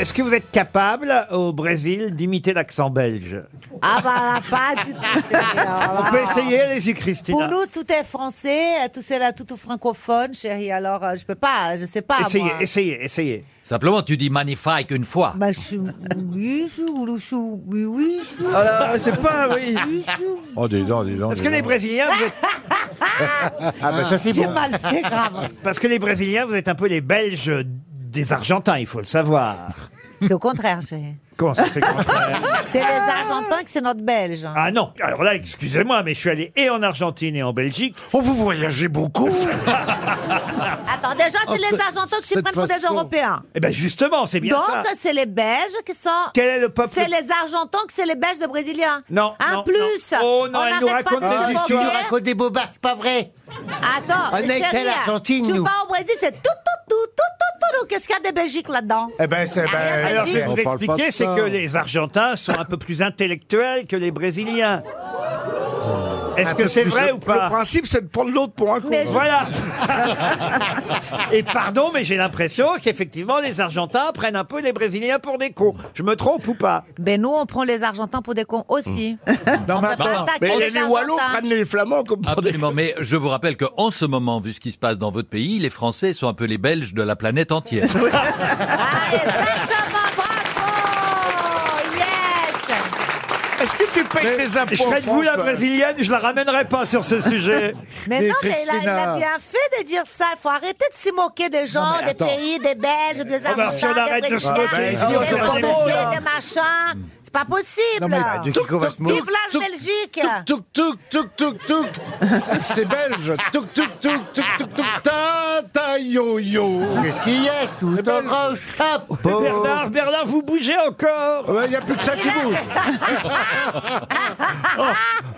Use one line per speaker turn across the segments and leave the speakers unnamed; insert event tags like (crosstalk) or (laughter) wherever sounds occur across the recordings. Est-ce que vous êtes capable au Brésil d'imiter l'accent belge
Ah bah là, pas du tout.
(laughs)
alors
On
là.
peut essayer, allez-y,
Pour
Christina.
nous, tout est français, euh, tout c'est là, tout francophone, chérie. Alors, euh, je peux pas, je sais pas.
Essayez,
moi.
essayez, essayez.
Simplement, tu dis magnifique une fois.
Bah, je suis- oui, je- oui, je- oui, oui, je-
Ah euh,
c'est pas, oui.
oui, je-
Oh, des dents, des dents.
Parce que les Brésiliens, vous êtes,
Ah, bah ça, c'est
J'ai
bon.
mal fait grave.
parce que les Brésiliens, vous êtes un peu les Belges des Argentins, il faut le savoir.
(laughs) C'est au contraire, chérie.
Comment ça c'est le contraire
C'est les Argentins que c'est notre Belge.
Ah non, alors là, excusez-moi, mais je suis allé et en Argentine et en Belgique.
Oh, vous voyagez beaucoup.
Attends, déjà, c'est
Oh,
les
ce-
Argentins que tu
cette
prennent pour des
façon.
Européens.
Eh ben justement, c'est bien ça.
Donc, c'est les Belges qui sont.
Quel est le peuple
C'est les Argentins que c'est les Belges de Brésiliens.
Non,
Un
non,
Ah, plus.
non. Oh non,
On
elle
n'arrête
nous
pas
raconte
de
des
se
histoires.
Tu nous
moquer.
racontes des bobards, c'est pas vrai.
Attends,
On a été
chérie,
à l'Argentine,
Tu
nous.
vas au Brésil, c'est tout, tout, tout, tout, tout, tout, tout. Qu'est-ce qu'il y a des Belgiques là-dedans Ah,
Eh ben, c'est.
Allez,
Ben,
Alors, je vais
on
vous
parle pas de
expliquer, c'est
ça.
que les Argentins sont un peu plus intellectuels que les Brésiliens.
Oh.
Est-ce que c'est vrai ou
Le
pas
principe, c'est de prendre l'autre pour un con.
Mais
Voilà Et pardon, mais j'ai l'impression qu'effectivement, les Argentins prennent un peu les Brésiliens pour des cons. Je me trompe ou pas
Ben nous, on prend les Argentins pour des cons aussi.
Hmm.
(laughs)
Non, mais
Pas
attends.
Bah, ça,
Mais
qu'on
les,
les Argentins.
Wallots prennent les Flamands comme pour des
Bah, Absolument, mais je vous rappelle qu'en ce moment, vu ce qui se passe dans votre pays, les Français sont un peu les Belges de la
(laughs)
planète entière.
Ah, exactement, bravo Yes
Est-ce que tu payes tes impôts
Je serais de vous la brésilienne, je la ramènerai pas sur ce sujet.
Mais
Des
non, mais il a, il a
Christina.
bien fait de dire ça. Il faut arrêter de se moquer des gens,
mais
des
attends.
pays, des Belges, des
Ah, bah,
Argentins,
si on arrête
des
de se
Brésiliens,
moquer,
des
ici,
Ah,
on se
Français,
moque des gens.
des machins. C'est pas possible.
Non, mais bah, de qui qu'on va se moquer
Vive la Belgique
Touk touk touk touk
(laughs)
touk. C'est belge. Touk touk touk touk touk
Ah.
touk. Ta ta yo yo. Qu'est-ce qu'il y a tout
Eh ben,
un grand chapeau
Bernard, Bernard, vous bougez encore
Eh ben, Il n'y a plus que ça qui bouge.
Oh.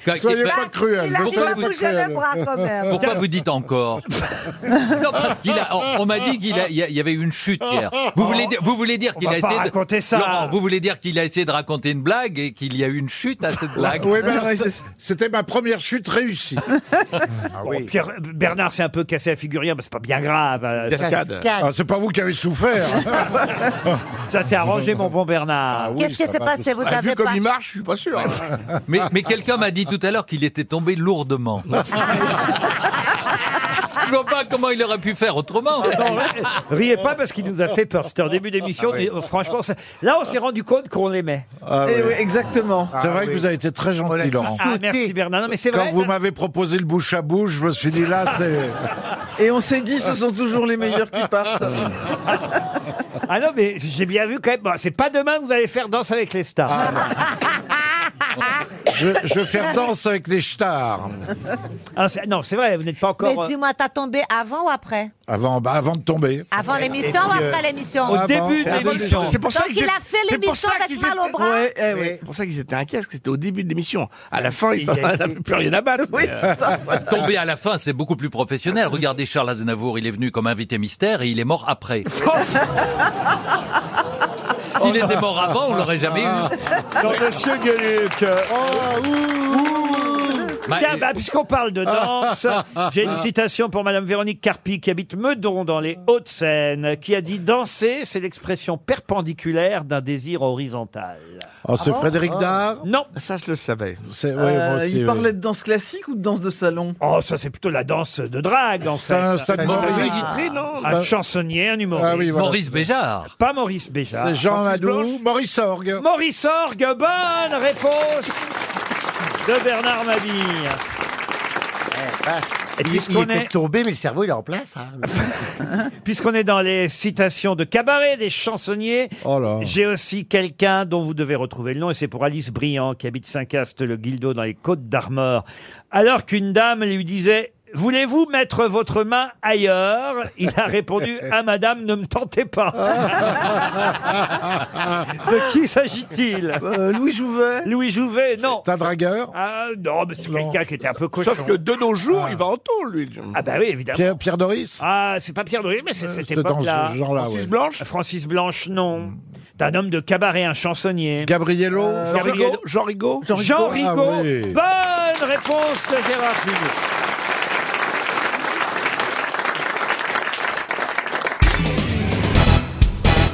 Qu'est-
Soyez
bah,
pas cruels.
Il a
ne
dit
soyez
pas
pourquoi
pas
bouger le
cruels.
bras quand même.
(laughs) Pourquoi vous
(laughs)
dites encore Non, parce qu'il a- on, on m'a dit qu'il a- il y a- il y avait eu une chute hier. Vous voulez, dire- vous voulez dire qu'il
va
a
pas
essayé
raconter
de
ça.
Laurent, vous voulez dire qu'il a essayé de raconter une blague et qu'il y a eu une chute à cette blague
Oui, mais alors, c'est- c'était ma première chute
(laughs)
réussie. Ah
Bon, Pierre- Bernard s'est un peu cassé la figure hier, mais c'est pas bien grave. euh,
cascades.
Ah, c'est pas vous qui
(laughs)
avez souffert.
Ah
Ça s'est arrangé, mon bon Bernard.
Ah oui,
Qu'est-ce
ça
qui s'est
va
passé
tous-
Vous
Ah, vu
avez
comme
pas...
il marche, je suis pas sûr.
Mais, mais quelqu'un m'a dit tout à l'heure qu'il était tombé lourdement. Je vois pas comment il aurait pu faire autrement.
Riez pas parce qu'il nous a fait peur. C'était en début d'émission. mais, euh, Franchement, ça- là, on s'est rendu compte qu'on l'aimait.
Ah oui.
Eh exactement.
C'est vrai que vous avez été très gentil, Laurent.
Ah, merci Bernard. Non, mais c'est vrai.
Quand vous m'avez proposé le bouche à bouche, je me suis dit là, c'est.
Et on s'est dit, ce sont toujours les meilleurs qui partent.
Ah non, mais j'ai bien vu quand même. Bon, c'est pas demain que vous allez faire danse avec les stars.
Ah, Je, je vais
Ah.
faire danse avec les stars.
Ah, c'est- non, c'est vrai. Vous n'êtes pas encore.
Mais
euh,
dis-moi, t'as tombé avant ou après
Avant, bah, avant de tomber.
Avant l'émission ou après l'émission
Au
Ah,
début
bon,
de
ah, bon,
l'émission.
C'est pour ça
Donc
que
il
j'ai-
a fait
c'est pour
l'émission
ça
avec
qu'ils
mal au
étaient-
bras.
Ouais, eh ouais. C'est pour ça qu'ils étaient inquiets, parce que c'était au début de l'émission. À la fin, ils (laughs) n'en avaient plus rien à battre. Mais, euh, (laughs)
Tomber à la fin, c'est beaucoup plus professionnel. Regardez Charles Aznavour, il est venu comme invité mystère et il est mort après. S'il était mort avant, on l'aurait jamais eu.
Ah.
Dans Monsieur Gueluc. euh,
Ah,
Bah,
Tiens,
et-
bah, puisqu'on parle de danse,
Ah.
j'ai une citation pour Madame Véronique Carpi qui habite Meudon dans les Hauts-de-Seine, qui a dit danser, c'est l'expression perpendiculaire d'un désir horizontal.
Oh, c'est Frédéric
Ah.
Dard.
Non.
ça, je le savais.
C'est, oui,
Ah Euh,
moi aussi,
il
oui.
parlait de danse classique ou de danse de salon
Oh, ça c'est plutôt la danse de drague en
C'est
fait.
un, c'est un humoriste.
non
Un chansonnier, un humoriste.
Ah oui, voilà.
Maurice Béjart.
Pas Maurice Béjart.
C'est Jean
Ah, Francis
Madou,
Blanche.
Maurice Orgue.
Maurice Orgue, bonne réponse de Bernard Mabille. Et puisqu'on est,
tombé, mais le cerveau, il est en place. hein.
(laughs) puisqu'on est dans les citations de cabaret des chansonniers,
Oh là.
j'ai aussi quelqu'un dont vous devez retrouver le nom, et c'est pour Alice Briand, qui habite Saint-Cast, le Guildo, dans les Côtes d'Armor. Alors qu'une dame lui disait Voulez-vous mettre votre main ailleurs Il a répondu Ah, madame, ne me
(laughs)
tentez pas. de qui s'agit-il
Euh, Louis Jouvet
Louis Jouvet, non.
C'est un dragueur.
Ah non, mais c'est quelqu'un qui était un peu cochon.
Sauf que de nos jours, il va en tôle, lui.
Ah bah oui, évidemment.
Pierre, Pierre Doris.
Ah, c'est pas Pierre Doris, mais c'est cette
Euh, C'est dans
époque-là.
ce genre-là.
Francis
ouais. Hmm.
Blanche
Francis Blanche, non. C'est un homme de cabaret, un chansonnier. Euh,
Gabriello.
Jean
Gabriel-
Rigaud Jean Rigaud
Jean Rigaud.
Ah oui.
Bonne réponse de Gérard Jugnot.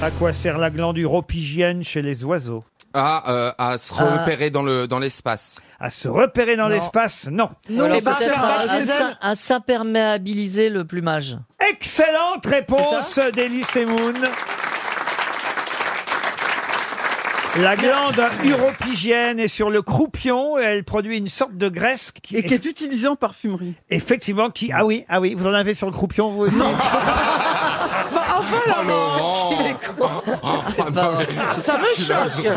À quoi sert la glandule ropigienne chez les oiseaux
à, euh, à se repérer dans le dans l'espace.
À se repérer dans
Non.
l'espace Non.
Non,
Alors,
mais bah,
peut-être
peut-être
un
à, à
diesel.
s'im- à s'imperméabiliser le plumage.
Excellente réponse
C'est
d'Elie Semoun. La glande uropigienne est sur le croupion et elle produit une sorte de graisse qui
Et qui est utilisée en parfumerie.
effectivement qui ah oui ah oui vous en avez sur le croupion vous (laughs) aussi
Bah enfin
Oh,
là
Laurent
Ça me choque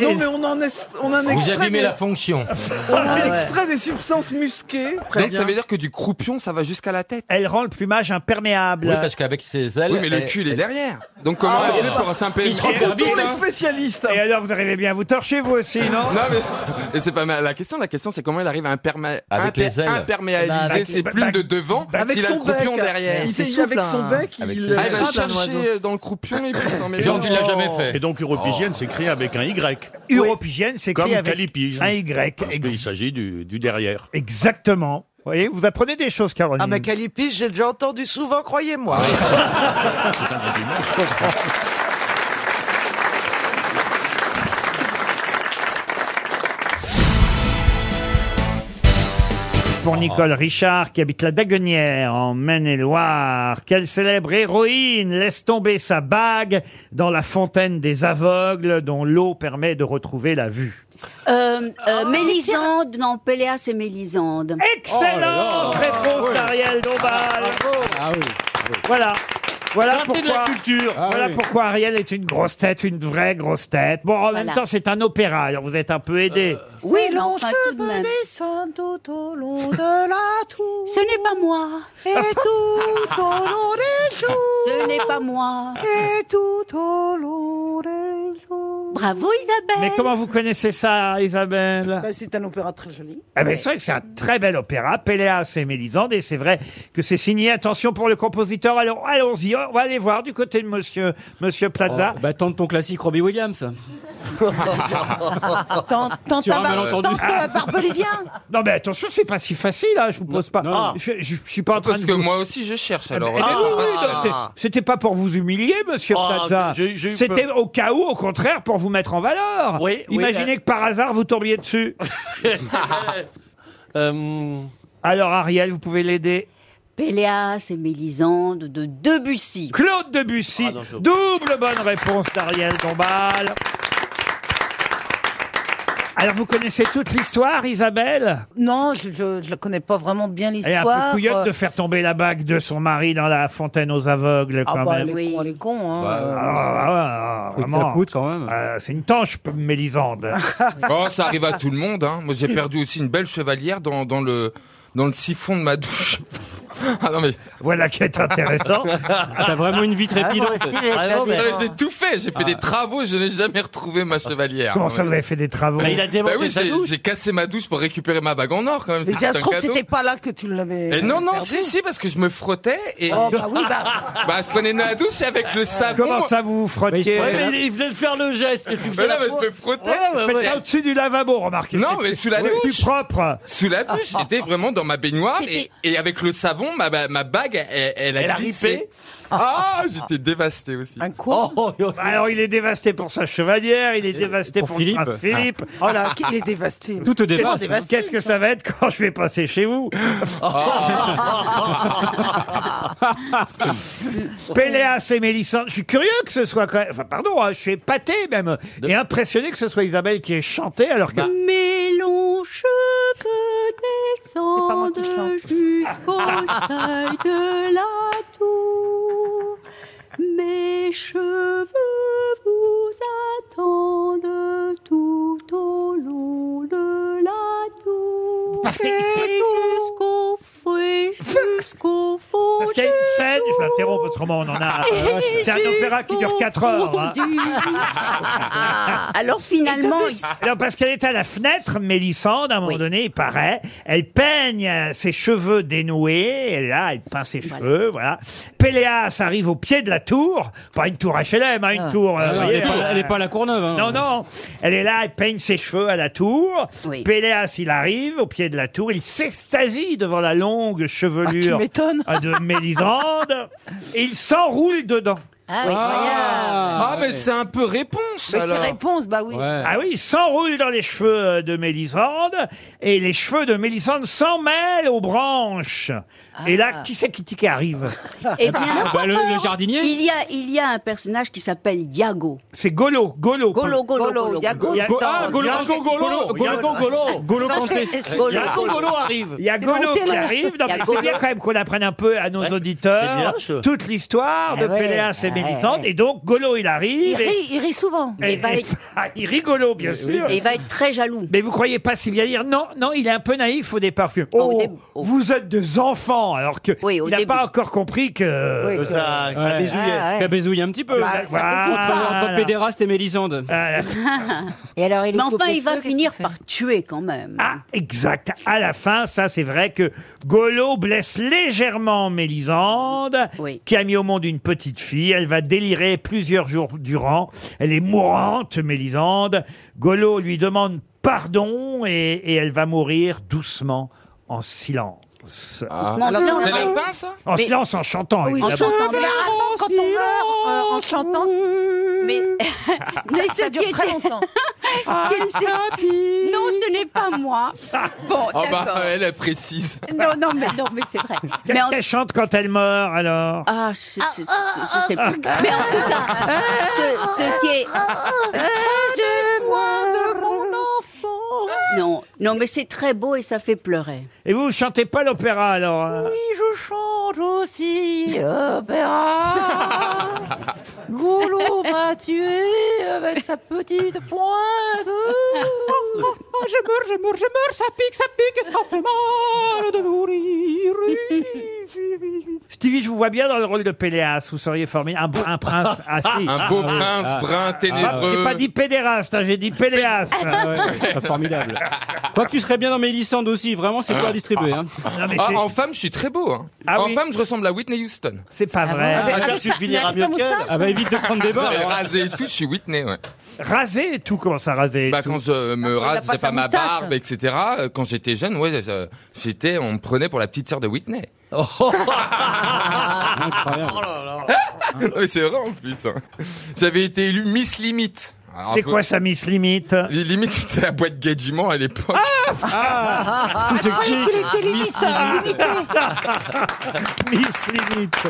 Non mais on en est, on en extrait, des,
fonction.
on en
Ah ouais.
extrait des substances musquées. Très
Donc
bien.
ça veut dire que du croupion, ça va jusqu'à la tête.
elle rend le plumage imperméable
qu'avec ses ailes.
Oui, mais le cul, il est derrière. Donc comment
Ah,
elle
oui.
fait pour s'imper
Il se rend
Pour tous les spécialistes
et alors vous arrivez bien à vous torcher vous aussi non
Non, mais et c'est pas mal. La question, la question, c'est comment il arrive à imperma-
Avec les ailes.
imperméabiliser
Bah, avec-
ses
bah,
plumes
bah,
de devant
Avec
s'il a le
son bec
croupion derrière.
Mais
Il
c'est
fait-
souple,
Avec son
hein.
bec,
Avec
il...
ses
Ah,
ailes.
il
ça,
va
d'un
chercher
oiseau.
dans le croupion et puis s'en met
Genre, tu l'as jamais fait.
Et donc uropigienne
Oh.
s'écrit avec un Y,
uropigienne c'est
comme
écrit avec
calipige,
un y
parce
Ex-
qu'il s'agit du, du derrière.
exactement vous voyez vous apprenez des choses Caroline
Ah, mais Calipi, j'ai déjà entendu souvent, croyez-moi.
Ah
pour Nicole Richard qui habite la Daguenière en Maine-et-Loire. Quelle célèbre héroïne laisse tomber sa bague dans la fontaine des aveugles dont l'eau permet de retrouver la vue.
Euh,
Ah,
euh, Mélisande, non, Péléas et Mélisande.
Oh
Excellente réponse
Ah,
d'Ariel Dombal. Voilà. Voilà pourquoi, voilà pourquoi Ariel est une grosse tête, une vraie grosse tête. Bon, en
Voilà. Euh,
même temps, c'est un opéra, alors vous êtes un peu aidé.
Oui,
Ouais,
longs
enfin, tout de
cheveux
même.
descendent tout au long de la tour.
Ce n'est pas moi.
Et tout au long
(laughs)
des jours.
Ce n'est pas moi.
Et tout au long des jours.
Bravo Isabelle.
Mais comment vous connaissez ça, Isabelle
c'est un opéra très joli.
Ah ben, c'est vrai que c'est un très bel opéra, Péléas et Mélisande, et c'est vrai que c'est signé, attention pour le compositeur, alors allons-y, on va aller voir du côté de monsieur, monsieur Plaza.
Bah, tente ton classique Robbie Williams.
(laughs) Tant, tant,
Sur un
tabac-
malentendu.
tant, euh, barbelivien.
(laughs) Non mais attention, c'est pas si facile, hein, je vous pose pas.
non, non.
Je, je- je suis pas en train
Parce
de
que
vous-
moi aussi, je cherche
Eh ben,
alors.
eh ben,
Ah.
oui, oui, non, c'est- C'était pas pour vous humilier, monsieur
Ah,
Plaza.
j'ai- j'ai eu
C'était au cas où, au contraire, pour vous mettre en valeur.
Oui, oui,
Imaginez
euh.
que par hasard vous tombiez dessus.
Euh,
Alors Ariel, vous pouvez l'aider.
Péléas et Mélisande de Debussy.
Claude Debussy,
Ah non, je-
double bonne réponse d'Ariel Dombal. Alors vous connaissez toute l'histoire, Isabelle
Non, je je, je connais pas vraiment bien
Elle est un peu
l'histoire. euh,
couillotte de faire tomber la bague de son mari dans la fontaine aux aveugles quand
Ah bah,
même.
elle est
Oui.
con, elle est con, hein.
Ah,
Euh,
ah, ah, vraiment.
quand même.
Ah, c'est une tanche,
(laughs)
Mélisande.
Ah,
Oh, ça arrive à tout le monde. Hein. Moi, j'ai perdu aussi une belle chevalière dans, dans le dans le siphon de ma douche. (laughs) Ah non mais
voilà qui est intéressant.
T'as vraiment une vie trépidante.
Ah, mais j'ai tout fait. J'ai fait des travaux. Je n'ai jamais retrouvé ma chevalière.
Comment ça, vous avez fait des travaux
il a
Bah
démonté
oui,
sa
j'ai
douche.
j'ai cassé ma douche pour récupérer ma bague en or quand même.
Mais
c'est
ça se
un
trouve,
cadeau.
c'était pas là que tu l'avais.
Et non, non,
perdu.
si, si, parce que je me frottais et
Oh, bah oui, bah.
(laughs) bah, je prenais la douche et avec le savon.
Comment ça, vous vous frottiez Bah
Ouais, mais il- il venait de faire le geste. et tu faisais
Mais non,
la
mais
voix.
je me frottais.
Ouais, ouais,
Faites
ouais.
ça au-dessus du lavabo, remarquez.
Non, mais sous la
C'est plus
douche.
propre.
Sous la douche, j'étais vraiment dans ma baignoire et, et avec le savon, ma, ba- ma bague, elle, elle a
Elle a
glissé.
ripé.
Ah, j'étais dévasté aussi.
Un quoi
Oh, oh, oh.
Bah Alors, il est dévasté pour sa chevalière, il est dévasté pour,
pour
le
Philippe.
prince Philippe. Ah,
Oh là, il est dévasté.
Tout te
Qu'est-ce-
dépasse.
Qu'est-ce que ça va être quand je vais passer chez vous
Oh.
(laughs)
Péléas et Mélissande, je suis curieux que ce soit quand même... Enfin, pardon, hein, je suis épaté même. Et impressionné que ce soit Isabelle qui ait chanté alors que...
Mes longs cheveux
pas moi qui
descendent
chante.
jusqu'au seuil de la tour. Mes cheveux vous attendent tout au long de la tour.
Parce que-
Et jusqu'au fond, et jusqu'au fond.
Parce qu'il y a une scène, je l'interromps parce que vraiment on en a... euh, C'est un opéra qui dure 4 heures. hein.
Ah, (laughs) Alors finalement,
Alors parce qu'elle est à la fenêtre, Mélissande, à un moment
Oui.
donné, il paraît, elle peigne euh, ses cheveux dénoués, et là, elle peint ses cheveux, voilà. Péléas arrive au pied de la tour, pas une tour HLM, hein, une
Ah.
tour... euh, vous
Ah, Elle est
voyez,
pas-
euh,
elle est pas à la Courneuve. hein.
Non, non, elle est là, elle peigne ses cheveux à la tour.
Oui.
Péléas, il arrive au pied de la tour, il s'extasie devant la longue
Ah, tu
chevelure (laughs)
m'étonnes.
euh, de Mélisande, et il s'enroule dedans.
Ah, ah, mais c'est un peu réponse
Mais c'est
alors.
réponse, bah oui.
Ah oui, il s'enroule dans les cheveux euh, de Mélisande et les cheveux de Mélisande s'en mêlent aux branches. Et là, qui c'est qui, qui arrive
Ah. (laughs) Eh bien,
Bah, jardinier
il y a, il y a un personnage qui s'appelle Yago.
C'est Golo, Golo.
Golo, Golo,
Golo,
Golo.
Yago.
Golo.
Yago. Ah, Golo,
Golo, Golo, Golo, Golo. Golo Kanté.
Golo.
Golo,
Golo
Il y a Golo qui arrive. Non, mais c'est bien quand même qu'on apprenne un peu à nos auditeurs toute l'histoire de
Ah ouais,
Péléas et
ah
Mélisande.
ouais.
Et donc, Golo, il arrive.
Il
et-
rit, il rit souvent.
et- (laughs) Ah, il rit Golo, bien sûr.
Et il va être très jaloux.
Mais vous croyez pas si bien dire Non, non, il est un peu naïf au départ. Puis, Oh, vous êtes des enfants, alors que il n'a pas encore compris que. euh,
Oui, que- Ça- ça Ouais.
bézouillait. Ah, ouais.
Ça bézouille un petit peu.
Bah, Euh,
Ça-
ça bézouille
Entre-
pas.
Entre pédéraste et Mélisande.
Et alors,
il
Mais
est coupe
enfin,
les
il va finir par tuer quand même.
Ah, exact. À la fin, ça, c'est vrai que Golo blesse légèrement Mélisande, qui a mis au monde une petite fille. Elle va délirer plusieurs jours durant. Elle est mourante, Mélisande. Golo lui demande pardon et, et elle va mourir doucement, en silence.
Ah.
Doucement, en Alors, silence. c'est la fin,
ça
En
Mais-
silence, en chantant.
Oui,
En
évidemment.
chantant, mais généralement, quand on meurt euh, en chantant,
mais,
ça dure très longtemps.
Quel thérapie Non, ce n'est pas moi.
Ah.
Bon,
Oh
d'accord.
bah elle, elle précise.
Non, non, mais, non, mais c'est vrai.
Qu'est-ce
Mais en-
qu'elle chante quand elle meurt, alors
Ah, c'est- c'est- c'est- je sais
ah,
plus. Mais en tout cas, ce, ce qui est...
de mon enfant.
Non, non, mais c'est très beau et ça fait pleurer.
Et vous, vous chantez pas l'opéra, alors hein
Oui, je chante aussi. euh.
Golo m'a tué avec sa petite pointe.
Ah, je meurs, je meurs, je meurs, ça pique, ça pique, ça fait mal de mourir.
Stevie, je vous vois bien dans le rôle de Péléas. Vous seriez formé un, un prince. Ah, si.
Un beau prince, brun, ténébreux.
J'ai pas dit pédéraste, hein, j'ai dit hein. péléaste.
Ah
(laughs)
ouais, ouais, formidable. Quoique tu serais bien dans Mélisande aussi, vraiment, c'est quoi à distribuer. hein.
Non, mais
Ah,
c'est-
en femme, je suis très beau. hein.
Ah
en femme, je ressemble à Whitney Houston.
C'est pas vrai.
Ah,
Rasé
ça suffira mieux qu'elle.
Ah bah évite de prendre des bains. alors.
Rasé et tout, je suis Whitney, ouais.
Rasé et tout, comment ça rasé et
Bah,
tout
quand je me
t'as
rase,
pas
c'est
sa
pas ma
moustache.
barbe, etc. euh, Quand j'étais jeune, ouais, je- j'étais, on me prenait pour la petite sœur de Whitney. (laughs) Ouais, c'est vrai en plus. hein. J'avais été élu Miss Limite. Alors, un
C'est
peu-
quoi sa Miss Limite
Les limites, c'était la boîte Gadjiment à l'époque.
Ah,
Tout s'explique.
il était limite, hein, limité.
Miss Limite.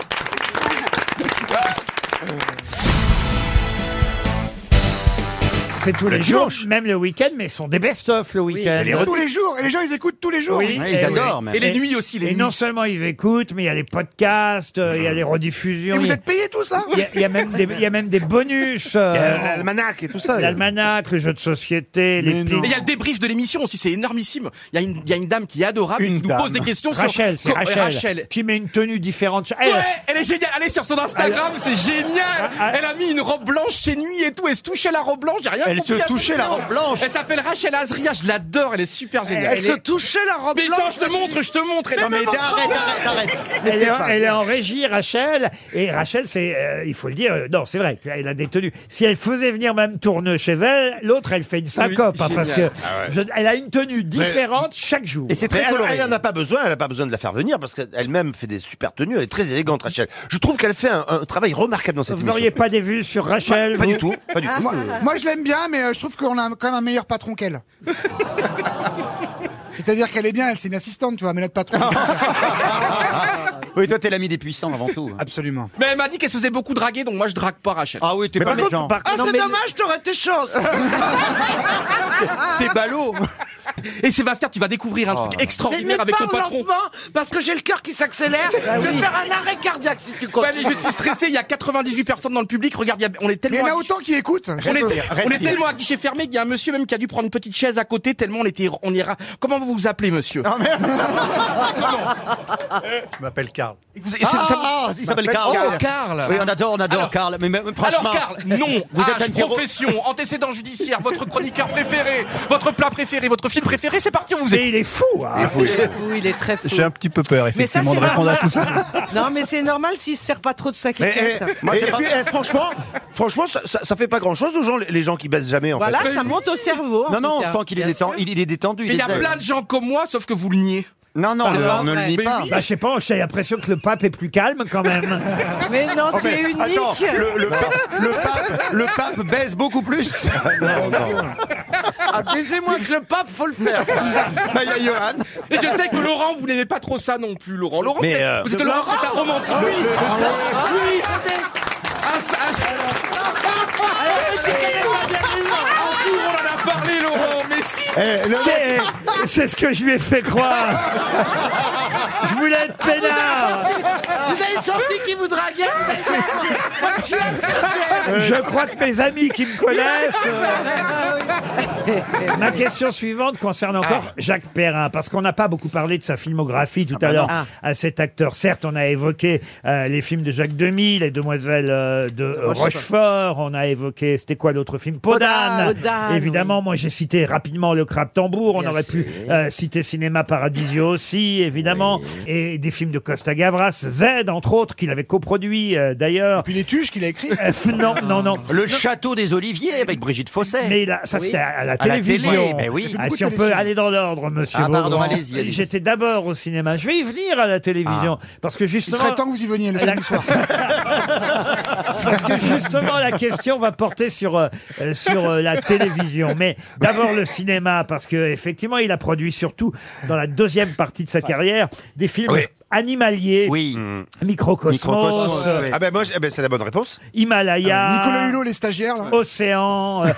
C'est tous les jours, même le week-end, mais ce sont des best-of le week-end.
Tous les jours, et les gens ils écoutent tous les jours.
Oui, et oui. Et- Et non seulement ils écoutent, mais il y a les podcasts, euh, il y a les rediffusions.
Et
il
vous
y a-
êtes payés tout ça
il y, a- il y a même des, il y a même des bonus. euh,
Il y a l'almanach et tout ça.
L'almanach, le jeu de société, les
Mais non.
piles.
Il y a le débrief de l'émission aussi, c'est énormissime. Il y, a une- il y a une dame qui est adorable, qui nous pose des questions
Rachel, c'est
sur
Rachel,
Rachel.
Qui met une tenue différente. Elle,
Ouais, elle est géniale. Allez sur son Instagram, c'est génial. Elle a mis une robe blanche chez nuit et tout. Elle se touchait la robe blanche. J'ai rien
Elle
compris
se
à cette
touchait la
vidéo.
robe blanche.
Elle s'appelle Rachel Azria. Je l'adore. Elle est super géniale.
Elle se
touchait la robe blanche. je te montre, je te montre. Elle
Non, mais
me montre.
arrête, arrête, arrête.
elle est,
t'es pas
elle est en régie, Rachel. Et Rachel, c'est, euh, il faut le dire, euh, non, c'est vrai, elle a des tenues. Si elle faisait venir même Tourneux chez elle, l'autre, elle fait une syncope, hein, parce que
génial. Ah ouais.
je- elle a une tenue différente chaque jour.
Et c'est très coloré. Elle n'en a pas besoin, elle n'a pas besoin de la faire venir parce qu'elle-même fait des super tenues, elle est très élégante, Rachel. Je trouve qu'elle fait un, un travail remarquable dans cette
Vous
émission.
n'auriez pas des vues sur Rachel
Pas
vous
du tout, pas du tout.
Moi,
Euh,
moi, je l'aime bien, mais euh, je trouve qu'on a quand même un meilleur patron
(laughs)
qu'elle. C'est-à-dire qu'elle est bien, elle c'est une assistante, tu vois, mais notre patron. (laughs)
Oui, toi, t'es l'ami des puissants avant tout.
Absolument.
Mais elle m'a dit qu'elle se faisait beaucoup draguer, donc moi je drague pas Rachel.
Ah oui, t'es
Mais
pas
par contre-
méchant.
par-
Ah,
non,
c'est
mais-
dommage,
t'aurais tes chances.
(laughs)
C'est ballot.
Et Sébastien, tu vas découvrir
Oh.
un truc extraordinaire avec ton patron.
parce que j'ai le cœur qui s'accélère.
Bah
je vais
oui.
faire un arrêt cardiaque si tu
Ouais,
continues.
mais je suis stressé, il y a 98 personnes dans le public, regarde, il y a- on est tellement...
Mais il y en a
à guichet-
autant qui écoutent.
On est,
Respire,
on est
respire.
tellement à guichet fermé qu'il y a un monsieur même qui a dû prendre une petite chaise à côté tellement on était... On ira... Comment vous vous appelez, monsieur
Ah, Je m'appelle Karl.
et c'est- ça-
Ah, il s'appelle Karl.
Oh, Karl
Oui, on adore, on adore Karl. Mais, même- franchement.
Alors Karl, non,
Vous
âge,
êtes un terreau-
profession, antécédent judiciaire, votre chroniqueur préféré, votre plat préféré, votre film préféré, c'est parti, on vous
Mais il est fou hein.
il est très fou.
J'ai un petit peu peur, effectivement,
c'est
de répondre à
normal.
tout
(laughs)
ça.
Non, mais c'est normal s'il se sert pas trop de sa
Mais,
cliquette.
eh, moi, et puis, eh, franchement, franchement, ça, ça, ça fait pas grand chose aux gens, les- les gens qui baissent jamais en
Voilà,
fait.
ça monte au cerveau. en
Non, non,
tout
on
cas.
sent qu'il est,
Bien
détendu,
sûr.
il, il est détendu.
Mais il y a
est zen.
plein de gens comme moi, sauf que vous le niez.
Non,
non, le- on ne le dit pas.
Bah, je sais pas, j'ai l'impression que le pape est plus calme quand même.
(laughs) Mais non, tu es unique.
attends, le- le
pape, baisse beaucoup
(laughs)
plus.
Ah, Baisez-moi que le pape, faut le faire.
(laughs) Bah, il y a Johan. Et je sais que Laurent, vous n'aimez pas trop ça non plus, Laurent. Laurent,
Mais,
peut-être-
euh,
parce que
le-
Laurent, c'est un romantique.
le-
Oui,
le- le-
oui. Ah, On en a parlé, Laurent, mais si
C'est- Eh, C'est ce que je lui ai fait croire.
(laughs)
Je voulais être pénard.
Vous avez senti qu'il vous draguait vous avez dit, Moi, je suis asocial.
Euh, Je crois que mes amis qui me connaissent. euh,
Ah
Ma question suivante concerne encore Jacques Perrin, parce qu'on n'a pas beaucoup parlé de sa filmographie tout à l'heure
Ah bah non.
à cet acteur. Certes, on a évoqué euh, les films de Jacques Demy, Les Demoiselles euh, de euh, Rochefort, on a évoqué, c'était quoi l'autre film Podane,
Podane,
évidemment. Moi, j'ai cité rapidement Le Crabe Tambour, on
Bien
aurait pu euh, citer Cinéma Paradisio aussi, évidemment, et des films de Costa Gavras, Z, entre autres, qu'il avait coproduit euh, d'ailleurs. Et puis Les Tuches qu'il a écrit Euh, Non, non, non.
Le château des Oliviers avec Brigitte Fosset.
Mais là, ça, c'était à la télévision.
mais oui.
Ah, si on peut aller dans l'ordre, monsieur.
Ah, pardon,
Beaugrand.
allez-y, Ah. allez-y.
J'étais d'abord au cinéma. Je vais y venir à la télévision. Parce que justement.
serait temps que vous y veniez le samedi soir.
parce que justement, la question va porter sur, euh, euh, sur euh, la télévision. Mais d'abord le cinéma, parce que effectivement, il a produit surtout dans la deuxième partie de sa carrière des films.
Oui.
animaliers,
Hmm.
microcosmos,
Microcosmos,
euh,
ouais. Ah ben moi, je- eh ben, c'est la bonne
(laughs)
réponse.
Himalaya,
Euh, Nicolas Hulot, les stagiaires, là.
(laughs)
Océan, euh,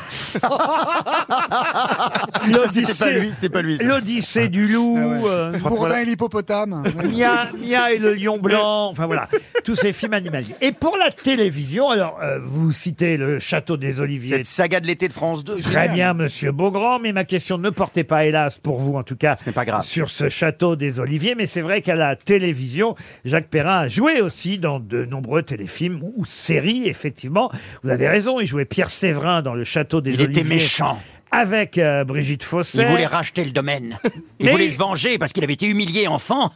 l'Odyssée,
c'était pas lui, c'était pas lui, Ah, ça. Ah
l'Odyssée du loup, euh,
Bourdin et l'hippopotame.
Mia, Mia et le lion blanc, enfin voilà, tous ces films animaliers. Et pour la télévision, alors euh, vous citez le Château des Oliviers.
Cette saga de l'été de France 2.
Très bien, monsieur Beaugrand, mais ma question ne portait pas, hélas, pour vous en tout cas, sur ce château des Oliviers. Mais c'est vrai qu'à la télévision, Jacques Perrin a joué aussi dans de nombreux téléfilms ou séries, effectivement. Vous avez raison, il jouait Pierre Séverin dans le château des
Il
Oliviers.
était méchant.
Avec euh, Brigitte Fosset.
Il voulait racheter le
(laughs)
domaine. Il
Mais-
voulait se venger parce qu'il avait été humilié (laughs) Ah enfant.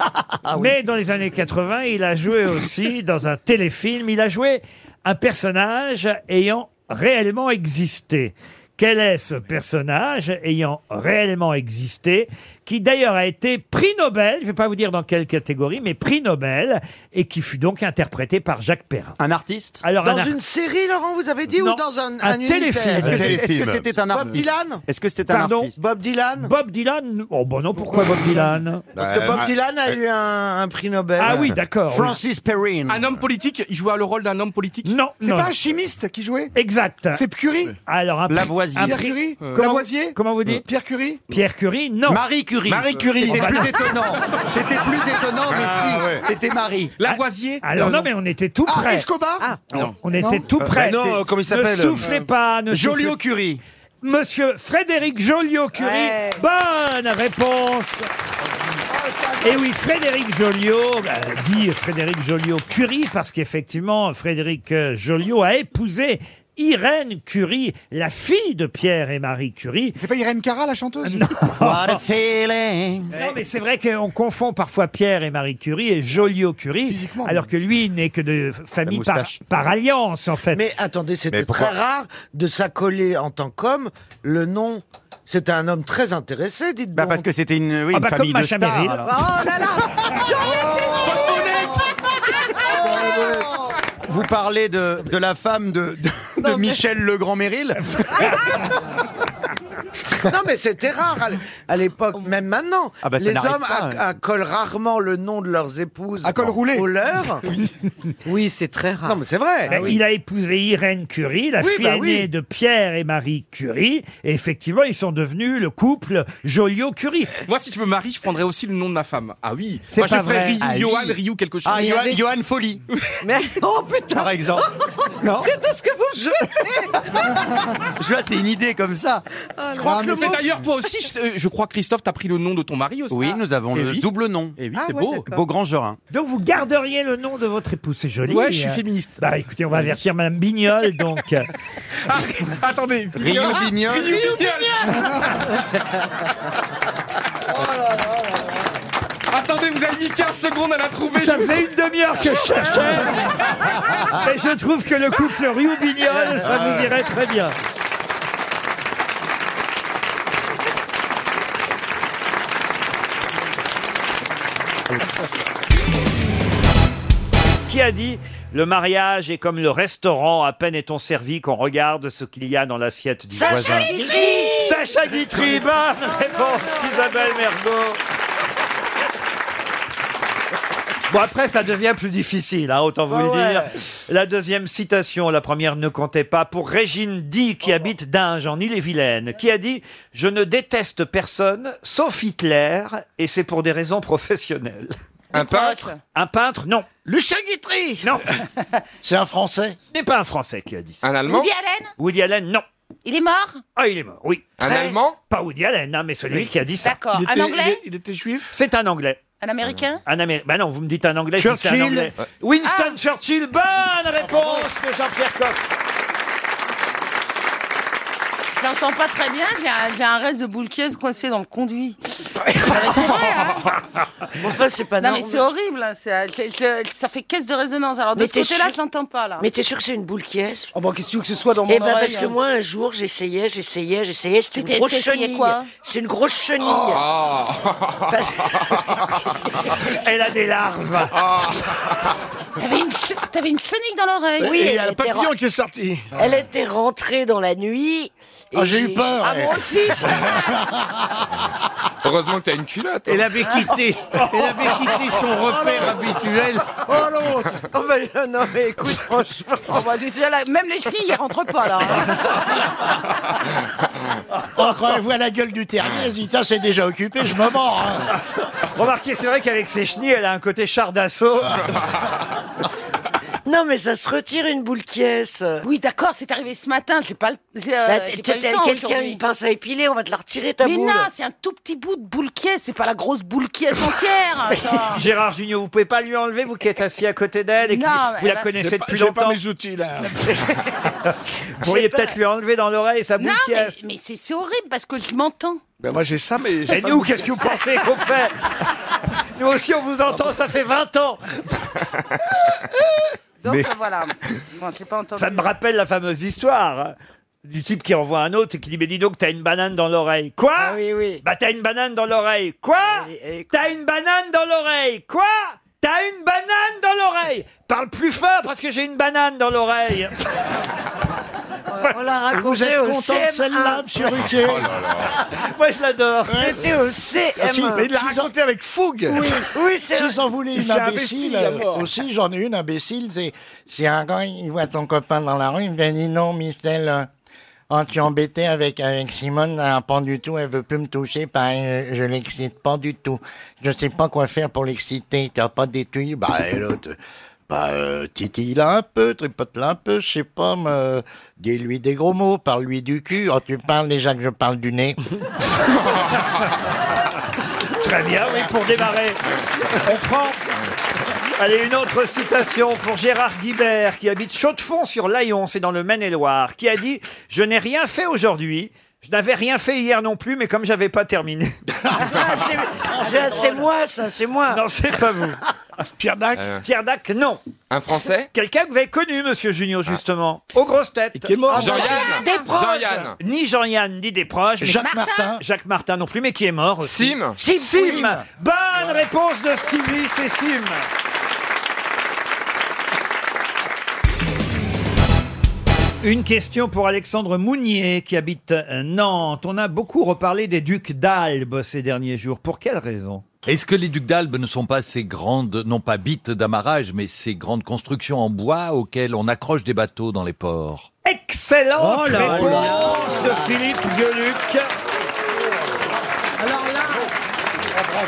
Mais dans les années 80, il a
(laughs)
joué aussi dans un téléfilm. Il a joué un personnage ayant réellement existé. Quel est ce personnage ayant réellement existé, qui d'ailleurs a été prix Nobel, je ne vais pas vous dire dans quelle catégorie, mais prix Nobel, et qui fut donc interprété par Jacques Perrin.
Un artiste
Alors,
Dans
un ar-
une série, Laurent, vous avez dit,
Non,
ou dans un,
un
unitaire
téléfilm. Est-ce que c'est- est-ce que Téléfilm.
c'était un
Bob
artiste
Dylan
Est-ce que c'était un
Pardon
artiste
Bob Dylan
Bob Dylan Oh bon non, pourquoi Bob Dylan
Parce que
Euh,
Bah,
Bob Dylan
ah,
a eu un, un prix Nobel.
Ah oui, d'accord.
Perrin.
Un homme politique, il jouait le rôle d'un homme politique
Non,
C'est pas un chimiste qui jouait
Exact.
C'est Curie
Alors, un prix-
Lavoisier.
un
Pierre
prix-
Curie
Comment-
Lavoisier
Comment vous dites
Pierre Curie
Pierre Curie, non.
Marie Curie.
Marie Curie.
C'était
Oh, bah
plus
non.
étonnant. C'était plus étonnant, mais
Ah,
si.
ouais.
C'était Marie.
Lavoisier
Ah, Alors non, mais on était tout
Ah,
près.
Escobar
non.
Non.
On était tout
Euh,
près.
bah non, euh, comment il s'appelle
Ne soufflez
Euh,
pas. Ne
Joliot
soufflez-
Curie.
Monsieur Frédéric Joliot-Curie. Bonne réponse. Et oui, Frédéric Joliot, euh, dit Frédéric Joliot-Curie, parce qu'effectivement, Frédéric euh, Joliot a épousé Irène Curie, la fille de Pierre et Marie Curie.
C'est pas Irène Cara, la chanteuse
(laughs)
What a feeling.
Non, mais c'est vrai qu'on confond parfois Pierre et Marie Curie et Joliot Curie, alors que lui il n'est que de famille par,
moustache.
par alliance, en fait.
Mais attendez, c'était
Mais pourquoi-
très rare de s'accoler en tant qu'homme le nom. C'était un homme très intéressé, dites
Bah parce que c'était une, oui,
Ah
une
bah, comme
famille de
Macha
stars.
Meryl.
alors. (laughs)
Oh
là là
Oh.
Vous parlez de, de la femme de, de- de Michel Legrand-Méril
(laughs) non, mais c'était rare à l- à l'époque, même maintenant.
Ah bah, ça
les
n'arrête
hommes
pas,
acc-
hein.
accolent rarement le nom de leurs épouses
À col roulé.
au (laughs) leur.
(laughs) Oui, c'est très
rare. Non, mais c'est vrai.
Ben,
Ah oui.
Il a épousé Irène Curie, la
Oui,
fille
bah oui.
aînée de Pierre et Marie Curie. Et effectivement, ils sont devenus le couple Joliot-Curie.
Moi, si je me marie, je prendrais aussi le nom de ma femme. Ah oui.
C'est
Moi, je
pas
ferais
vrai.
Ryu,
Ah oui.
Johan, Ryu, quelque chose.
Ah, Johan, Johan
(laughs)
Folie.
Oh putain
Par exemple. Non
C'est tout ce que vous jetez
(laughs)
Je vois, c'est une idée comme ça.
Je crois que le mot- d'ailleurs, toi aussi, je, euh, je crois, Christophe, t'as pris le nom de ton mari aussi.
Oui, nous avons
Eh
le
oui.
double nom.
Eh oui, Ah c'est ouais, beau. d'accord.
Beaugrand-Gerin.
Donc vous garderiez le nom de votre épouse, c'est joli.
Ouais, je suis
Euh,
féministe.
Bah écoutez, on va avertir Madame Bignol,
(laughs)
donc.
(laughs) Attendez.
Ryu Bignol.
Ryu Bignol.
Oh
Attendez, vous avez mis 15 secondes à la trouver.
Ça
je-
fait une demi-heure que je cherchais. Mais je trouve que le couple Rioux-Bignol, ça vous irait très bien. qui a dit le mariage est comme le restaurant, à peine est-on servi qu'on regarde ce qu'il y a dans l'assiette du
Sacha
voisin.
Guitry
Sacha Guitry, bonne réponse d'Isabelle Mergo. Bon, après, ça devient plus difficile, hein, autant vous
Ah
le
ouais.
dire. La deuxième citation, la première ne comptait pas, pour Régine Di, qui habite Dinge, en Ille-et-Vilaine, qui a dit « Je ne déteste personne, sauf Hitler, et c'est pour des raisons professionnelles. » Un peintre Un peintre, non. Lucien Guitry Non. c'est un Français Ce n'est pas un Français qui a dit ça. Un
Allemand Woody
Allen Woody Allen, non.
Il est mort
Ah, il est mort, oui.
Un Très- Allemand
Pas Woody Allen, hein, mais celui qui a dit ça.
D'accord. Il Un était- Anglais
il était juif C'est un Anglais.
Un Américain
Un Américain. Bah non, vous me dites un anglais. je dis c'est un
Churchill.
anglais. Ah
Ouais.
Winston Churchill, bonne réponse de Jean-Pierre Coff.
Je l'entends pas très bien, j'ai un, j'ai un reste de boule qui est coincé dans le conduit. Mais c'est vrai, hein
(laughs) Enfin, c'est
Bah
pas
Non,
normal.
mais c'est horrible, hein,
euh,
c'est- je- je- ça fait caisse de résonance. Alors de
Mais
ce
t'es
côté-là,
sûr-
je l'entends pas, là.
Mais t'es sûr que c'est une boule qui est
Oh, bah, qu'est-ce que ce soit dans mon
Eh ben, parce
oreille,
que
hein.
moi, un jour, j'essayais, j'essayais, j'essayais. C'était une
T'étais-
grosse
t'essayais
chenille.
quoi
C'est une grosse chenille.
Oh. (laughs)
Elle a des larves.
Oh. T'avais une, che- t'avais une chenille dans l'oreille.
Oui, elle était ren-
qui est sorti.
Elle était rentrée dans la nuit. et
Ah, j'ai eu peur,
Ah,
ouais.
moi aussi.
(laughs)
Heureusement que t'as une culotte.
hein.
Elle avait
(laughs)
quitté- elle avait quitté son repère
habituel.
Oh non oh, ben, Non, mais écoute, franchement.
Même les filles, elles rentrent pas, là.
hein.
Oh, quand elle voit la gueule du terrier, elle se dit, Tiens, c'est déjà occupé, je me mords. hein.
(laughs) Remarquez, c'est vrai qu'avec ses chenilles, elle a un côté char d'assaut.
Non, mais ça se retire une boule qui est.
Oui, d'accord, c'est arrivé ce matin, j'ai pas le j'ai, euh,
Bah,
j'ai
t-
pas eu
t'as
le temps
quelqu'un,
aujourd'hui.
une pince à épiler, on va te la retirer ta
Mais
boule.
non, c'est un tout petit bout de boule qui est, c'est pas la grosse boule qui est
(laughs)
entière. attends.
Gérard Junior, vous pouvez pas lui enlever, vous qui êtes assis à côté d'elle et qui
Non,
vous
mais
la
elle a-
connaissez
J'ai
depuis
j'ai
longtemps.
pas mes outils
(laughs)
là.
Vous pourriez peut-être lui enlever dans l'oreille sa
Non,
bouche qui
mais,
est.
mais c'est c'est horrible parce que je m'entends.
Ben moi j'ai ça, mais. j'ai
Et
pas
nous,
de-
qu'est-ce que vous pensez qu'on fait Nous aussi, on vous entend, ça fait 20 ans.
Donc
Mais-
euh, voilà. Bon, j'ai pas entendu.
Ça me rappelle la fameuse histoire hein, du type qui envoie un autre et qui dit Mais dis donc, t'as une banane dans l'oreille. Quoi
Oui, oui.
Bah, t'as une banane dans l'oreille. Quoi T'as une banane dans l'oreille. Quoi T'as une banane dans l'oreille. Parle plus fort parce que j'ai une banane dans l'oreille.
On l'a raconté
Vous êtes
au
content de
CM1.
celle-là, monsieur Ruquier Oh là Moi, je l'adore.
C'était au
Ah, si,
CM1.
mais il l'a raconté avec fougue.
Oui, oui, c'est
Si j'en voulais une
c'est
imbécile,
investi,
euh,
d'abord.
aussi j'en ai une imbécile, c'est, c'est un gars, il voit ton copain dans la rue, il me dit non Michel, euh, oh, tu es embêté avec, avec Simone, elle a pas du tout, elle veut plus me toucher, pareil, je, je l'excite pas du tout. Je sais pas quoi faire pour l'exciter, tu as pas des tuyaux, bah et l'autre... Bah, euh, titille-la un peu, tripote-la un peu, je sais pas, mais, euh, dis-lui des gros mots, parle-lui du cul. Oh, tu parles déjà que je parle du
(laughs)
nez.
Très bien, oui, pour démarrer. On prend. Allez, une autre citation pour Gérard Guibert, qui habite Chaux-de-Fonds sur l'Aillon, c'est dans le Maine-et-Loire, qui a dit Je n'ai rien fait aujourd'hui. Je n'avais rien fait hier non plus, mais comme j'avais pas terminé. (laughs)
Ah, c'est- c'est- c'est moi, ça, c'est moi.
Non, c'est pas vous. Pierre Dac Pierre Dac, non.
Un Français
Quelqu'un que vous avez connu, monsieur Junio, justement. Aux grosses têtes.
qui est mort. Jean-Yann.
Des proches.
Jean-Yann.
Ni Jean-Yann, ni des proches. mais-
Jacques Martin.
Jacques Martin non plus, mais qui est mort aussi.
Sim.
Sim.
Sim.
Bonne réponse de Stevie, c'est Sim. Une question pour Alexandre Mounier qui habite euh, Nantes. On a beaucoup reparlé des ducs d'Albe ces derniers jours. Pour quelle raison
Est-ce que les ducs d'Albe ne sont pas ces grandes, non pas bites d'amarrage, mais ces grandes constructions en bois auxquelles on accroche des bateaux dans les ports
Excellente
Oh là là.
réponse de Philippe Gueluc.
Alors là.
Ah,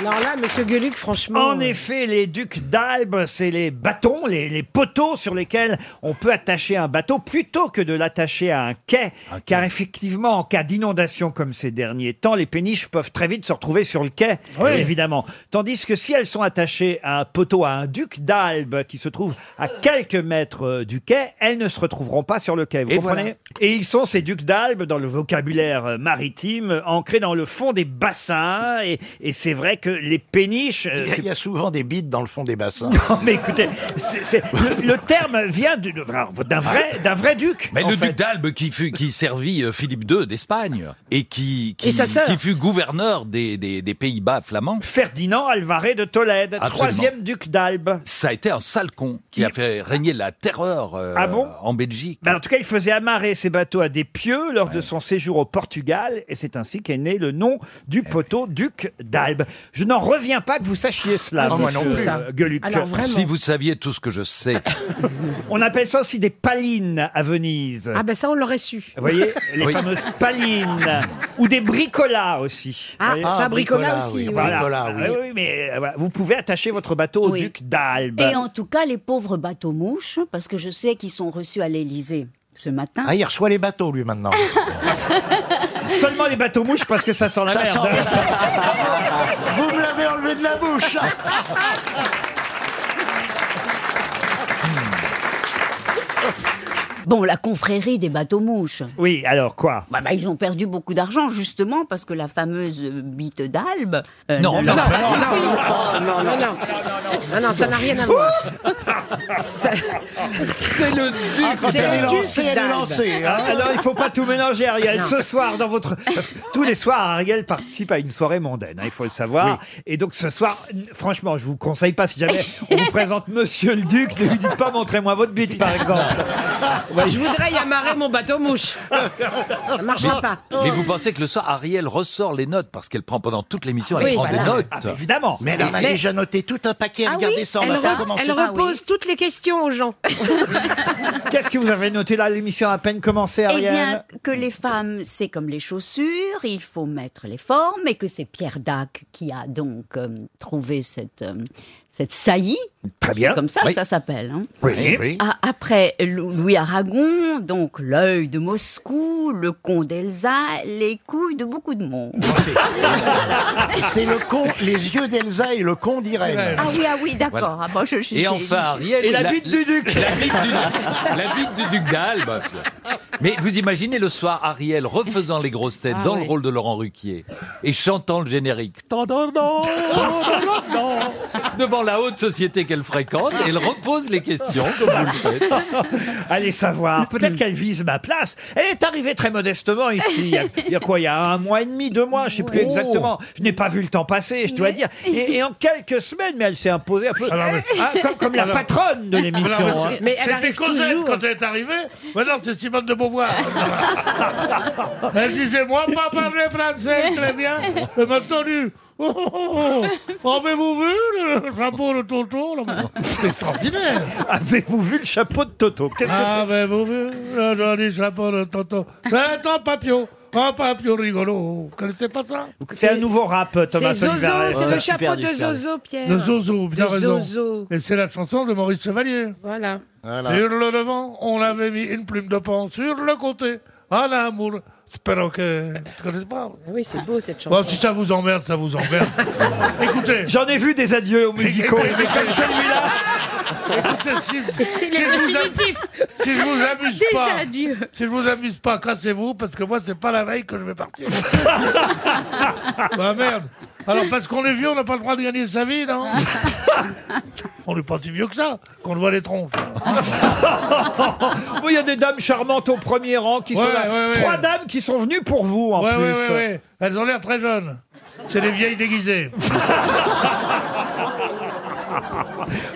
Alors là, monsieur Gueluc, franchement.
En effet, les ducs d'Albe, c'est les bâtons, les, les poteaux sur lesquels on peut attacher un bateau plutôt que de l'attacher à un quai. Car effectivement, en cas d'inondation comme ces derniers temps, les péniches peuvent très vite se retrouver sur le quai,
Oui.
évidemment. Tandis que si elles sont attachées à un poteau, à un duc d'Albe qui se trouve à quelques mètres euh, du quai, elles ne se retrouveront pas sur le quai. Vous
Et
comprenez
voilà.
et ils sont ces ducs d'Albe dans le vocabulaire euh, maritime, euh, ancrés dans le fond des bassins. Et, et c'est vrai que que les péniches. euh,
Il y a-
c'est-
il y a souvent des bites dans le fond des bassins.
(laughs) Non, mais écoutez, c'est- c'est- le, le terme vient du- d'un vrai, d'un vrai duc.
Mais
en
le
fait.
duc d'Albe qui fut qui servit euh, Philippe II d'Espagne et qui qui,
Et sa sœur.
qui fut gouverneur des, des, des Pays-Bas flamands.
Ferdinand Alvarez de Tolède,
Absolument.
troisième duc d'Albe.
Ça a été un sale con qui a fait régner la terreur euh,
Ah bon
en Belgique.
Ben, en tout cas, il faisait amarrer ses bateaux à des pieux lors de son séjour au Portugal, et c'est ainsi qu'est né le nom du poteau duc d'Albe. Je n'en reviens pas que vous sachiez cela,
Ah, moi
monsieur,
non plus.
euh, Gueluc.
si vous saviez tout ce que je
(laughs)
sais.
On appelle ça aussi des palines à Venise.
Ah ben ça, on l'aurait su.
Vous voyez, les
Oui.
fameuses palines. Ou des bricolas aussi.
Ah,
Vous voyez
ça, bricola aussi, oui. Bricola, oui.
Ah mais euh, voilà. vous pouvez attacher votre bateau au
Oui.
duc d'Albe.
Et en tout cas, les pauvres bateaux mouches, parce que je sais qu'ils sont reçus à l'Élysée ce matin.
Ah, il reçoit les bateaux, lui, maintenant.
(laughs) Seulement les bateaux mouches,
(laughs)
parce que ça sent la merde. hein.
Vous me l'avez enlevé de la bouche
Bon, la confrérie des bateaux mouches.
Oui, alors quoi
bah, bah, Ils ont perdu beaucoup d'argent, justement, parce que la fameuse euh, bite d'Albe. euh,
Non,
leur-
non, non, non, non, non, non. Non, non, ça n'a rien à voir. Ça-
C'est le duc Ah,
Ah, quand C'est elle le est duc lancée, elle est d'Albe. lancée, hein.
Alors, il faut pas tout mélanger, Ariel.
Non.
Ce soir, dans votre... Parce que tous les soirs, Ariel participe à une soirée mondaine, hein, il faut le savoir. Et donc, ce soir, franchement, je vous conseille pas, si jamais on vous présente Monsieur le Duc, ne lui dites pas « montrez-moi votre bite », par exemple.
(laughs) Je voudrais y amarrer mon bateau mouche. Ça marchera pas. Oh.
Mais vous pensez que le soir, Ariel ressort les notes parce qu'elle prend pendant toute l'émission,
Ah
elle
oui,
prend
voilà.
des notes.
bah, évidemment.
Mais elle en a déjà noté tout un paquet.
Ah
Regardez
oui,
ça,
elle,
on va pas
re-
commencer.
elle repose toutes les questions aux gens.
Qu'est-ce que vous avez noté là L'émission a à peine commencé,
Eh
Ariel
bien, que les femmes, c'est comme les chaussures, il faut mettre les formes, et que c'est Pierre Dac qui a donc euh, trouvé cette, euh, cette saillie.
Très bien.
C'est Comme ça, que
Oui.
ça s'appelle. hein.
Oui, oui.
Ah, après Lou- Louis Aragon, donc l'œil de Moscou, le con d'Elsa, les couilles de beaucoup de monde. (laughs)
C'est le con, les yeux d'Elsa et le con d'Irène.
ah oui, ah oui, d'accord.
Voilà.
Ah bon, je- je-
Et
j'ai-
enfin, Ariel. La
(laughs)
bite du duc. La bite du duc d'Albe. Mais vous imaginez le soir, Ariel refaisant les grosses têtes
Ah
dans
oui.
le rôle de Laurent Ruquier et chantant le générique Tan, tan, tan, tan, tan, devant la haute société qu'elle fréquente et elle repose les questions comme vous le faites.
(laughs)
Allez savoir. Peut-être qu'elle vise ma place. Elle est arrivée très modestement ici.
(laughs)
Il y a, il y a quoi Il y a un mois et demi, deux mois, je sais plus
Ouais.
exactement. Je n'ai pas vu le temps passer, je dois dire. Et, et en quelques semaines, mais elle s'est imposée un peu Ah, comme, comme la patronne de l'émission. hein.
C'était Cosette quand elle est arrivée. Maintenant, c'est Simone de
(laughs)
Beauvoir. elle disait Moi, pas parler français très bien. Et maintenant, du. Oh, oh, oh, Avez-vous vu le chapeau de Toto là, maintenant C'est extraordinaire.
Avez-vous vu le chapeau de Toto Qu'est-ce que c'est
Avez-vous Ah, ben, vu le joli chapeau de Toto C'est un papillon. Un papillon rigolo. Vous connaissez pas ça
C'est un nouveau rap, Thomas
C'est Zozo,
Olivares.
c'est le Ouais,
Ah,
chapeau super de
Zozo, Zozo, Pierre.
De Zozo, bien
De
raison.
Zozo.
Et c'est la chanson de Maurice Chevalier.
Voilà.
Sur le devant, on avait mis une plume de pan. Sur le côté, à l'amour. Espérons que. Tu connais pas
Oui, c'est beau cette chanson.
Bon, si ça vous emmerde, ça vous emmerde. Écoutez.
J'en ai vu des adieux aux musicaux, mais comme celui-là.
Écoutez, si,
Il
si je
est
vous am-
définitif.
si je vous amuse
Des
pas,
adieux.
si je vous amuse pas, cassez-vous parce que moi c'est pas la veille que je vais
(laughs)
partir. bah merde. Alors parce qu'on est vieux, on n'a pas le droit de gagner sa vie, non (laughs) On n'est pas si vieux que ça qu'on le voit les tronches.
Bon, Il y a des dames charmantes au premier rang (laughs) qui sont
Ouais,
là.
ouais, ouais.
Trois dames qui sont venues pour vous en
ouais,
plus.
ouais, ouais, ouais. Elles ont l'air très jeunes. C'est des vieilles déguisées.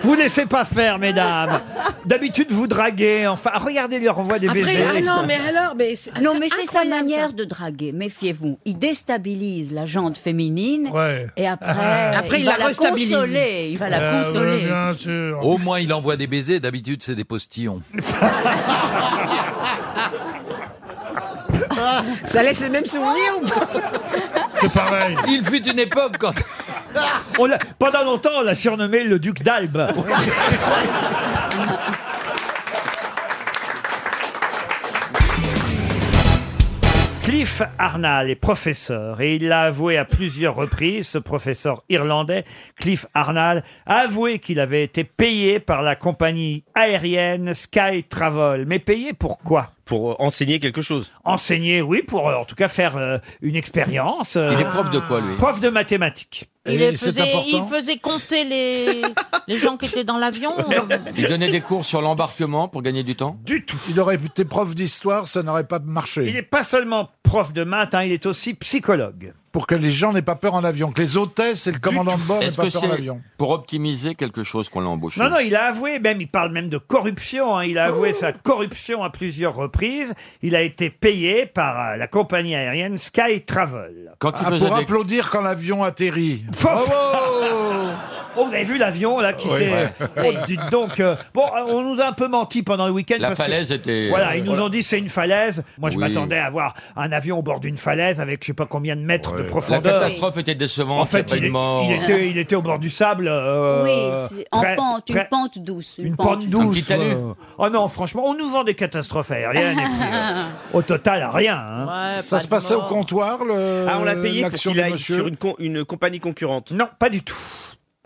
Vous laissez pas faire, mesdames. D'habitude, vous draguez. Enfin, regardez, il leur envoie des
Après,
baisers.
ah non, mais alors, mais c'est
Non, mais c'est sa
incroyable,
manière de draguer, méfiez-vous. Il déstabilise la jante féminine
Ouais.
et après,
Ah. Après, il
va
la restabilise.
consoler. Il va la
Ah,
Euh,
consoler.
ouais,
bien sûr.
Au moins, il envoie des baisers. D'habitude, c'est des
(laughs)
postillons.
ça. Ça laisse le même souvenir ou pas
C'est pareil.
Il fut une époque quand.
On l'a- pendant longtemps, on l'a surnommé le duc d'Albe. Cliff Arnall est professeur et il l'a avoué à plusieurs reprises, ce professeur irlandais, Cliff Arnall, a avoué qu'il avait été payé par la compagnie aérienne Sky Travel. Mais payé pour quoi pour euh, enseigner quelque chose. Enseigner, oui, pour euh, en tout cas faire euh, une expérience. euh,
Il est prof de quoi, lui
Prof de mathématiques.
Il, les faisait, il faisait compter les, les gens qui étaient dans l'avion.
Il donnait des cours sur l'embarquement pour gagner du temps
Du tout.
Il aurait été prof d'histoire, ça n'aurait pas marché.
Il n'est pas seulement prof de maths, hein, il est aussi psychologue.
Pour que les gens n'aient pas peur en avion, que les hôtesses et le commandant de bord n'aient
Est-ce
pas
que
peur en
c'est
avion.
pour optimiser quelque chose qu'on l'a embauché
Non, non, il a avoué, même, il parle même de corruption. hein. Il a avoué sa corruption à plusieurs reprises. Il a été payé par euh, la compagnie aérienne Sky Travel.
Quand
Ah, pour applaudir quand l'avion atterrit. oh,
Oh, vous avez vu l'avion là qui
Oui.
s'est.
Ouais.
Oh, dites donc. euh, Bon, euh, on nous a un peu menti pendant le week-end.
La
parce que-
falaise était-
Voilà, ils nous
Voilà.
ont dit c'est une falaise. Moi, je
Oui.
m'attendais à avoir un avion au bord d'une falaise avec je sais pas combien de mètres
La
de profondeur.
catastrophe était décevante. il y
En
a
fait,
pas eu
il,
de
est-
mort.
il était, il était au bord du sable. euh,
oui, c'est en
près-
pente, une
près-
pente douce.
Une pente douce.
Un petit (laughs) talus.
euh. Oh non, franchement, on nous vend des catastrophes aériennes.
(laughs)
et puis, euh, au total, rien. hein.
Ça se passait au comptoir, le-
Ah, on l'a payé pour
l'action
qu'il
du
aille
monsieur
sur une, con- une compagnie concurrente.
Non, pas du tout.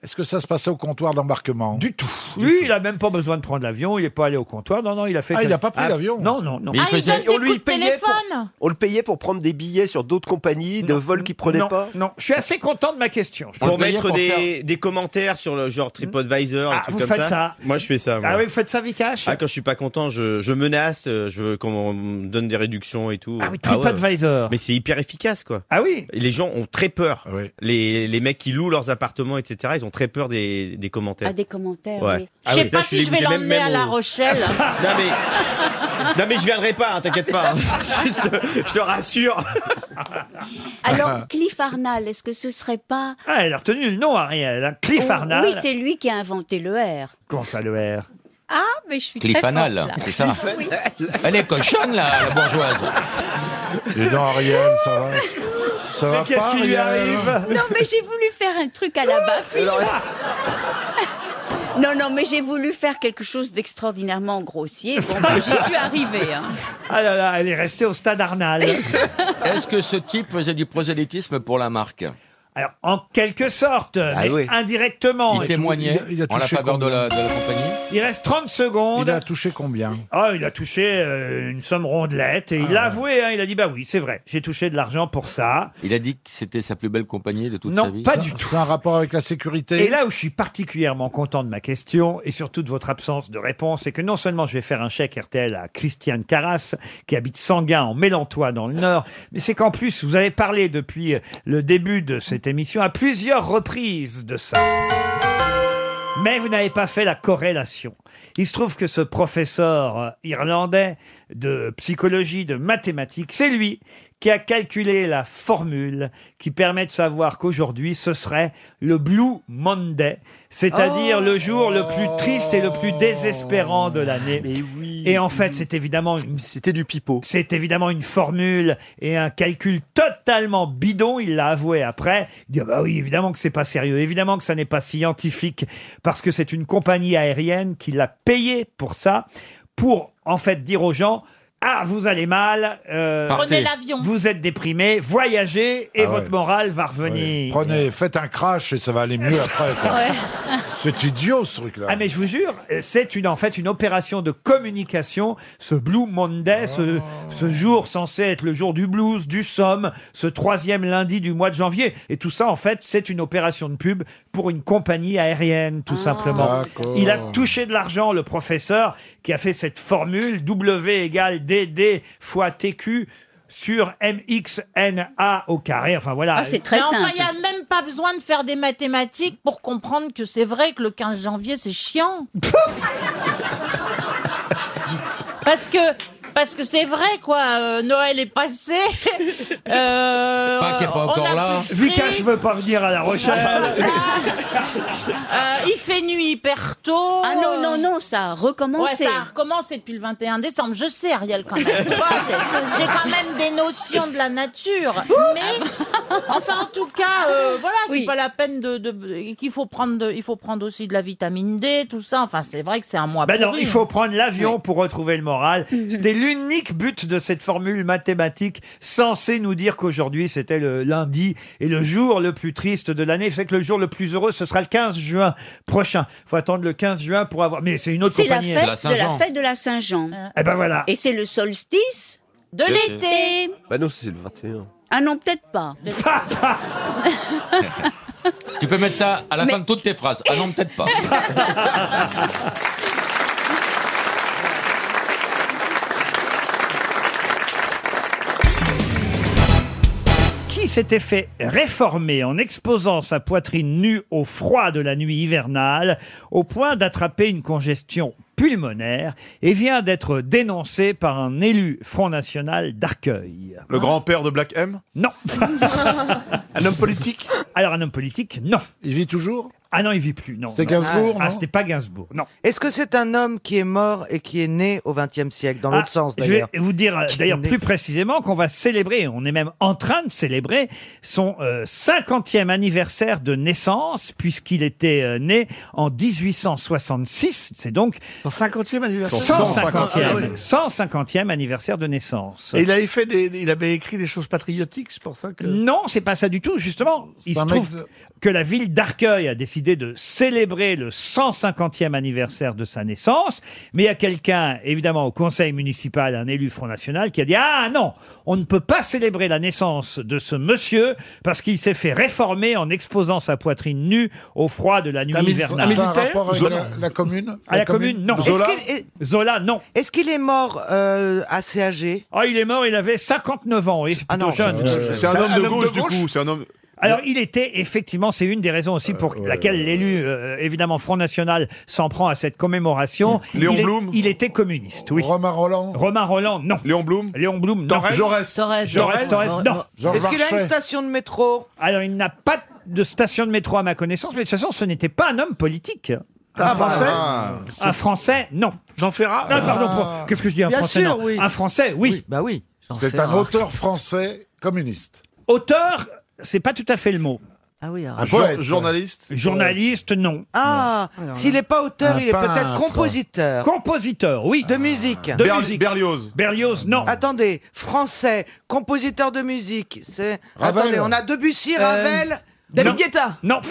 Est-ce que ça se passait au comptoir d'embarquement
Du tout. Lui, il a même pas besoin de prendre l'avion. Il est pas allé au comptoir. Non, non, il a fait.
Ah, il
quel-
a pas pris
Ah,
l'avion.
Non, non, non.
Mais il Ah, il faisait- donne
des coups de téléphone.
On le payait pour prendre des billets sur d'autres compagnies, de vols qu'il prenait
non,
pas
non. je suis assez content de ma question. je
Pour
dois dire,
mettre des,
faire-
des commentaires sur le genre TripAdvisor,
Ah,
un truc
vous
comme
faites
ça.
ça
Moi, je fais ça. moi.
Ah oui, vous faites ça, Vikash
Ah, quand je suis pas content, je, je menace, euh, je veux qu'on me donne des réductions et tout.
Ah oui,
ouais.
TripAdvisor.
Mais c'est hyper efficace, quoi.
Ah oui
Et Les gens ont très peur.
Ah
Les, les mecs qui louent leurs appartements, etc., ils ont très peur des, des commentaires.
Ah, des commentaires,
Ouais.
oui.
Ah
je sais
oui,
pas
là,
si
les
je vais
goûte, même-
l'emmener à
même
La
au- (laughs)
Rochelle.
Non mais, non mais je viendrai pas, hein, (laughs) t'inquiète pas. je, te, je te rassure.
Alors, Cliff Arnall, est-ce que ce serait pas...
Ah, elle a retenu le nom, Ariel. hein. Cliff Arnall.
Oh, Oui, c'est lui qui a inventé le R.
Comment ça, le R
Ah, mais je suis
Cliff
très
Anal,
forte, là.
c'est ça.
Oui.
Elle est cochonne, la, la bourgeoise.
Et non, Ariel, ça va. Ça va
Mais qu'est-ce
pas,
qui lui
Ariel
arrive
Non, mais j'ai voulu faire un truc à la Baffy. (laughs) Non, non, mais j'ai voulu faire quelque chose d'extraordinairement grossier. Bon, ben, j'y suis arrivée. hein.
Ah là là, elle est restée au
(laughs)
stade Arnal.
Est-ce que ce type faisait du prosélytisme pour la marque
Alors, en quelque sorte,
Ah
mais
oui.
indirectement.
Il
Et tout.
témoignait
il a
en la
touché
faveur de la, de la compagnie
Il reste 30
Il a
secondes.
touché combien Ah
Ah, il a touché euh, une somme rondelette et il l'a avoué. hein, il a dit Bah oui, c'est vrai, j'ai touché de l'argent pour ça.
Il a dit que c'était sa plus belle compagnie de toute sa
Non,
vie.
pas du tout.
C'est un rapport avec la sécurité
Et là où je suis particulièrement content de ma question et surtout de votre absence de réponse, c'est que non seulement je vais faire un chèque RTL à Christiane Carras, qui habite Sanguin en Mélantois dans le Nord, mais c'est qu'en plus, vous avez parlé depuis le début de cette émission à plusieurs reprises de ça. Mais vous n'avez pas fait la corrélation. Il se trouve que ce professeur euh, irlandais de psychologie, de mathématiques, c'est lui qui a calculé la formule qui permet de savoir qu'aujourd'hui ce serait le Blue Monday, c'est-à-dire le jour le plus triste et le plus désespérant de l'année. Et en fait, c'est évidemment une...
C'était du pipeau.
C'est évidemment une formule et un calcul totalement bidon, il l'a avoué après. Il dit, ah bah oui, évidemment que c'est pas sérieux, évidemment que ça n'est pas scientifique, parce que c'est une compagnie aérienne qui l'a payé pour ça, pour en fait dire aux gens, ah, vous allez mal, euh,
Partez. Prenez l'avion.
vous êtes déprimé, voyagez et
Ah ouais.
votre morale va revenir.
Prenez, faites un crash et ça va aller (laughs) mieux après. quoi. C'est idiot ce truc-là.
Ah mais je vous jure, euh, c'est une en fait une opération de communication. Ce Blue Monday, ce, ce jour censé être le jour du blues, du somme, ce troisième lundi du mois de janvier, et tout ça en fait c'est une opération de pub pour une compagnie aérienne tout simplement.
D'accord.
Il a touché de l'argent le professeur qui a fait cette formule W égale DD fois TQ sur MXNA au carré. Enfin voilà.
Mais enfin, il n'y a même pas besoin de faire des mathématiques pour comprendre que c'est vrai que le 15 janvier, c'est chiant. parce que parce que c'est vrai, quoi. Euh, Noël est passé. Euh,
Pâques est pas
on
encore
a
là.
plus de
Vika,
fric.
je veux pas venir à La Rochelle.
Euh, il fait nuit hyper tôt.
Ah non, non, non, ça a recommencé.
Ouais, ça a recommencé depuis le 21 décembre. Je sais, Ariel, quand même. Tu vois, c'est- J'ai quand même des notions de la nature. Mais (laughs) Enfin, en tout cas, euh, voilà, c'est
Oui.
pas la peine de, de- qu'il faut prendre, de- il faut prendre aussi de la vitamine D, tout ça. Enfin, c'est vrai que c'est un mois.
Ben non,
pourri.
il faut prendre l'avion
Oui.
pour retrouver le moral.
Mhm.
C'était l'unique but de cette formule mathématique censée nous dire qu'aujourd'hui c'était le lundi et le jour le plus triste de l'année. C'est que le jour le plus heureux, ce sera le 15 juin prochain. Faut attendre le 15 juin pour avoir. Mais c'est une autre
C'est la
compagnie.
fête de la fête de la Saint-Jean.
Eh ben voilà.
Et c'est le solstice de
Bien sûr.
l'été.
Bah non, c'est le 21.
Ah non, peut-être
(laughs)
pas.
Tu peux mettre ça à la fin de toutes tes phrases. Ah
(laughs)
non, peut-être pas.
qui s'était fait réformer en exposant sa poitrine nue au froid de la nuit hivernale au point d'attraper une congestion pulmonaire et vient d'être dénoncé par un élu Front National d'Arcueil.
Le grand-père de Black M
Non. un homme politique Alors un homme politique, non. Il vit toujours Ah non, il vit plus, non.
C'était
non.
Gainsbourg,
Ah,
non
c'était pas Gainsbourg, non.
Est-ce que c'est un homme qui est mort et qui est né au XXe siècle, dans l'autre
Ah,
sens d'ailleurs
Je vais vous dire euh,
Qui est
d'ailleurs
né-
plus précisément qu'on va célébrer, on est même en train de célébrer son euh, 50e anniversaire de naissance puisqu'il était euh, né en 1866, c'est donc son 50e anniversaire.
Son
150e,
Ah oui.
150e anniversaire de naissance.
Et il avait fait des, il avait écrit des choses patriotiques, c'est pour ça que.
Non, c'est pas ça du tout, justement. Il
un
se
mec
trouve
de-
que la ville d'Arcueil a décidé de célébrer le 150e anniversaire de sa naissance, mais il y a quelqu'un, évidemment, au conseil municipal, un élu Front National, qui a dit « Ah non, on ne peut pas célébrer la naissance de ce monsieur parce qu'il s'est fait réformer en exposant sa poitrine nue au froid de la nuit
un mili-
hivernale.
un Ça a un militaire rapport avec Zola. la- (laughs)
commune À la commune, non.
Est-ce qu'il est-
Zola, non.
Est-ce qu'il est mort euh, assez âgé
Ah, il est mort, il avait 59 ans, et c'est plutôt jeune.
Ah euh, C'est un homme de gauche, du coup. C'est un homme.
Alors, il était effectivement, c'est une des raisons aussi pour laquelle l'élu, euh, évidemment, Front National s'en prend à cette commémoration.
Léon
il est-
Blum
Il était communiste, oui. Romain Roland Romain Roland, non. Léon Blum Léon Blum, non.
Torres Jaurès
Torres, Torres, non.
Est-ce qu'il a une station de métro
Alors, il n'a pas de station de métro à ma connaissance, mais de toute façon, ce n'était pas un homme politique.
Ah, Français
bah.
Un Français, non. Jean Ferrat Non,
Ah.
pardon, pour- qu'est-ce que je dis, un
Bien
Français
sûr,
non.
oui.
Un Français, oui. Bah oui.
C'est un auteur français communiste.
Auteur, c'est pas tout à fait le mot.
Ah oui,
alors.
un
Jour-
poète.
journaliste Journaliste, non.
Ah,
Non.
s'il n'est pas auteur,
Un
il est peut-être
peintre.
compositeur.
Compositeur, oui.
De musique.
De Berli- musique. Berlioz. Berlioz, non.
Attendez, français, compositeur de musique. C'est.
Ravel.
Attendez, on a Debussy,
Euh,
Ravel.
David Guetta.
(laughs)
Non.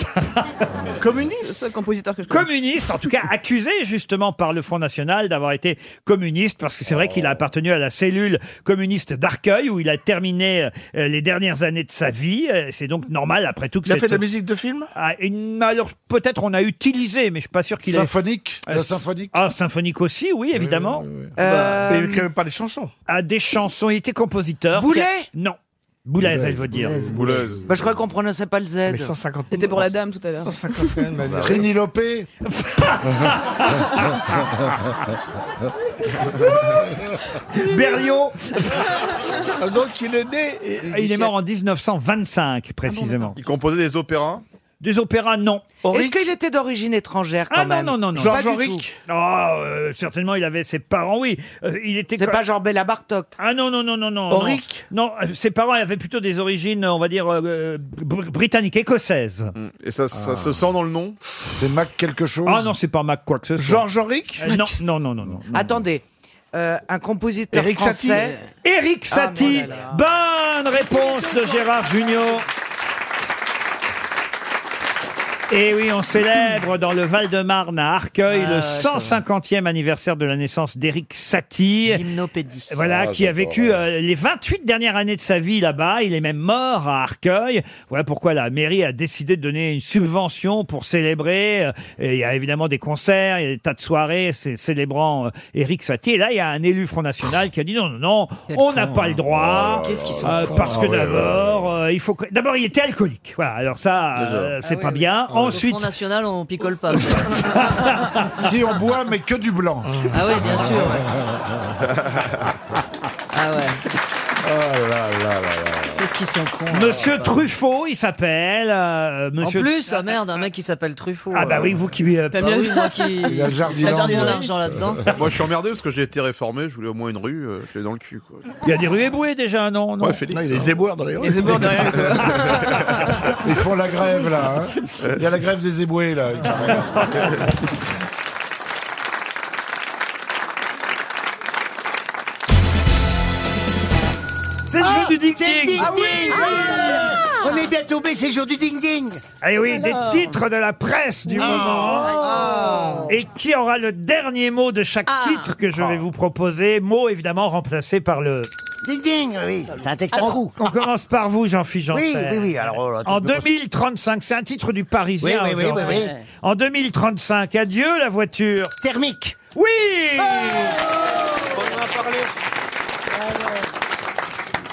Communiste, ce compositeur que je
communiste, en tout cas accusé justement par le Front National d'avoir été communiste, parce que c'est vrai qu'il a appartenu à la cellule communiste d'Arcueil, où il a terminé euh, les dernières années de sa vie. Euh, C'est donc normal, après tout, que
Il a
cette-
fait de la musique de film
Ah, et n- alors peut-être on a utilisé, mais je suis pas sûr qu'il ait-
Symphonique
Euh,
La
s-
symphonique
Ah, symphonique aussi, oui, évidemment.
Euh, Bah, il écrivait pas les chansons.
Ah, des chansons, il était compositeur.
Boulez
Pierre- Non. Boulez, elle veut dire.
Bah, je crois qu'on prononçait pas le Z.
Eh ben, Mais 150 C'était
pour la dame tout à l'heure.
(laughs)
151 manières.
Trini
(laughs)
Lopé
Berlioz
Donc il est né. et-
Ah, Il est mort en 1925, précisément. Il composait des opéras Des opéras, non.
Est-ce qu'il était d'origine étrangère quand
Ah non,
même
non, non, non.
Pas du tout.
Ah, euh, certainement, il avait ses parents, oui. Euh, il était. C'est
pas Jean Bella Bartok.
Ah non, non, non, non, non.
Auric
Non, Non, euh, ses parents avaient plutôt des origines, on va dire, euh, br- britanniques, écossaises.
Mm. Et ça, ça se sent dans le nom
C'est Mac quelque chose Ah non, c'est pas Mac quoi que ce soit.
Georges
Auric Non, non, non, non. non.
Attendez, euh, un compositeur
Éric Satie.
français. Ah,
Éric Satie. Bonne réponse de Gérard Junior. Et oui, on célèbre dans le Val-de-Marne à Arcueil
Ah
le
ouais, ça
150e anniversaire de la naissance d'Éric Satie. Voilà,
Ah,
qui a
j'adore,
vécu
ouais.
euh, les 28 dernières années de sa vie là-bas. Il est même mort à Arcueil. Voilà pourquoi la mairie a décidé de donner une subvention pour célébrer. Euh, et il y a évidemment des concerts, il y a des tas de soirées c'est- célébrant euh, Éric Satie. Et là, il y a un élu Front National qui a dit non, non, non, on n'a pas le droit.
hein. Oh, Qu'est-ce qu'ils sont
euh,
cons.
Parce que
Ah ouais,
d'abord, euh, il faut. que- D'abord, il était alcoolique. Voilà, alors ça,
Déjà.
euh, c'est
Ah
pas
oui, oui.
bien.
Parce que
Ensuite.
Front National, on picole pas.
si on boit, mais que du blanc.
Ah oui, bien sûr.
Ah (laughs)
ouais.
là là là là.
Oh
Qu'est-ce qu'ils sont cons. alors,
Monsieur
pardon.
Truffaut, il s'appelle. euh, monsieur...
En plus, ah merde, un mec qui s'appelle Truffaut.
Ah bah oui, vous qui. euh,
T'as bien vu, moi qui.
Il a le jardin
perds
en
mon
bleu.
argent là-dedans.
(laughs) Moi, je suis emmerdé parce que j'ai été réformé, je voulais au moins une rue, euh, je l'ai dans le cul. Quoi.
Il y a des rues ébouées déjà, non, non
Ouais, Félix, hein.
il y a
des
éboueurs
dans les
rues. Les éboueurs dans les rues,
(laughs) Ils font la grève, là. hein. Il y a la grève des éboués, là.
C'est le jeu du ding-ding
Ah oui,
Ah
On est bien tombé, c'est le jour du ding-ding
Eh oui, des titres de la presse du
Oh.
moment. Et qui aura le dernier mot de chaque
Ah.
titre que je
Oh.
vais vous proposer Mot évidemment remplacé par le.
Ding-ding, oui C'est un texte à
On-
trous
On commence par vous, Jean-Philippe
Oui,
Janssen.
oui, oui, alors, oh là,
en
tu peux
2035, c'est un titre du Parisien.
Oui, oui, oui, oui,
aujourd'hui.
oui.
En 2035, adieu la voiture.
Thermique Ah.
Oui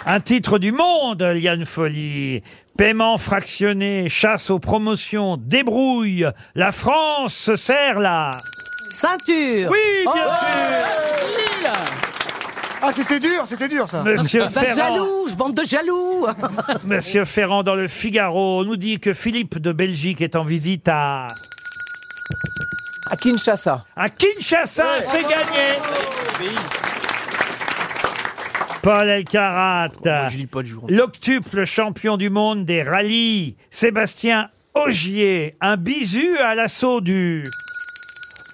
Un titre du monde, Liane Folie. Paiement fractionné, chasse aux promotions, débrouille. La France se serre là.
Ceinture Oh.
Oui, bien
sûr Ah, c'était dur, c'était dur, ça
Monsieur Ferrand.
Ah, bah, je bande de jaloux
(laughs) Monsieur Ferrand dans le Figaro nous dit que Philippe de Belgique est en visite à. À Kinshasa. À Kinshasa, c'est gagné. Paul Elkarat. L'octuple champion du monde des rallyes. Sébastien Augier. Un bisu à l'assaut du.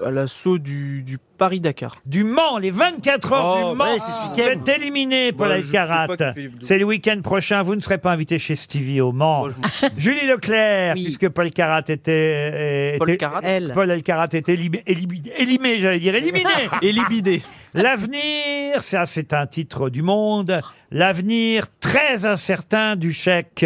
À l'assaut du, Paris-Dakar. Du Mans, les 24 heures
Oh,
du Mans.
ouais, c'est ce
vous
week-end.
êtes éliminé, Paul
Bah, je sais
Elkarat.
pas que Philippe Dou-
C'est le week-end prochain. Vous ne serez pas invité chez Stevie au Mans. (laughs) Julie Leclerc, puisque Paul Carat était. euh,
Paul
était-
Carat.
Paul Elkarat était éliminé. Éliminé, j'allais dire. Éliminé.
(laughs) Éliminé.
L'avenir, ça c'est un titre du monde. L'avenir très incertain du chèque.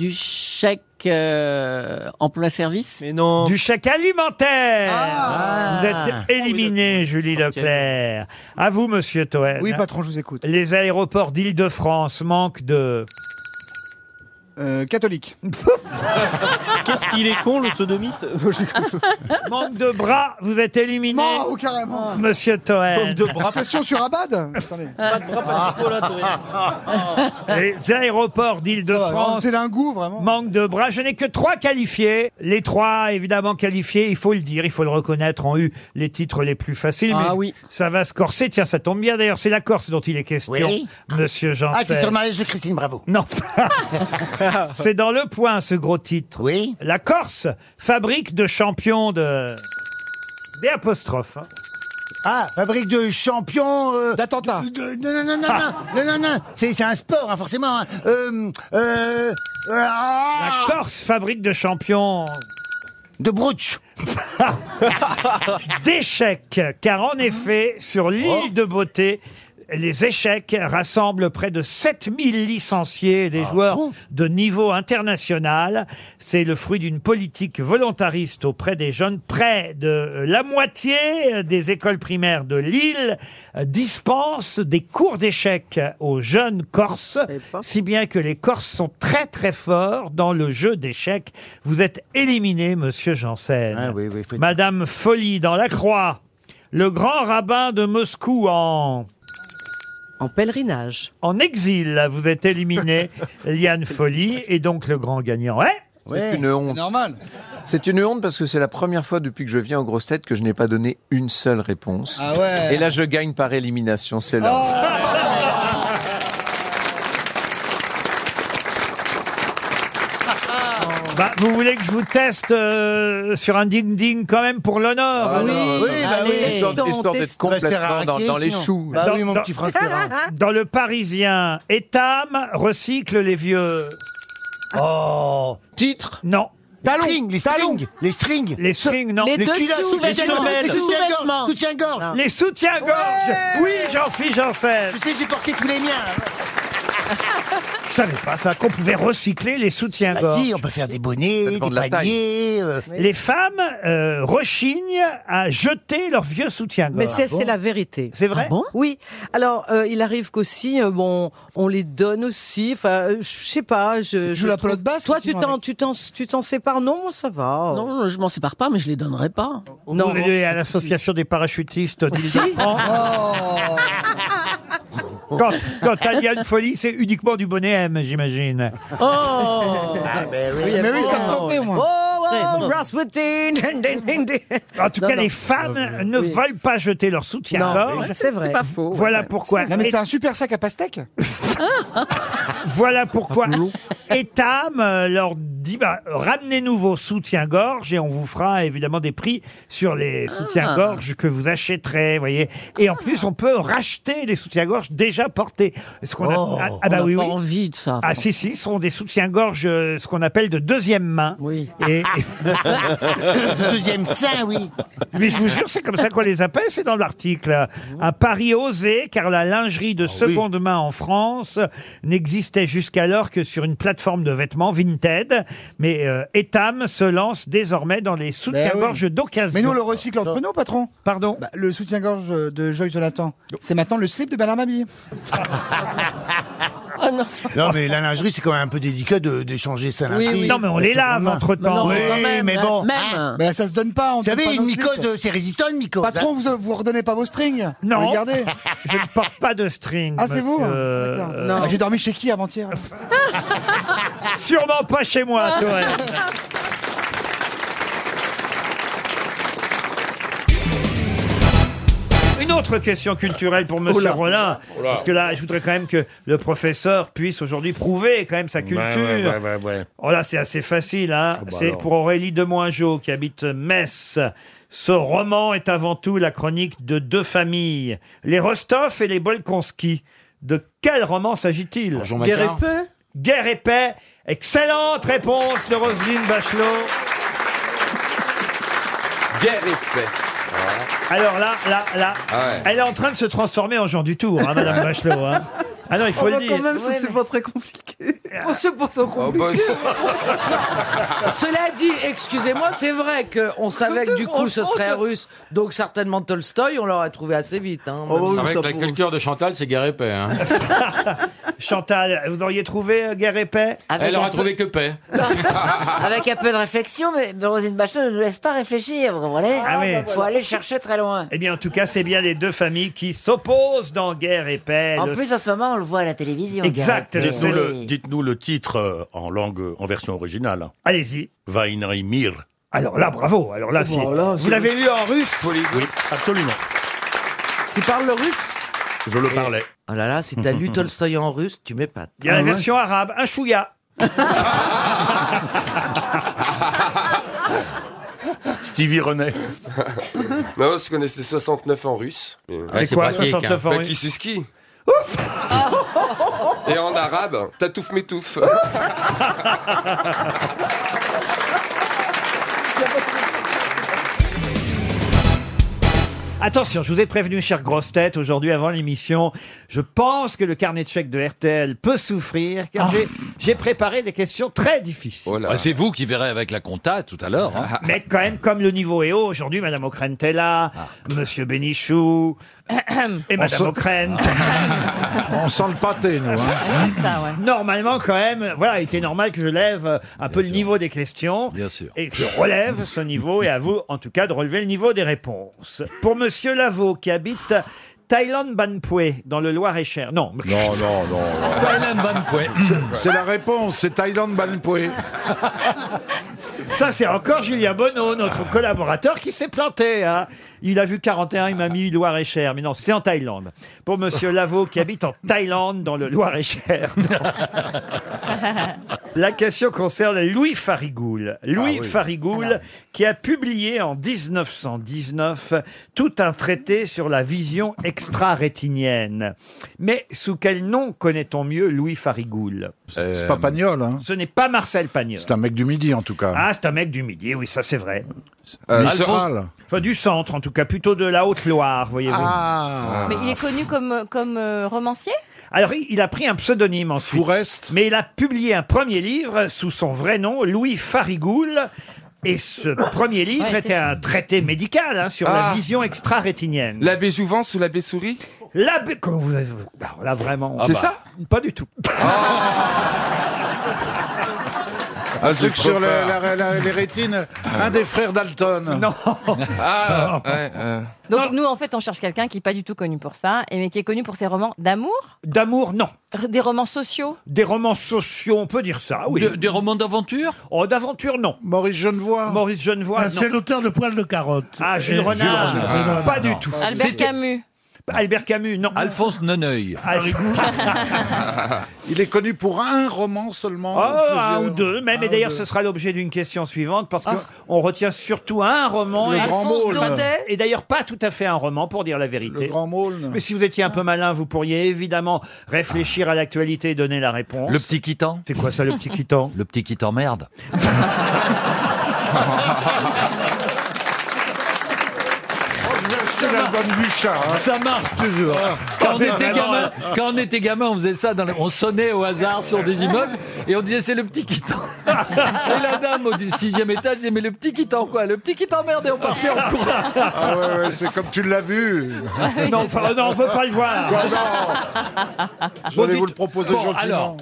Du chèque euh, emploi-service
Mais non. Du chèque alimentaire.
Ah.
Vous êtes éliminé, Julie Leclerc. À vous, monsieur Toen.
Oui, patron, je vous écoute.
Les aéroports d'Île-de-France manquent de. (laughs)
Euh, Catholique.
Qu'est-ce qu'il est con, le
(laughs)
sodomite Manque de bras, vous êtes éliminé.
Oh, carrément
Monsieur Toen.
Question sur Abad
(laughs)
Attendez. Ah.
Les aéroports d'Île-de-France.
C'est d'un goût, vraiment.
Manque de bras. Je n'ai que trois qualifiés. Les trois, évidemment, qualifiés, il faut le dire, il faut le reconnaître, ont eu les titres les plus faciles.
Ah
mais
oui.
Ça va se corser. Tiens, ça tombe bien d'ailleurs. C'est la Corse dont il est question,
Oui.
monsieur Jean.
Ah, c'est sur le mariage de Christine Bravo.
Non. (laughs) c'est dans le point, ce gros titre. Oui. La Corse, fabrique de champions de. Des apostrophes. hein.
Ah, fabrique de champions.
euh,
D'attentats. Non, non, non, non,
Ah.
non, non, non, non. (laughs) C'est c'est un sport, hein, forcément. hein. Euh, euh, euh, ah.
La Corse, fabrique de champions. (laughs)
De brooch.
d'échecs, car en effet, sur l'île de beauté, les échecs rassemblent près de 7000 licenciés et
Ah
des joueurs de niveau international. C'est le fruit d'une politique volontariste auprès des jeunes. Près de euh, la moitié euh, des écoles primaires de l'île euh, dispensent des cours d'échecs aux jeunes Corses, si bien que les Corses sont très très forts dans le jeu d'échecs. Vous êtes éliminé, monsieur Janssen. Madame Folie dans la Croix, le grand rabbin de Moscou en... En pèlerinage. En exil, vous êtes (laughs) éliminé, Liane Folie, et donc le grand gagnant. hein est...
C'est une honte. normal. C'est une honte parce que c'est la première fois depuis que je viens aux grosses têtes que je n'ai pas donné une seule réponse.
Ah ouais.
Et là, je gagne par élimination, c'est là.
Bah, vous voulez que je vous teste euh, sur un ding-ding quand même pour l'honneur
Ah,
alors
non, non, non. Histoire, histoire d'être complètement dans, dans les choux.
Bah
Dans- dans-
Ferrand.
(laughs) Dans le Parisien, Etam recycle les vieux. Oh Titre Non.
Talons, les strings, les strings,
les strings, non.
les, dessous, les
sous-vêtements.
Oh.
soutiens-gorge, soutiens-gorge.
Les soutiens-gorge. Oui, j'en fiche, j'en sais.
Tu sais, j'ai porté tous les miens.
Je savais pas ça qu'on pouvait recycler les soutiens-gorge.
Bah si, on peut faire des bonnets, des paniers. euh.
Les femmes euh, rechignent à jeter leurs vieux soutiens-gorge.
Mais
Ah
c'est c'est la vérité.
C'est vrai
Oui. Alors, euh, il arrive qu'aussi, euh, bon, on les donne aussi. Enfin, euh, je sais pas. Je,
joues la pelote
basse Toi, tu t'en, tu t'en, tu t'en sépares Non, moi, ça va. Non, je m'en sépare pas, mais je les donnerai pas.
Vous
Oh.
voulez à l'association des parachutistes d'Île-de-France. Quand, quand il y a une folie, c'est uniquement du bonnet M, j'imagine.
Oh
Mais oui, ça me tentait, moi.
Oh,
Très
oh,
bon. (laughs)
Rasputin
En tout cas, les
euh,
femmes ne veulent pas jeter leur soutien-gorge.
Non, c'est vrai. C'est pas faux, ouais,
Voilà
ouais.
pourquoi.
Non, mais c'est un
super sac à pastèque. voilà pourquoi Etam euh, leur dit bah, ramenez-nous vos soutiens-gorge et on vous fera évidemment des prix sur
Ah.
les soutiens-gorge que vous achèterez, voyez. Et en plus, on peut racheter les soutiens-gorge déjà portés. Ce qu'on a-
Oh,
ah, ah bah
on n'a
oui,
pas
oui.
envie de ça.
Ah si si, ce sont des soutiens-gorge, euh, ce qu'on appelle de deuxième main. Oui. Et...
(laughs) Deuxième sein, oui.
Mais je vous jure, c'est comme ça qu'on les appelle, c'est dans l'article. Un pari osé, car la lingerie
Ah
de seconde main en France n'existait jusqu'alors que sur une plateforme de vêtements Vinted. Mais euh, Etam se lance désormais dans les soutiens-gorge d'occasion.
Ben Mais nous, on le recycle entre nous, patron. Bah,
Pardon
Le soutien-gorge de Joy Jonathan, c'est maintenant le slip de Bernard Mabille.
Oh non
Non, mais la lingerie, c'est quand même un peu délicat de- d'échanger sa
Oui,
lingerie.
oui. Non, mais on les lave
Sûrement.
entre-temps.
Oui,
Mais non, quand même,
mais
hein,
bon. Ah.
même. Mais ça se donne pas. on
Vous
donne
savez,
pas
une
nos slips.
mycose, euh, c'est résistant, une mycose. hein.
Patron, vous, vous redonnez pas vos strings
Non.
Regardez.
(laughs) Je ne porte pas de string.
Ah, c'est vous
monsieur.
D'accord.
Euh,
Ah, J'ai dormi chez qui avant-hier alors
Sûrement pas chez moi,
(laughs)
Tourelle. Une autre question culturelle pour Monsieur
Oula.
Rollin,
Oula.
parce que là, je voudrais quand même que le professeur puisse aujourd'hui prouver quand même sa culture.
ouais, ouais,
Oh là, c'est assez facile. Hein.
bah
c'est
alors.
pour Aurélie Demoingeau qui habite Metz. Ce roman est avant tout la chronique de deux familles, les Rostov et les Bolkonski. De quel roman s'agit-il
Guerre Macquart. et
Guerre et paix. Excellente réponse de Roselyne Bachelot.
Guerre et paix.
Alors là, là, là,
Ah ouais.
elle est en train de se transformer en Jean du Tour, hein,
(laughs)
Madame Bachelot. hein. Ah non, il faut
Oh,
le
bah,
dire.
quand même, ça, c'est pas très (laughs) compliqué. c'est pas trop compliqué. (laughs) Cela dit, excusez-moi, c'est vrai qu'on savait que du coup ce serait russe, donc certainement Tolstoï, on l'aurait trouvé assez vite. Hein,
Oh,
même si-
c'est vrai que la culture de Chantal, c'est guerre et paix. hein.
Chantal, vous auriez trouvé euh, Guerre et paix
Ah,
Elle aura trouvé que paix.
(laughs) Avec un peu de réflexion, mais mais Rosine Bachelot ne nous laisse pas réfléchir, vous comprenez
Ah oui.
Faut aller chercher très loin.
Eh bien, en tout cas, c'est bien les deux familles qui s'opposent dans Guerre et paix.
En
Le-
plus, en ce moment, on le voit à la télévision.
Exact.
Gareth.
C'est
Oui.
Dites-nous le, dites-nous le titre euh, en langue, euh, en version originale.
Allez-y.
Vainrimir.
Alors là, bravo. Alors
Oh,
Oh,
là, c'est- vous l'avez lu en russe
Oui, absolument.
Tu parles le russe
Je le parlais.
Oh là là, si t'as lu Tolstoï en russe, tu m'épates. Ah
Il y a la version arabe, un chouïa.
Stevie René.
(laughs) Non, parce qu'on était 69 en russe.
C'est c'est quoi, pratique, 69 hein. en
Bah,
russe
qui suski. Et en arabe, tatouf métouf.
Attention, je vous ai prévenu, chère grosse tête, aujourd'hui avant l'émission, je pense que le carnet de chèques de RTL peut souffrir, car j'ai- j'ai préparé des questions très difficiles.
Bah, c'est vous qui verrez avec la compta tout à l'heure.
Ah.
hein.
Mais quand même, comme le niveau est haut, aujourd'hui, Madame O'Krent est là, Monsieur Bénichou, et
Ah. On
Madame
se- Ah.
O'Krent.
On sent le pâté, nous. hein.
Normalement, quand même, voilà, il était normal que je lève euh, un peu le niveau des questions. Et que je relève ce niveau, et à vous, en tout cas, de relever le niveau des réponses. Pour Monsieur Lavaux, qui habite Thailand Banpue, dans le Loir-et-Cher. Non.
Non, non, non. non.
Thailand Banpue.
C'est- C'est la réponse, c'est Thaïlande Banpue.
(laughs) Ça, c'est encore Julien Bonneau, notre collaborateur, qui s'est planté. hein. Il a vu 41, il m'a mis Loir-et-Cher. Mais non, c'est en Thaïlande. Pour Monsieur Lavaux, qui habite en Thaïlande, dans
(laughs)
le Loir-et-Cher. La question concerne Louis Farigoul. Louis
Ah oui.
Farigoul, qui a publié en 1919 tout un traité sur la vision extra-rétinienne. Mais sous quel nom connaît-on mieux Louis Farigoul
C'est pas Pagnol, hein.
Ce n'est pas Marcel Pagnol.
C'est un mec du Midi, en tout cas.
Ah, c'est un mec du Midi, oui, ça c'est vrai.
Euh, Mistral.
Enfin, du centre, en tout cas, plutôt de la Haute-Loire, voyez-vous.
Ah.
Mais il est connu comme, comme euh, romancier
Alors, il il a pris un pseudonyme ensuite. Mais il a publié un premier livre sous son vrai nom, Louis Farigoul. Et ce premier livre était un traité médical hein, sur la
Ah.
vision extra-rétinienne.
L'abbé Jouvence ou l'abbé Souris
L'abbé... Comment vous avez... Bah, Alors
Ah.
là, vraiment...
Ah.
C'est ça
Pas du tout.
Ah,
Un truc
j'ai
sur
trop
le-
peur.
la- la- les rétines, un des frères Dalton.
Non.
Ah, ouais, euh.
Donc nous, en fait, on cherche quelqu'un qui n'est pas du tout connu pour ça, et mais qui est connu pour ses romans d'amour,
D'amour, non.
r- des romans sociaux.
Des romans sociaux, on peut dire ça, oui.
De-
des romans d'aventure Oh, d'aventure, non.
Maurice Genevois
Maurice Genevois,
Ah,
non.
c'est l'auteur de Poil de Carotte.
Ah, Jules
Et-
Renard. Ah,
Jules Renard.
Pas du tout.
Albert Camus.
Albert Camus, non. Ah,
Alphonse Noneuil.
(laughs) Il est connu pour un roman seulement.
Oh, un
plusieurs.
ou deux, même. et
Un
d'ailleurs,
Ah, ou deux.
ce sera l'objet d'une question suivante parce qu'on on retient surtout un roman.
Le
et-
Grand Alphonse Maulne. Daudet.
Et d'ailleurs, pas tout à fait un roman, pour dire la vérité.
Le Grand Maulne.
Mais si vous étiez un peu malin, vous pourriez évidemment réfléchir à l'actualité et donner la réponse.
Le petit quitan.
C'est quoi ça, le petit quitan
Le petit quitan merde.
C'est l'album du chat. hein. Ah.
Ça marche toujours. Quand on était gamin, quand on, était gamin, on faisait ça. dans les- On sonnait au hasard sur
Ah.
des immeubles et on disait c'est le petit quitan. Et la dame au dix- sixième étage disait mais le petit quitan quoi Le petit quitan merde et on partait en courant.
Ah ouais, ouais, c'est comme tu l'as vu.
oui,
(laughs) non,
c'est
enfin,
ça.
non, on veut pas le voir.
Quoi, non J'allais
dites-
vous le proposer
Bon,
gentiment.
alors.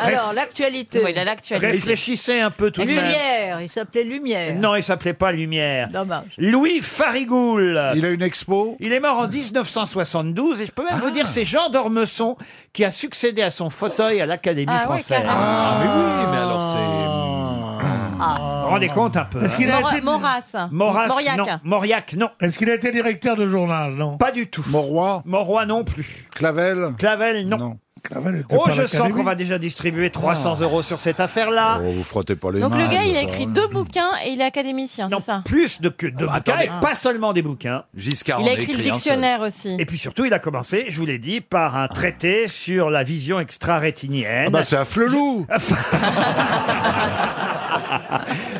Alors, l'actualité.
Oui, il a l'actualité.
Réfléchissez un peu tout de même.
Lumière, il s'appelait Lumière.
Non, il s'appelait pas Lumière.
Dommage.
Louis Farigoul.
Il a une expo
Il est mort en 1972 et je peux même vous dire c'est Jean d'Ormesson qui a succédé à son fauteuil à l'Académie
Ah oui,
française.
carrément.
Ah, mais oui.
mais alors c'est.
Ah.
Vous vous rendez compte un peu. hein.
Est-ce qu'il a
Mora-
été
Ah. Maurras.
Maurras,
Mauriac.
non. Mauriac, non.
Est-ce qu'il a été directeur de journal Non.
Pas du tout.
Morois,
Morois non plus.
Clavel.
Clavel, non.
Clavel était
Oh,
pas à
je sens
l'Académie.
qu'on va déjà distribuer 300
Ah.
euros sur cette affaire-là.
Oh, vous frottez pas les
Donc
mains.
le gars, il a
ça.
écrit deux bouquins et il est académicien, c'est ça
Plus de, que de bouquins,
attendez.
et pas seulement des bouquins.
Giscard
Il
en
a écrit le
un seul.
dictionnaire aussi.
Et puis surtout, il a commencé, je vous l'ai dit, par un traité sur la vision extra-rétinienne.
Ah bah c'est un flelou
(laughs)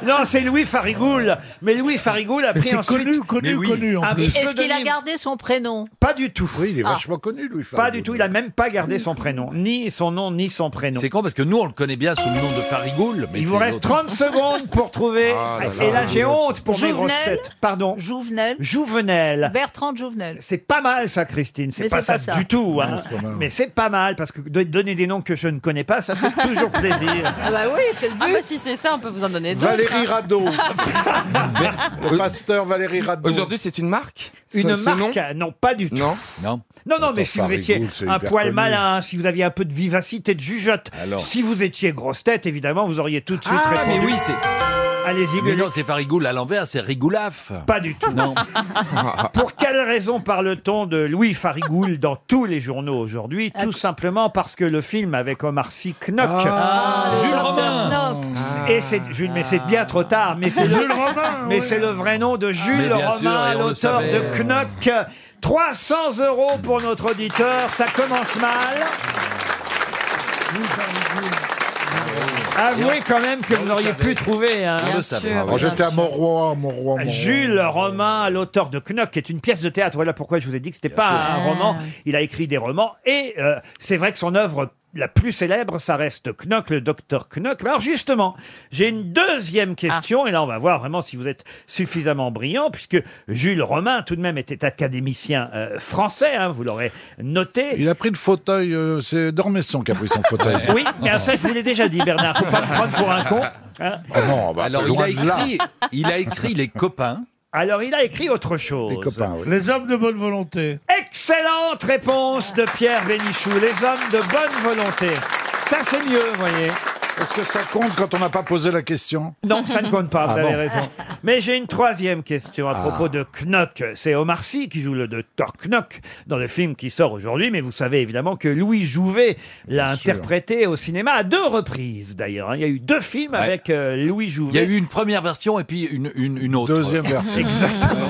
Non, c'est Louis Farigoul. Mais Louis Farigoul a
Mais
pris
c'est
ensuite... Ah,
connu, connu,
Mais oui.
connu, en
un
plus.
Est-ce qu'il a
pseudonyme.
gardé son prénom
Pas du tout.
Oui, il est
Ah.
vachement connu, Louis
Pas du tout. Il a même pas gardé son prénom. Ni son nom, ni son prénom.
C'est con parce que nous on le connaît bien sous le nom de Farigoule. Mais
Il vous
c'est
reste
l'autre.
30 secondes pour trouver.
Ah là là.
Et là, j'ai honte pour mes
Jouvenel
grosses têtes. Pardon.
Jouvenel.
Jouvenel.
Bertrand Jouvenel.
C'est pas mal ça, Christine. C'est
Mais
pas,
c'est pas
ça,
ça.
du tout. hein.
Non, c'est pas mal.
Mais c'est pas mal parce que de donner des noms que je ne connais pas, ça fait toujours plaisir.
Ah bah oui, c'est le
Ah
but.
bah si c'est ça, on peut vous en donner d'autres.
Valérie
hein.
Rado. le pasteur Valérie Rado.
Aujourd'hui, c'est une marque
Euh, Une
Ça, ce
marque,
nom
euh, non, pas du tout.
Non.
Non.
Non, non, mais
Attends,
si vous
Paris
étiez
Gould, c'est
un
hyper
poil
connu.
malin, si vous aviez un peu de vivacité, de jugeote,
Alors.
si vous étiez grosse tête, évidemment, vous auriez tout de suite
Ah mais
répondu.
oui c'est.
Allez-y,
Mais
Gueluc.
non c'est Farigoule à l'envers c'est Rigoulaf.
Pas du tout.
Non.
(laughs) Pour quelle raison parle-t-on de Louis Farigoul dans tous les journaux aujourd'hui Tout simplement parce que le film avec Omar Sy, Knock.
Ah,
le
Jules
docteur
Robin.
Knox.
Ah. Et c'est Jules, mais c'est bien trop tard.
(laughs)
Mais c'est le,
Jules Robin,
(laughs) mais
oui.
c'est le vrai nom de
Ah. Mais
Jules
bien
Romain,
sûr, et on le
l'auteur
savait.
de Knock. 300 euros pour notre auditeur. Ça commence mal. Avouez quand même que vous auriez pu trouver. hein.
On
Bien
le savait.
sûr.
Alors, J'étais à Morois, Morois, Morois.
Jules Romain, l'auteur de Knock, qui est une pièce de théâtre. Voilà pourquoi je vous ai dit que c'était pas un roman. Il a écrit des romans et euh, c'est vrai que son œuvre la plus célèbre, ça reste Knock, le docteur Knock. Mais alors justement, j'ai une deuxième question et là on va voir vraiment si vous êtes suffisamment brillant puisque Jules Romain tout de même était académicien euh, français, hein, vous l'aurez noté.
Il a pris le fauteuil, euh, c'est Dormesson qui a pris son fauteuil.
Oui, mais alors ça je vous l'ai déjà dit Bernard, faut pas me prendre pour
(laughs)
un con. hein.
Ah non, bah,
Alors il
loin
a
de là.
écrit il a écrit les copains.
Alors il a écrit autre chose.
Les copains, oui.
Les hommes de bonne volonté.
Excellente réponse de Pierre Bénichou. Les hommes de bonne volonté. Ça, c'est mieux, vous voyez.
Est-ce que ça compte quand on n'a pas posé la question
Non, ça ne compte pas, vous
Ah
avez
bon.
raison. Mais j'ai une troisième question à
Ah.
propos de Knock. C'est Omar Sy qui joue le docteur Knock dans le film qui sort aujourd'hui, mais vous savez évidemment que Louis Jouvet l'a
sûr.
interprété au cinéma à deux reprises d'ailleurs. hein. Il y a eu deux films avec euh, Louis Jouvet.
Il y a eu une première version et puis une, une, une autre.
Deuxième version.
(laughs)
Exactement.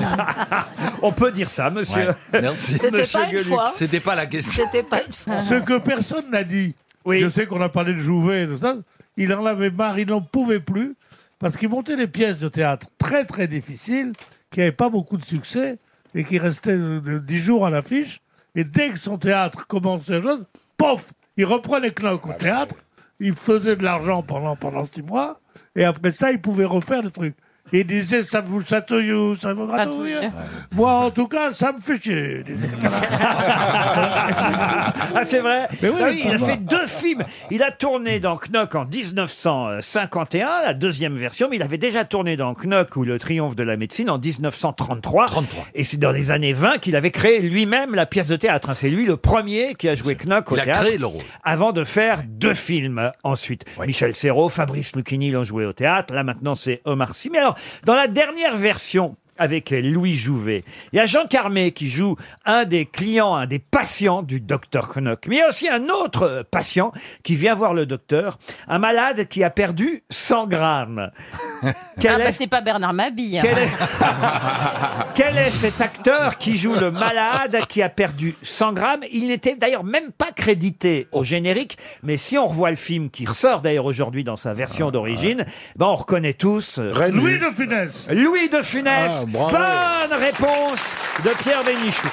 On peut dire ça, monsieur.
Ouais, Merci.
C'était
Monsieur
pas une
Gueluc.
fois.
C'était pas la question.
C'était pas une
(laughs)
fois.
Ce que personne n'a dit.
Oui.
Je sais qu'on a parlé de Jouvet et tout ça. Il en avait marre, il n'en pouvait plus, parce qu'il montait des pièces de théâtre très très difficiles, qui n'avaient pas beaucoup de succès, et qui restaient euh, de- dix jours à l'affiche. Et dès que son théâtre commençait à chose, pof Il reprenait Knock au théâtre, il faisait de l'argent pendant, pendant six mois, et après ça, il pouvait refaire des trucs. Et il disait, ça vous chatouille, ça vous gratouille. Moi, en tout cas, ça me fait chier. il disait.
(laughs) Ah, c'est vrai
Mais oui,
Ah Il a
ça va.
fait deux films. Il a tourné dans Knock en 1951, la deuxième version, mais il avait déjà tourné dans Knock ou Le Triomphe de la médecine en 1933. Et c'est dans les années 20 qu'il avait créé lui-même la pièce de théâtre. Hein, C'est lui le premier qui a joué Knock au
Il a
théâtre
créé le rôle.
avant de faire deux films ensuite. Michel Serrault, Fabrice Lucchini l'ont joué au théâtre. Là, maintenant, c'est Omar Sy. Mais alors, dans la dernière version, avec Louis Jouvet. Il y a Jean Carmé qui joue un des clients, un des patients du docteur Knock. Mais il y a aussi un autre euh, patient qui vient voir le docteur, un malade qui a perdu 100 grammes. (laughs) Quel
Ah bah,
est-
c'est pas Bernard Mabille. hein.
quel est- (laughs) Quel est cet acteur qui joue le malade qui a perdu 100 grammes Il n'était d'ailleurs même pas crédité au générique, mais si on revoit le film qui ressort d'ailleurs aujourd'hui dans sa version d'origine, ben on reconnaît tous euh,
Ah, Louis de Funès.
Louis de Funès.
Ah, bravo.
Bonne réponse de Pierre Bénichou.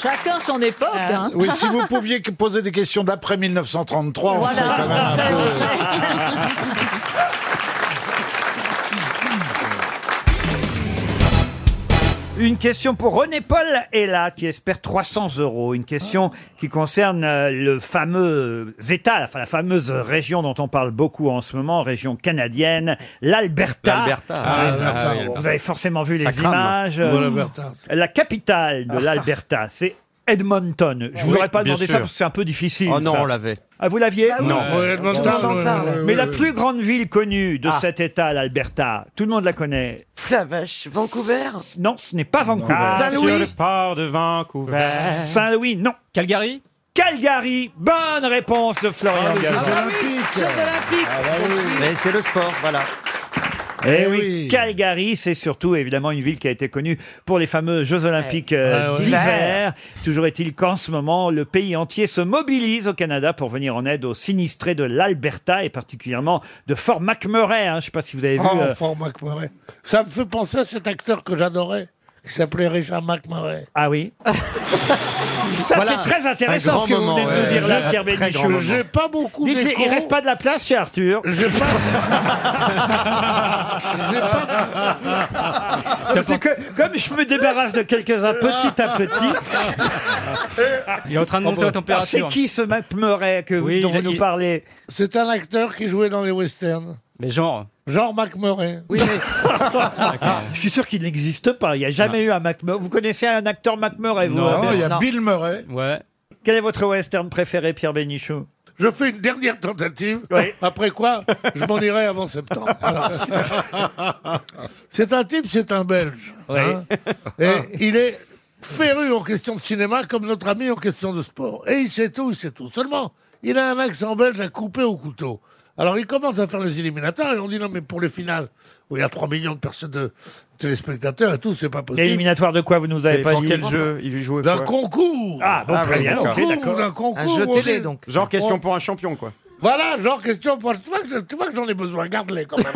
Chacun son époque.
Ah.
hein.
Oui, si vous pouviez que- poser des questions d'après 1933, on serait quand même un peu-
Une question pour René Paul Ella qui espère 300 euros. Une question qui concerne euh, le fameux État, enfin la fameuse région dont on parle beaucoup en ce moment, région canadienne, l'Alberta.
L'Alberta. Ah,
Ouais.
l'Alberta, oui, l'Alberta.
Vous avez forcément vu
Ça
les
crame.
images. Euh,
Oh, l'Alberta. Ah.
La capitale de l'Alberta, c'est Edmonton. Je vous
Oui,
aurais pas
bien
demandé ça
sûr.
parce que c'est un peu difficile.
Oh non,
ça.
on l'avait.
Ah, vous l'aviez
Ah oui. Non. Ouais, Edmonton,
Tout le monde
ouais,
en parle.
ouais, ouais,
Mais la
ouais.
plus grande ville connue de
Ah.
cet État, l'Alberta, tout le monde la connaît.
La vache, Vancouver
Non, ce n'est pas Vancouver.
Ah,
Sur le port de Vancouver.
Saint-Louis, non. Calgary Calgary, bonne réponse de
Ah
Florian Gazan.
Mais c'est le sport, voilà.
Eh oui, Calgary, c'est surtout évidemment une ville qui a été connue pour les fameux Jeux Olympiques euh,
Ouais, ouais.
d'hiver. Toujours est-il qu'en ce moment, le pays entier se mobilise au Canada pour venir en aide aux sinistrés de l'Alberta et particulièrement de Fort McMurray. hein. Je ne sais pas si vous avez vu.
Oh,
euh,
Fort McMurray. Ça me fait penser à cet acteur que j'adorais, qui s'appelait Richard McMurray.
Ah
(laughs)
oui Ça, c'est très intéressant ce que vous venez de nous dire là, Pierre Bénichou.
J'ai pas beaucoup
Dites,
d'écho.
il reste pas de la place chez Arthur.
J'ai pas... J'ai pas-
C'est que comme je me débarrasse de quelques-uns petit à petit.
Il est en train de monter en température.
C'est qui ce
(laughs)
McMurray que vous,
Oui,
dont
il-
vous nous
il-
parlez
C'est un acteur qui jouait dans les westerns.
Mais genre.
Genre McMurray.
Oui, je suis sûr qu'il n'existe pas. Il n'y a jamais eu un McMurray. Vous connaissez un acteur McMurray vous
Non,
Robert
il y a Non. Bill Murray.
Ouais. Quel est votre western préféré, Pierre Bénichou
Je fais une dernière tentative.
Oui.
Après quoi, je m'en irai avant septembre.
(laughs)
Voilà. (laughs) C'est un type, c'est un Belge. hein. Et il est féru en question de cinéma comme notre ami en question de sport. Et il sait tout, il sait tout. Seulement, il a un accent belge à couper au couteau. Alors il commence à faire les éliminatoires et on dit non mais pour les finales où il y a 3 millions de personnes de téléspectateurs et tout, c'est pas possible.
Éliminatoire de quoi vous nous avez
Et
pas
dans
dit
quel jeu
Il jouait
D'un concours
Ah, bon, très bien. ok, d'accord.
d'un concours. aussi.
Genre
On-
question pour un champion, quoi.
Voilà, genre question pour... Tu vois que, je- tu vois que j'en ai besoin, garde-les quand même.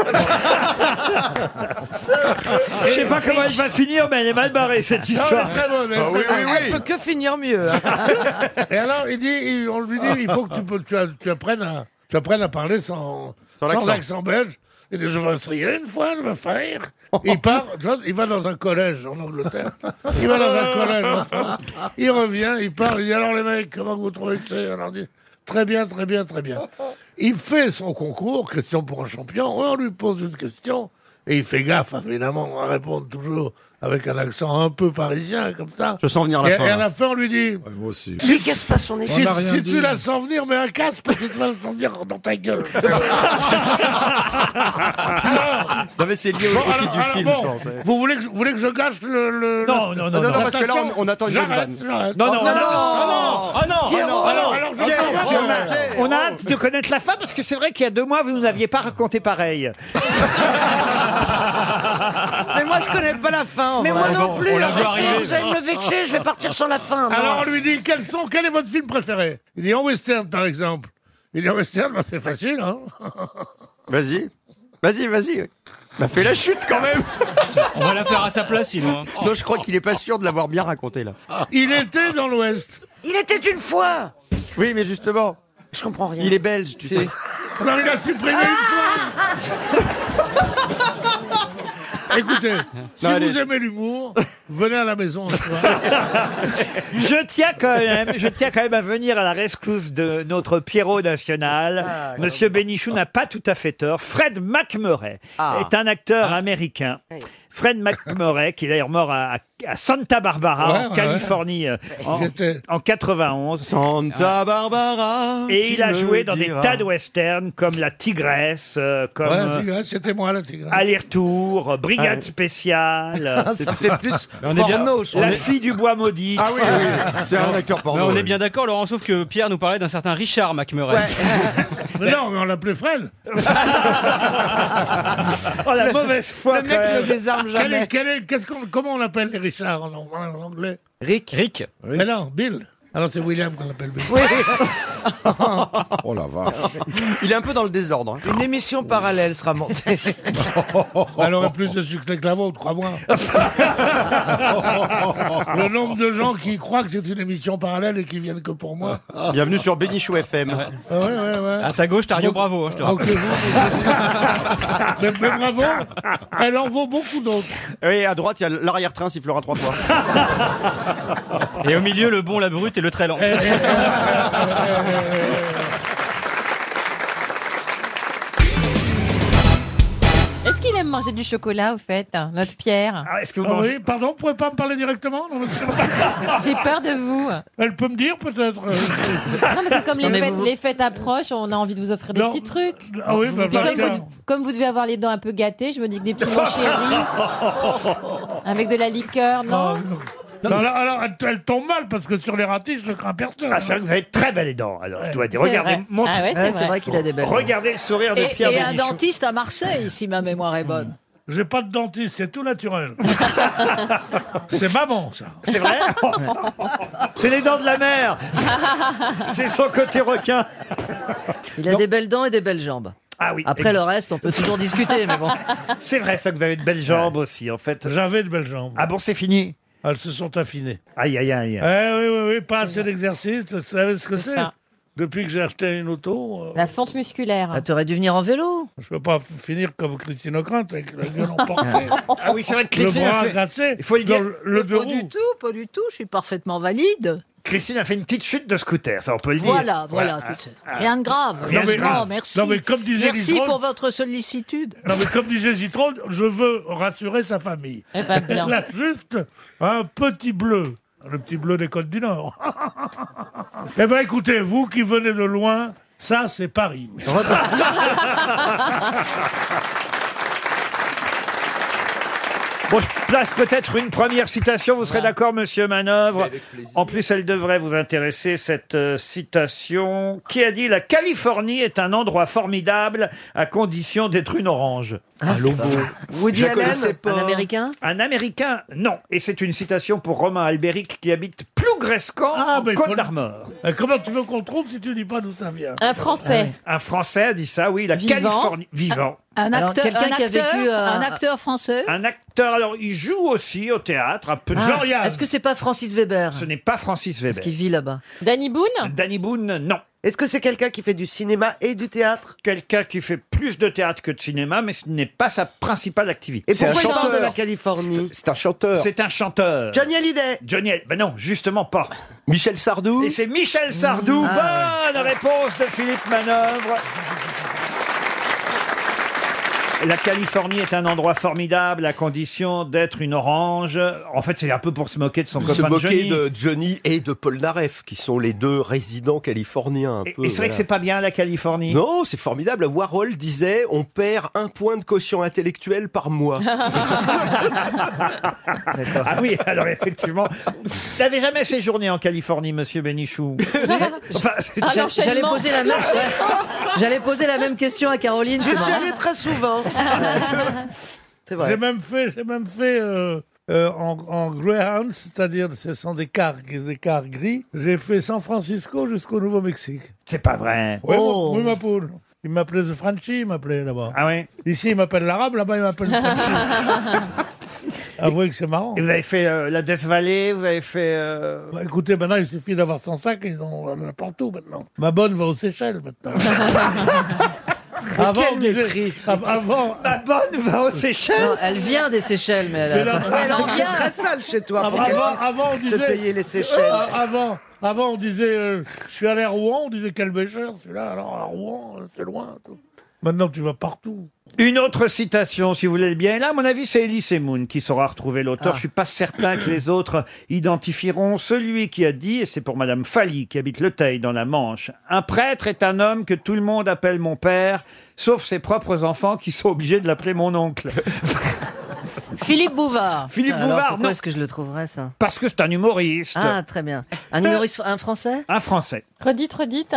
Je sais pas comment elle va finir, mais elle est mal barrée cette
Non, Ah, elle
histoire.
est très bonne, elle est très bonne.
Elle peut que finir mieux. hein.
Et alors, il dit, il- on lui dit, il faut que tu, peux- tu a- tu apprennes, à, tu apprennes à parler sans,
Sans
sans
l'accent.
accent belge. Il dit, je vais essayer une fois, je
(laughs)
vais faire. Il part, tu vois, il va dans un collège en Angleterre. Il va dans un collège en France. Il revient, il parle, il dit, alors les mecs, comment vous trouvez que c'est Alors, il dit, très bien, très bien, très bien. Il fait son concours, question pour un champion, on lui pose une question, et il fait gaffe, évidemment, à répondre toujours avec un accent un peu parisien, comme ça.
Je sens venir la
et,
fin,
Et à
hein.
la fin, on lui dit...
Moi aussi.
Si, casse pas son
équipe.
Si,
On a rien
si
dit.
tu la sens venir, mets un casque parce que tu vas la sentir dans ta gueule.
(laughs) Non, mais c'est lié
Bon, alors- alors, bon, Vous voulez que, vous voulez que je gâche le. le-
Non,
le-
non, non, non, parce que là, on- on attend une bonne
J'arrête,
vanne.
j'arrête.
Non, non, non,
Oh,
non,
Ah,
Oh Ah, non,
Pierrot,
oh non,
alors,
oh
alors,
non.
je-
Pierrot,
Pierrot,
on a- On a hâte de connaître la fin parce que c'est vrai qu'il y a deux mois, vous ne l'aviez pas raconté pareil.
(laughs) Mais moi, je connais pas la fin. en
Mais
vrai.
moi non plus, On l'a vu arrêtez, arriver. vous allez me
vexer, je vais partir sur la fin.
non.
Alors on lui dit quels sont, quel est votre film préféré Il dit en western par exemple. Il dit en western, bah, c'est facile. Hein
Vas-y. Vas-y, vas-y. Bah, fais la chute quand même. On va la faire à sa place sinon. hein. Non, je crois qu'il est pas sûr de l'avoir bien raconté là.
Il était dans l'Ouest.
Il était une fois. Oui, mais justement. Je comprends rien. Il est belge, tu sais.
Non, il a supprimé une fois.
Ah.
Écoutez, si
Non, elle
vous
est-
aimez l'humour, venez à la maison.
Je tiens quand même, je tiens quand même à venir à la rescousse de notre Pierrot national.
Ah,
Monsieur Bénichou n'a pas tout à fait tort. Fred McMurray
Ah.
est un acteur américain. Fred McMurray, qui est d'ailleurs mort à, à Santa Barbara,
Ouais,
en
ouais,
Californie, euh, en, en 91.
Santa
Barbara. Et
qui
il a
me
joué dans
dira.
des tas de westerns comme La Tigresse, euh, comme
Ouais,
euh,
tigresse, hein, c'était moi la tigresse.
Aller-retour, Brigade
Ah, Ouais. (laughs)
spéciale.
Ça fait plus
Mais
porno, je trouve.
La fille du bois maudit.
Ah oui, oui, c'est un acteur porno,
on
oui.
est bien d'accord, Laurent, sauf que Pierre nous parlait d'un certain Richard McMurray.
Mais non, mais on l'appelait Fred.
oh la mauvaise foi.
Le
mec ne désarme jamais.
Quel est, quel est- qu'est-ce qu'on- comment on appelle les Richards en, en- en anglais Rick. Rick. Mais Ah non, Bill. Alors c'est William qu'on appelle Bill.
(laughs)
Oui.
Oh la vache. Il est un peu dans le désordre. hein.
Une émission parallèle sera montée.
(laughs) Elle aurait plus de succès que la vôtre, crois-moi.
Ah.
(laughs) Oh.
Le nombre de gens qui croient que c'est une émission parallèle et qui viennent que pour moi.
(laughs) Bienvenue sur Bénichou FM.
Ouais, Ah ouais, ouais.
Ah À ta gauche, Tario
Donc-
Bravo, hein, je te
donc,
rappelle.
mais, mais bravo, elle en vaut beaucoup d'autres.
Oui, à droite, il y a l'arrière-train sifflera trois fois.
(laughs) Et au milieu, le bon, la brute et le très lent.
Eh,
Est-ce qu'il aime manger du chocolat, au fait, hein, notre Pierre
Est-ce que
Ah oui, pardon, vous pouvez pas me parler directement Non, mais c'est vrai.
(laughs) J'ai peur de vous.
Elle peut me dire peut-être. euh,
(laughs) Non, mais c'est comme
Non,
les
mais
fêtes,
vous-
les fêtes approchent, on a envie de vous offrir des
Non.
petits trucs.
Ah oui, bah,
Puis
bah,
comme,
tiens.
vous, comme vous devez avoir les dents un peu gâtées, je me dis que des petits mots chéris avec de la liqueur,
Ah,
non (laughs)
Non, alors, alors, elle, elle tombe mal parce que sur les ratés, je ne crains personne.
Ah, c'est vrai que vous avez de très belles dents. Alors, je dois dire,
C'est
regardez,
vrai.
montrez-
Ah ouais, c'est Ouais, c'est vrai. vrai
qu'il a des belles dents.
Regardez le sourire de
Et,
Pierre
et un
Bénichou.
dentiste à Marseille, si ma mémoire est bonne.
J'ai pas de dentiste, c'est tout naturel. c'est maman, ça.
C'est vrai C'est les dents de la mer. C'est son côté requin.
Il a des belles dents et des belles jambes.
Ah oui.
Après
ex-
le reste, on peut toujours discuter, mais bon.
C'est vrai, ça, que vous avez de belles jambes aussi, en fait.
J'avais de belles jambes.
Ah bon, c'est fini
Elles se sont affinées.
Aïe, aïe, aïe.
(laughs) Eh oui, oui, oui, pas assez d'exercice. Vous savez ce que
C'est
c'est
ça.
Depuis que j'ai acheté une auto, euh,
La fonte musculaire.
T'aurais dû venir en
(laughs)
vélo.
je ne veux pas f- finir comme Christine O'Krent avec la gueule emportée.
(laughs) Ah oui, c'est vrai que
le
Christine
bras
a fait-
cassé.
Il faut le
dans
dire.
Le deux
Pas du
roues.
tout, pas du tout, je suis parfaitement valide.
Christine a fait une petite chute de scooter, ça, on peut le dire.
Voilà, voilà. tout ça. Rien de grave.
Rien
non,
de
mais,
grave.
non, merci.
Non, mais comme disait
merci
Lisbonne-
pour votre sollicitude.
Non, mais comme disait Zitron, je veux rassurer sa famille.
Eh ben,
(laughs)
bien.
Elle a juste un petit bleu. Le petit bleu des Côtes du Nord. (laughs) eh bien, écoutez, vous qui venez de loin, ça, c'est Paris.
Bon, je place peut-être une première citation. Vous serez d'accord, monsieur Manœuvre En plus, elle devrait vous intéresser, cette euh, citation qui a dit « La Californie est un endroit formidable à condition d'être une orange.
Ah,
Un lobo.
Woody Allen, un Américain
Un Américain, non. Et c'est une citation pour Romain Albéric qui habite Plougrescan, en
ben, il faut
Côte
le-
d'Armor. Ah
Euh, Comment tu veux qu'on trouve si tu dis pas d'où ça vient
Un Français.
Un Français a dit ça, oui. La
Vivant.
Californie. Vivant.
Un
Alors,
acteur,
quelqu'un
un
qui a
acteur,
vécu, euh,
un acteur français.
Un acteur, alors il joue aussi au théâtre, un peu de
Ah, Est-ce que c'est pas Francis Weber
Ce n'est pas Francis Weber.
Parce qu'il vit là-bas.
Danny Boone
Danny Boone, non.
Est-ce que c'est quelqu'un qui fait du cinéma et du théâtre
Quelqu'un qui fait plus de théâtre que de cinéma, mais ce n'est pas sa principale activité.
Et pourquoi il parle de la Californie
C'est un chanteur. C'est un chanteur.
Johnny Hallyday.
Euh, Johnny Hallyday. Ben non, justement pas. Michel Sardou. Et c'est Michel Sardou.
Ah.
Bonne réponse de Philippe Manœuvre. La Californie est un endroit formidable à condition d'être une orange. En fait, c'est un peu pour se moquer de son
se
copain de
moquer
(laughs) Johnny.
de Johnny et de Paul Naref, qui sont les deux résidents californiens. Un
Et
peu,
c'est vrai que
voilà.
c'est pas bien la Californie.
Non, c'est formidable. Warhol disait on perd un point de quotient intellectuel par (laughs) mois.
Ah oui, alors effectivement. Vous n'avez jamais séjourné en Californie, monsieur Bénichou Enfin, c'est-
J'a- J'allais poser, la même...
(laughs)
J'allais poser la même question à Caroline.
Je
c'est
suis
marrant.
allé très souvent.
(laughs)
C'est vrai.
J'ai même fait, j'ai même fait euh, euh, en, en Greyhound, c'est-à-dire ce sont des cars, des cars gris. J'ai fait San Francisco jusqu'au Nouveau-Mexique.
C'est pas vrai.
Oui,
Oh.
mon- oui, ma poule. Il m'appelait The Frenchy, il m'appelait là-bas.
Ah oui
Ici, il m'appelle l'arabe, là-bas, il m'appelle le Frenchy.
(laughs)
Avouez que c'est marrant.
Et vous avez fait euh, la Death Valley, vous avez fait... euh,
Bah, écoutez, maintenant, il suffit
(laughs)
d'avoir son sac, ils ont n'importe où maintenant. Ma bonne va aux Seychelles maintenant. Avant, on disait- av- avant,
Ma bonne va aux Seychelles.
Non, elle vient des Seychelles, mais elle.
Mais là- Elle en
C'est que c'est
vient.
très sale chez toi.
Avant,
pour qu'elle
Ah, avant-
puisse
avant, on disait.
Se payer les Seychelles.
Ah, avant, avant, on disait, euh, je suis allé à Rouen, on disait quel pêcheur, celui-là, alors à Rouen, euh, c'est loin. tout. Maintenant, tu vas partout.
Une autre citation, si vous voulez bien. Et là, à mon avis, c'est Elie Semoun qui saura retrouver l'auteur.
Ah.
Je suis pas certain que les autres identifieront celui qui a dit, et c'est pour Madame Fally, qui habite Le Teil, dans la Manche, « Un prêtre est un homme que tout le monde appelle mon père, sauf ses propres enfants qui sont obligés de l'appeler mon
(laughs)
oncle.
Philippe Bouvard.
Philippe
Alors,
Bouvard,
Pourquoi
non.
est-ce que je le trouverais, ça »
Parce que c'est un humoriste. Euh,
Ah, très bien. Un humoriste, un français Euh,
Un Français.
Redites, redites.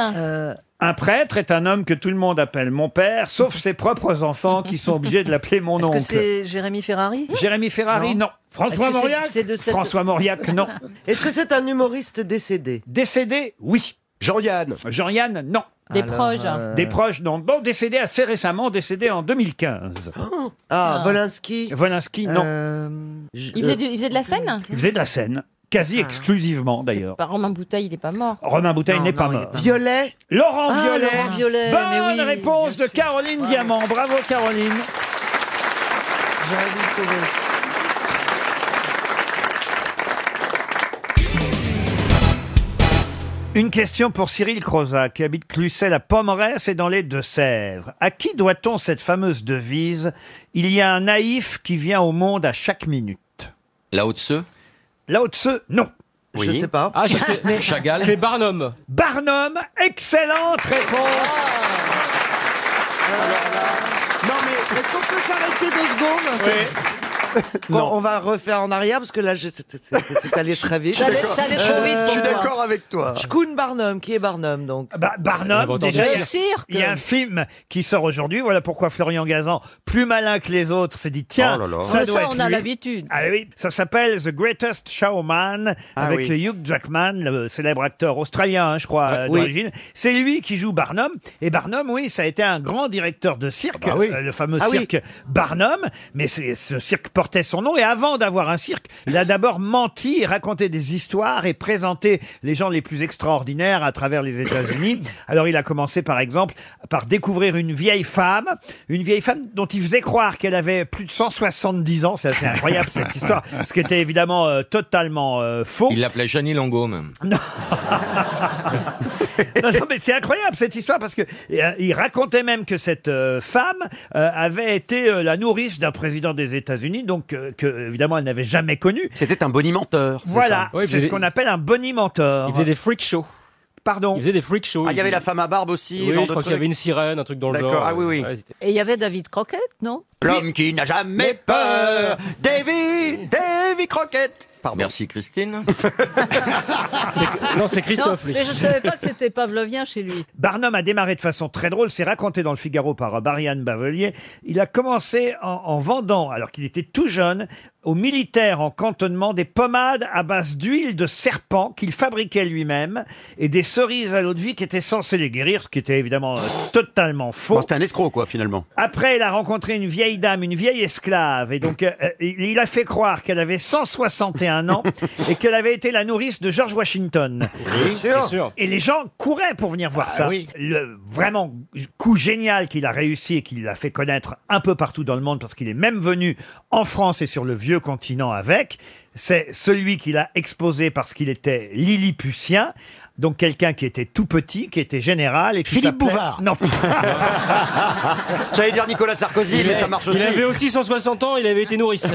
Un prêtre est un homme que tout le monde appelle mon père, sauf ses propres enfants qui sont obligés de l'appeler mon
Est-ce
Oh oncle.
que c'est Jérémy Ferrari
(gasps) Jérémy Ferrari, non.
François Est-ce que c'est- Mauriac c'est de cette-
François (laughs) Mauriac, non.
Est-ce que c'est un humoriste décédé
Décédé, oui. Jean-Yann. Jean-Yann, non.
Des Alors, proches. euh,
Des proches, non. Bon, décédé assez récemment, décédé en 2015.
Ah, Volinsky.
Volinsky, non.
Euh,
euh,
Il faisait, du- Ah. il faisait de la scène
Il faisait de la scène, quasi exclusivement d'ailleurs.
Par Romain Bouteille, il n'est pas mort.
Romain Bouteille
Non,
n'est
non,
pas
il est
mort.
pas mort. (laughs)
Violet
Laurent
Ah,
Violet.
Laurent Violet,
Bonne
mais oui,
réponse de Caroline Diamant. Bravo Caroline. Une question pour Cyril Croza, qui habite Clucet, la Pommeresse et dans les Deux-Sèvres. À qui doit-on cette fameuse devise Il y a un naïf qui vient au monde à chaque minute.
Là haut de ceux
Là haut de ceux, non.
Oui. Ah, je
(laughs)
sais. Chagall.
C'est
Barnum.
Barnum, excellente réponse.
Non, mais est-ce qu'on peut s'arrêter deux secondes Bon, on va refaire en arrière parce que là, j'ai- c'était c'était- c'était allé très
(laughs)
vite.
Ça allait- ça allait trop vite pour
Je suis
moi.
d'accord avec toi. Schkoun Barnum, qui est Barnum donc
Bah, Barnum, déjà, il y a- il y a un film qui sort aujourd'hui. Voilà pourquoi Florian Gazan, plus malin que les autres, s'est dit tiens,
Oh là là.
ça
Mais
doit
ça,
être
on a
lui.
l'habitude.
Ah oui, ça s'appelle The Greatest Showman
Ah
avec
oui.
Hugh Jackman, le célèbre acteur australien, hein, je crois, euh,
oui.
d'origine. C'est lui qui joue Barnum. Et Barnum, oui, ça a été un grand directeur de cirque, euh, le fameux
Ah oui.
cirque Barnum. Mais c'est- ce cirque portait son nom. Et avant d'avoir un cirque, il a d'abord menti, raconté des histoires et présenté les gens les plus extraordinaires à travers les États-Unis. Alors il a commencé, par exemple, par découvrir une vieille femme, une vieille femme dont il faisait croire qu'elle avait plus de 170 ans. C'est assez incroyable cette histoire, ce qui était évidemment euh, totalement euh, faux.
Il l'appelait Jeannie Lango, même.
Non, non, mais c'est incroyable cette histoire parce que euh, il racontait même que cette euh, femme euh, avait été euh, la nourrice d'un président des États-Unis, donc euh, que évidemment elle n'avait jamais connu.
C'était un bonimenteur.
Voilà, c'est ce qu'on appelle un bonimenteur.
Il faisait
des
freak shows.
Pardon.
Il faisait des freak shows.
Ah, il y avait la femme à barbe aussi.
Oui,
genre
je
de
crois qu'il y
truc.
avait une sirène, un truc dans le genre.
D'accord, ah oui, oui.
Ouais, c'était-
(laughs) Et il y avait David Croquette, non
L'homme qui n'a jamais peur. Davy, Davy Croquette.
Merci,
(laughs)
Christine.
Non, c'est
Non, mais je savais pas que c'était Pavlovien chez lui.
Barnum a démarré de façon très drôle, c'est raconté dans le Figaro par euh, Barianne Bavelier. Il a commencé en, en vendant, alors qu'il était tout jeune, aux militaires en cantonnement des pommades à base d'huile de serpent qu'il fabriquait lui-même et des cerises à l'eau de vie qui étaient censées les guérir, ce qui était évidemment euh, totalement faux.
C'était un escroc, quoi, finalement.
Après, il a rencontré une vieille dame, une vieille esclave. Et donc, euh, euh, il il a fait croire qu'elle avait 161 ans et qu'elle avait été la nourrice de George Washington.
sûr. Bien sûr.
Et les gens couraient pour (laughs) venir voir
Ah
ça.
oui.
Le vraiment coup génial qu'il a réussi et qu'il l'a fait connaître un peu partout dans le monde parce qu'il est même venu en France et sur le vieux continent avec, c'est celui qu'il a exposé parce qu'il était lilliputien. Donc quelqu'un qui était tout petit, qui était général et qui
Philippe
s'appelait-
Bouvard.
Non.
(laughs) J'allais dire Nicolas Sarkozy,
Il
mais
a-
ça marche aussi.
Il avait aussi 160 ans, il avait été
(laughs)
nourrice.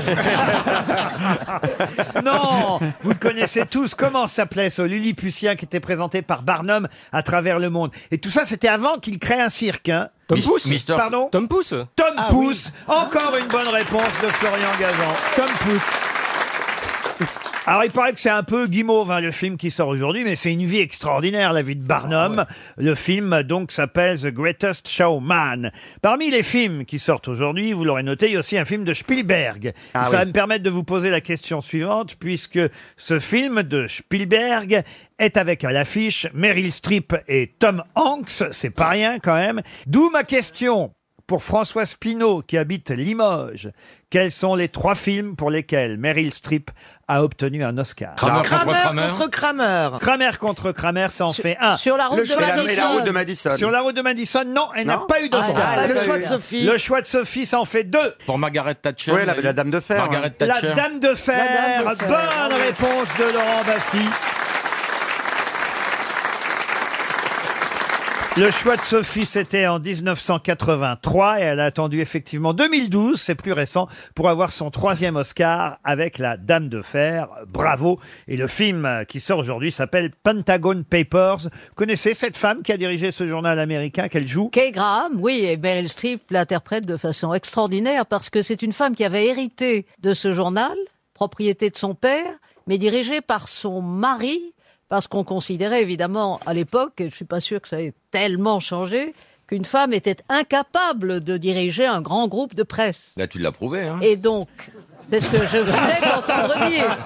Non, vous le connaissez tous. Comment s'appelait ce Lilliputien qui était présenté par Barnum à travers le monde Et tout ça, c'était avant qu'il crée un cirque. Hein
Tom Pouce Mister-
Pardon
Tom Pouce
Tom Pouce. Ah Encore une bonne réponse de Florian Gazan. Tom Pouce. Alors, il paraît que c'est un peu guimauve, hein, le film qui sort aujourd'hui, mais c'est une vie extraordinaire, la vie de Barnum. Le film, donc, s'appelle The Greatest Showman. Parmi les films qui sortent aujourd'hui, vous l'aurez noté, il y a aussi un film de Spielberg.
Ah
Ça va
oui.
me permettre de vous poser la question suivante, puisque ce film de Spielberg est avec à l'affiche Meryl Streep et Tom Hanks, c'est pas rien quand même. D'où ma question. Pour François Pinault, qui habite Limoges, quels sont les trois films pour lesquels Meryl Streep a obtenu un Oscar
Kramer contre Kramer Kramer. contre
Kramer. Kramer contre Kramer, ça en fait un.
sur la route Le de choix- la- Madison. la route de Madison.
Sur la route de Madison, non, elle n'a
Non
pas eu d'Oscar.
Ah, elle a Le pas choix eu. de Sophie.
Le choix de Sophie, ça en fait deux.
Pour Margaret Thatcher.
Ouais, la-
il y a
la
eu-
Dame de Fer, hein.
Margaret
La
Thatcher.
Dame de Fer, Ah
La Dame de Fer.
bonne réponse de Laurent Baffy. Le choix de Sophie, c'était en 1983 et elle a attendu effectivement 2012, c'est plus récent, pour avoir son troisième Oscar avec La Dame de Fer. Bravo. Et le film qui sort aujourd'hui s'appelle Pentagon Papers. Vous connaissez cette femme qui a dirigé ce journal américain qu'elle joue
Kay Graham, oui, et Meryl Streep l'interprète de façon extraordinaire parce que c'est une femme qui avait hérité de ce journal, propriété de son père, mais dirigée par son mari, parce qu'on considérait évidemment à l'époque, et je suis pas sûr que ça ait tellement changé, qu'une femme était incapable de diriger un grand groupe de presse.
Là, tu l'as prouvé, hein.
Et donc, c'est ce que je voulais qu'entendre dire.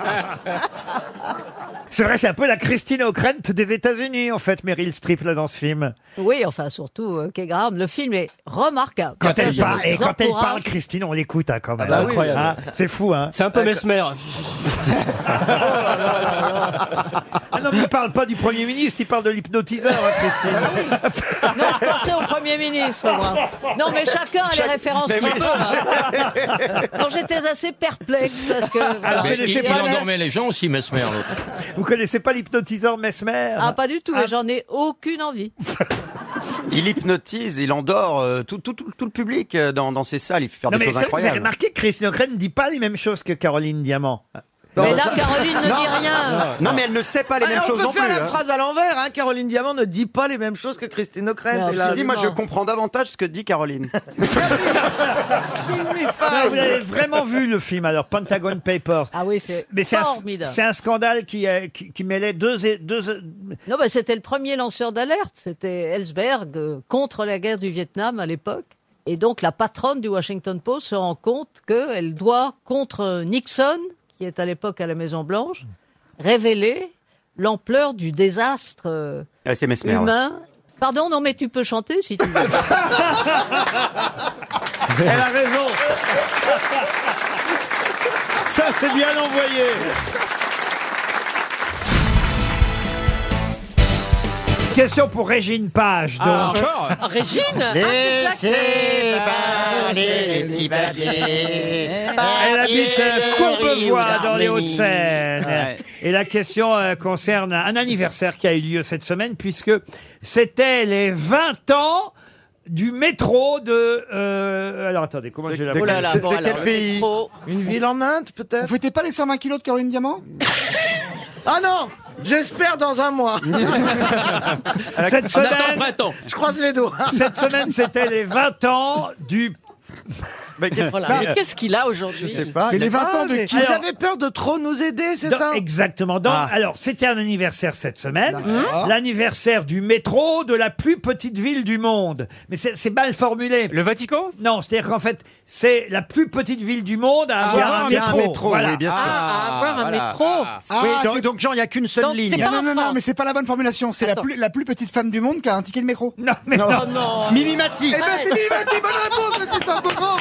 C'est vrai, c'est un peu la Christine O'Krent des États-Unis, en fait, Meryl Streep, là, dans ce film.
Oui, enfin surtout euh, Kay Graham, le film est remarquable.
Quand elle parle, et quand elle
Encourage-
parle, Christine, on l'écoute, hein, quand même.
Ah bah
c'est incroyable.
Hein, c'est fou, hein.
C'est un peu mesmer.
(laughs) Ah non, mais il parle pas du Premier ministre, il parle de l'hypnotiseur, hein, Christine.
Non, je pensais au Premier ministre, moi. Non, mais chacun a les
Chaque-
références
Mais
qu'il
oui.
peut.
Ah bah
hein. Donc j'étais assez perplexe parce que.
Ah,
voilà.
Mais il, il endormait les gens aussi,
(laughs)
Mesmer. l'autre.
(laughs) Vous connaissez pas l'hypnotiseur Mesmer
Ah, pas du tout, et j'en ai aucune envie.
Il hypnotise, il endort euh, tout, tout, tout, tout le public euh, dans, dans ses salles. Il fait faire
Non,
des
mais
choses
ça, vous avez
incroyables.
remarqué que Christine O'Krent ne dit pas les mêmes choses que Caroline Diamant.
Non,
Mais là, Caroline ne dit rien.
Non, mais elle ne sait pas les
Ah,
mêmes
on
choses
peut
non
faire
plus,
la
hein.
phrase à l'envers. Hein. Caroline Diamant ne dit pas les mêmes choses que Christine O'Krent.
Ceci dit, moi, je comprends davantage ce que dit Caroline.
Ah, vous avez (laughs) vraiment vu le film, alors, Pentagon Papers.
Ah oui, c'est
Mais c'est un,
formidable.
c'est un scandale qui, euh, qui, qui mêlait deux, et- deux,
(laughs)
Non, mais c'était le premier lanceur d'alerte. C'était Ellsberg euh, contre la guerre du Vietnam à l'époque. Et donc la patronne du Washington Post se rend compte qu'elle doit, contre Nixon, qui est à l'époque à la Maison-Blanche, révéler l'ampleur du désastre euh,
Ah,
Ouais, c'est Mesmer. ouais.
humain. Pardon, non, mais tu peux chanter si tu veux.
Elle a
(laughs)
raison. Ça, c'est bien envoyé. Question pour Régine Page, donc.
Ah,
(laughs)
encore
Régine
Laissez parler les petits papiers.
Ah, Elle habite euh, Courbevoie, dans les Hauts-de-Seine.
Ouais.
Et la question euh, concerne un anniversaire qui a eu lieu cette semaine, puisque c'était les 20 ans du métro de... euh, alors, attendez, comment je vais la...
de- Oh là là,
C'était
bon,
quel
alors, le
pays
Une ville en Inde, peut-être. Vous fêtez pas les 120 kilos de Caroline Diamant Ah non J'espère dans un (laughs) mois.
Ah,
Cette
On
semaine,
attend,
bah,
printemps. Je croise les doigts.
(laughs) Cette semaine, c'était les 20 ans du.
Mais
qu'est-ce- Voilà. Mais qu'est-ce
qu'il a aujourd'hui Je sais pas.
Vous avez peur de trop nous aider, c'est
Dans-
ça
Exactement. Dans- Alors, c'était un anniversaire cette semaine. Mmh.
D'accord.
L'anniversaire du métro de la plus petite ville du monde. Mais c'est c'est mal formulé. Le Vatican Non, c'est-à-dire qu'en fait, c'est la plus petite ville du monde à
Il y a
avoir
un
un
métro,
métro. Voilà.
oui, bien sûr.
Ah,
à avoir un métro.
Ah,
oui, donc,
c'est-
donc, genre, il n'y a qu'une seule ligne.
Non, non, non, non, mais c'est pas la bonne formulation. C'est la plus, la plus petite femme du monde qui a un ticket de métro.
Non, mais
non. Oh, non. Mimimati.
Eh ben, c'est
Ouais.
Mimimati, bonne réponse, le Christophe Beaugrand.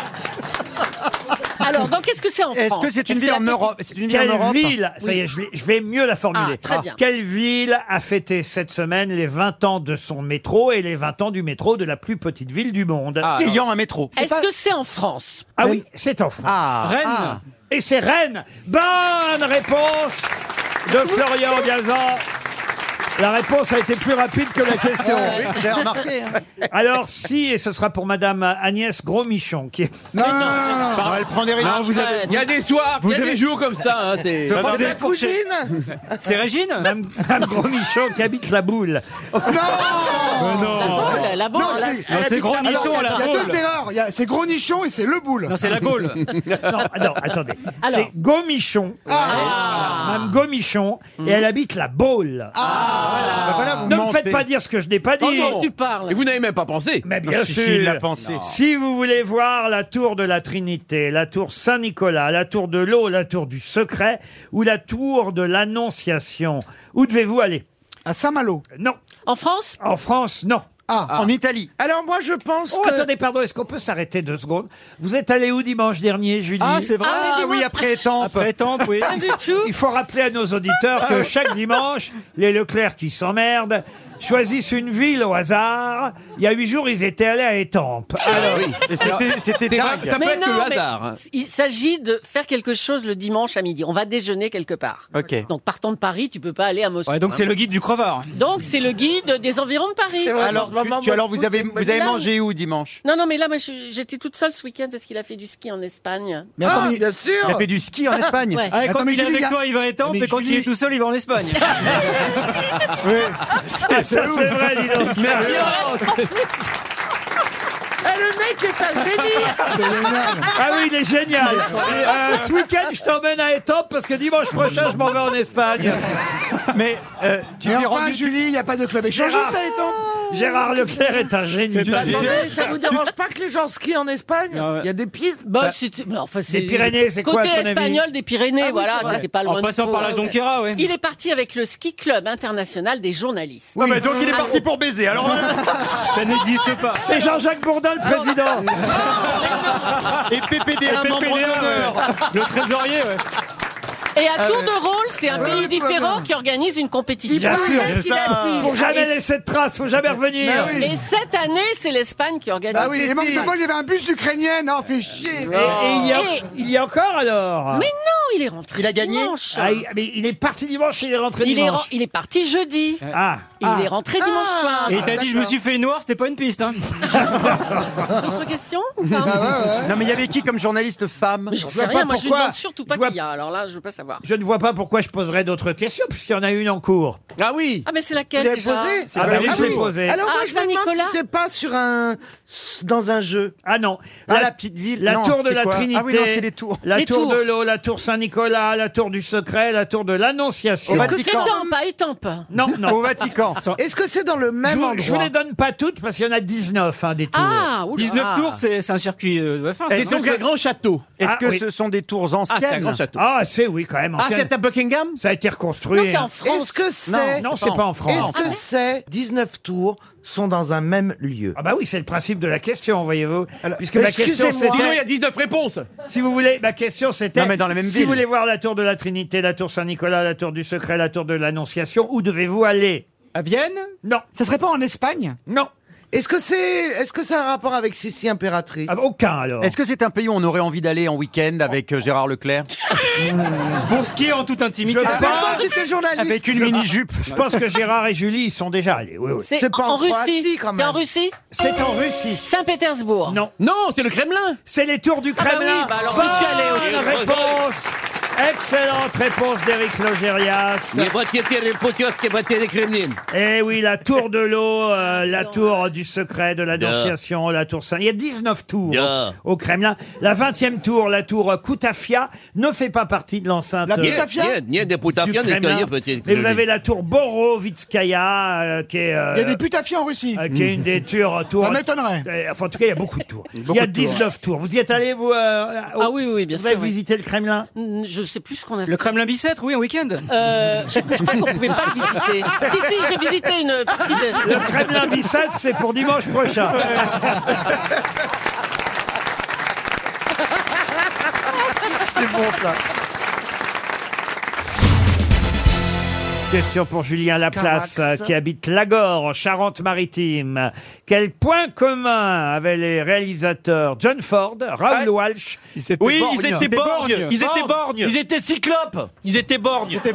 Alors, donc, qu'est-ce que c'est en France
Est-ce que c'est une
Est-ce que
ville
la
en
petite-
Europe C'est une ville en
Quelle
Europe
ville, ça y est,
Oui.
je, l'ai- je vais mieux la formuler.
Ah, très bien.
Quelle ville a fêté cette semaine les 20 ans de son métro et les 20 ans du métro de la plus petite ville du monde
Ah,
Ayant un métro.
Est-ce que c'est en France
Ah oui, c'est en France.
Rennes. ah.
Et c'est Rennes. Bonne réponse de Florian Gazan. La réponse a été plus rapide que la question.
Ouais,
Ah.
oui, j'ai remarqué,
Alors si, et ce sera pour Madame Agnès Gros-Michon qui est...
Ah
Non, non, non, non, non.
Pardon.
Elle prend des risques.
Non, vous avez-
Il y a des soirs,
il y a des jours
comme
hein,
ça. hein, Ah
Je prends des fourchettes.
C'est Régine
Madame, Madame Gros-Michon qui habite la boule.
Non
non. La boule, la boule,
Non,
la-
c'est-
Non, c'est
Alors,
Gros
il y a-
Nichon, la
Il y a deux
boule.
erreurs. Il y a- C'est Gros Nichon et c'est Le Boule.
(laughs)
(laughs) non, ah, non, attendez.
Alors.
C'est Gomichon.
Ah.
Madame Gomichon. Et elle habite la Baule. ne me faites pas dire ce que je n'ai pas dit.
parles Et vous n'avez même pas pensé. Ah,
Mais Bien sûr. Si vous voulez voir la tour de la Trinité, la tour Saint-Nicolas, la tour de l'eau, la tour du secret ou la tour de l'Annonciation, où devez-vous aller À Saint-Malo. Non. En France En France, non. Ah, en Italie.
Alors moi, je pense
Oh,
que...
attendez, pardon, est-ce qu'on peut s'arrêter deux secondes Vous êtes allé où dimanche dernier, Julie
Ah, c'est vrai. Ah, mais dis-moi.
oui, après Étampes.
Après Étampes, oui. (laughs) Pas du tout.
Il faut rappeler à nos auditeurs
(laughs)
que chaque dimanche, les Leclerc qui s'emmerdent choisissent une ville au hasard. Il y a huit jours, ils étaient allés à Étampes.
Ah,
Alors,
Mais non, mais Il s'agit de faire quelque chose le dimanche à midi. On va déjeuner quelque part.
Ok.
Donc partant de Paris, tu peux pas aller à Moscou.
Ouais, donc c'est le guide
du crevard. Donc c'est le guide des environs de Paris.
Alors, tu- tu- alors vous avez, vous avez
Là,
mangé où dimanche
Non, non, mais là, moi, je- j'étais toute seule ce week-end parce qu'il a fait du ski en Espagne.
Mais attends, Ah, mais- bien sûr il a fait du ski en (laughs) Espagne.
(laughs) Ouais.
Ah, et quand Attends, mais il est Julie, avec il y a- toi,
il va à Étampes,
et quand il est
tout seul, il va
(laughs)
en Espagne.
Ça, c'est vrai, dis donc.
Merci, Eh, Ah, le mec est un génie
Ah oui, il est génial. Euh, ce week-end, je t'emmène à Étampes parce que dimanche prochain, je m'en vais en Espagne. Mais
euh,
tu
Mais enfin, Julie, il n'y a pas de club échangiste à Étampes.
Gérard Leclerc est un génie.
Attendez, ça vous dérange pas que les gens skient en Espagne
Ah
Il y a des pistes
Bah, c'était- mais enfin, c'est-
Les Pyrénées, c'est quoi,
Côté
à ton avis
espagnol des Pyrénées,
Ah oui,
voilà,
c'est vrai.
c'était pas
En
loin de
passant
Pau.
par la Jonquera, ouais.
Il est parti avec le ski club international des journalistes. Ah
Non, mais donc il est parti pour baiser, alors.
Ah.
hein.
(laughs) Ça n'existe pas.
C'est Jean-Jacques Bourdin, le président.
(laughs) Et PPDA,
Et
membre
PPDA,
d'honneur.
Le trésorier, ouais.
Et à
Ah
tour
ouais.
de rôle, c'est un
Ah ouais.
pays différent qui organise une compétition.
Bien sûr, faut jamais
Et-
laisser Bah de traces, faut jamais revenir.
Et cette année, c'est l'Espagne qui organise.
Ah oui, et manque de bol, il y avait un bus d'Ukrainienne, oh, fait chier.
Et, et il, y a,
Et-
il y a encore alors
Mais non, il est rentré. Il a gagné. Dimanche.
Ah, il- mais il est parti dimanche, il est rentré
Il est,
dimanche.
ren- il est parti jeudi.
Ah,
Il est rentré dimanche
Ah.
soir.
Et t'as dit, je me suis fait noir, c'était pas une piste. Hein.
Ah,
D'autres questions ou
Ah,
pas
Non, mais il y avait qui comme journaliste femme
Mais J'en sais
vois
rien,
pas
moi je lui
pourquoi.
demande surtout pas qu'il y a, alors là je veux pas savoir.
Je ne vois pas pourquoi je poserais d'autres questions, puisqu'il y en a une en cours.
Ah oui Ah mais c'est laquelle
Il est
déjà
posé
Ah bah oui, je l'ai
oui.
posée.
Alors moi,
Ah,
je me demande
Saint-Nicolas
si c'est pas sur un... dans un jeu.
Ah non.
Ah, la petite ville,
La
non,
tour de
c'est
la
quoi
Trinité.
Ah oui, non, c'est les tours.
La
Les
tour
tours.
de l'eau, la tour Saint-Nicolas, la tour du secret, la tour de l'Annonciation.
Est-ce que c'est Étampe, à Étampe
Non, non.
Au
Vatican.
Est-ce que c'est dans le
Je
même
vous, je vous
endroit
les donne pas toutes parce qu'il y en a 19 hein, des tours.
Ah, oula.
19 tours, c'est c'est un circuit euh, de fin.
Est-ce
non
que-
château.
Est-ce
Ah,
que
oui.
ce sont des tours
Ah, c'est un
anciennes
grand château. Ah, c'est oui, quand même.
Ah,
ancienne.
c'est à
Buckingham
Ça a été reconstruit.
Non, c'est en France. Ah,
Est-ce que c'est...
Non, non, c'est pas en France.
Est-ce que c'est 19 tours sont dans un même lieu
Ah bah oui, c'est le principe de la question, voyez-vous. Puisque ma question
Excusez-moi.
c'était...
19 réponses.
Si vous voulez, ma question c'était
Non, mais dans la même
si
ville.
vous voulez voir la tour de la Trinité, la tour Saint-Nicolas, la tour du Secret, la tour de l'Annonciation, où devez-vous aller
À Vienne
Non.
Ça serait pas en Espagne
Non.
Est-ce que c'est est-ce que ça a un rapport avec Sissi impératrice
Ah bah Aucun alors.
Est-ce que c'est un pays où on aurait envie d'aller en week-end avec euh, Gérard Leclerc
(laughs) Pour ce qui est en toute intimité. Ah.
Je pense-
J'étais journaliste.
Avec une
Je-
mini-jupe.
Je pense que Gérard et Julie y sont déjà allés. Oui, oui.
C'est en, Russie.
Croatie, quand
C'est
même.
en Russie
C'est en Russie.
Saint-Pétersbourg.
Non.
Non, c'est le Kremlin.
C'est les tours du Kremlin.
oui, bah alors, j'y suis allé
Bonne
aussi.
réponse. Excellente réponse d'Éric Logérias. Eh oui, la tour de
(laughs)
l'eau, euh, la tour du secret, de l'annonciation, la tour Saint. Il y a 19 tours
Yeah.
au Kremlin. La 20e tour, la tour Koutafia, ne fait pas partie de l'enceinte.
La
euh,
Koutafia
du
Нет, нет, des Koutafia, n'est
Kremlin.
qu'un petit
Mais vous
Kremlin.
avez la tour Borovitskaya, euh, qui est, euh,
Il y a des putafiers en Russie.
euh, qui est
(laughs)
une des tours. tours-
Ça m'étonnerait.
Euh, Enfin, en tout cas, il y a beaucoup de tours. il y a
de tours.
19 tours. Vous y êtes allé, vous euh,
Ah oui, oui, oui, bien
Vous
sûr.
avez
oui.
visité le Kremlin
Mm, Je sais plus ce qu'on a fait.
Le Kremlin Bicêtre, oui, un week-end.
Euh, je je crois qu'on pouvait pas le
(laughs)
visiter. si, si, j'ai visité une petite...
Le Kremlin Bicêtre, c'est pour dimanche
(laughs)
prochain. (laughs)
C'est bon ça.
Question pour Julien Laplace,
Carax.
euh, qui habite Lagore, en Charente-Maritime. Quel point commun avaient les réalisateurs John Ford, Raoul Walsh
Oui, ils étaient borgnes. Ils
Ah,
étaient borgnes.
Ils étaient cyclopes. Ils étaient borgnes.
Ils,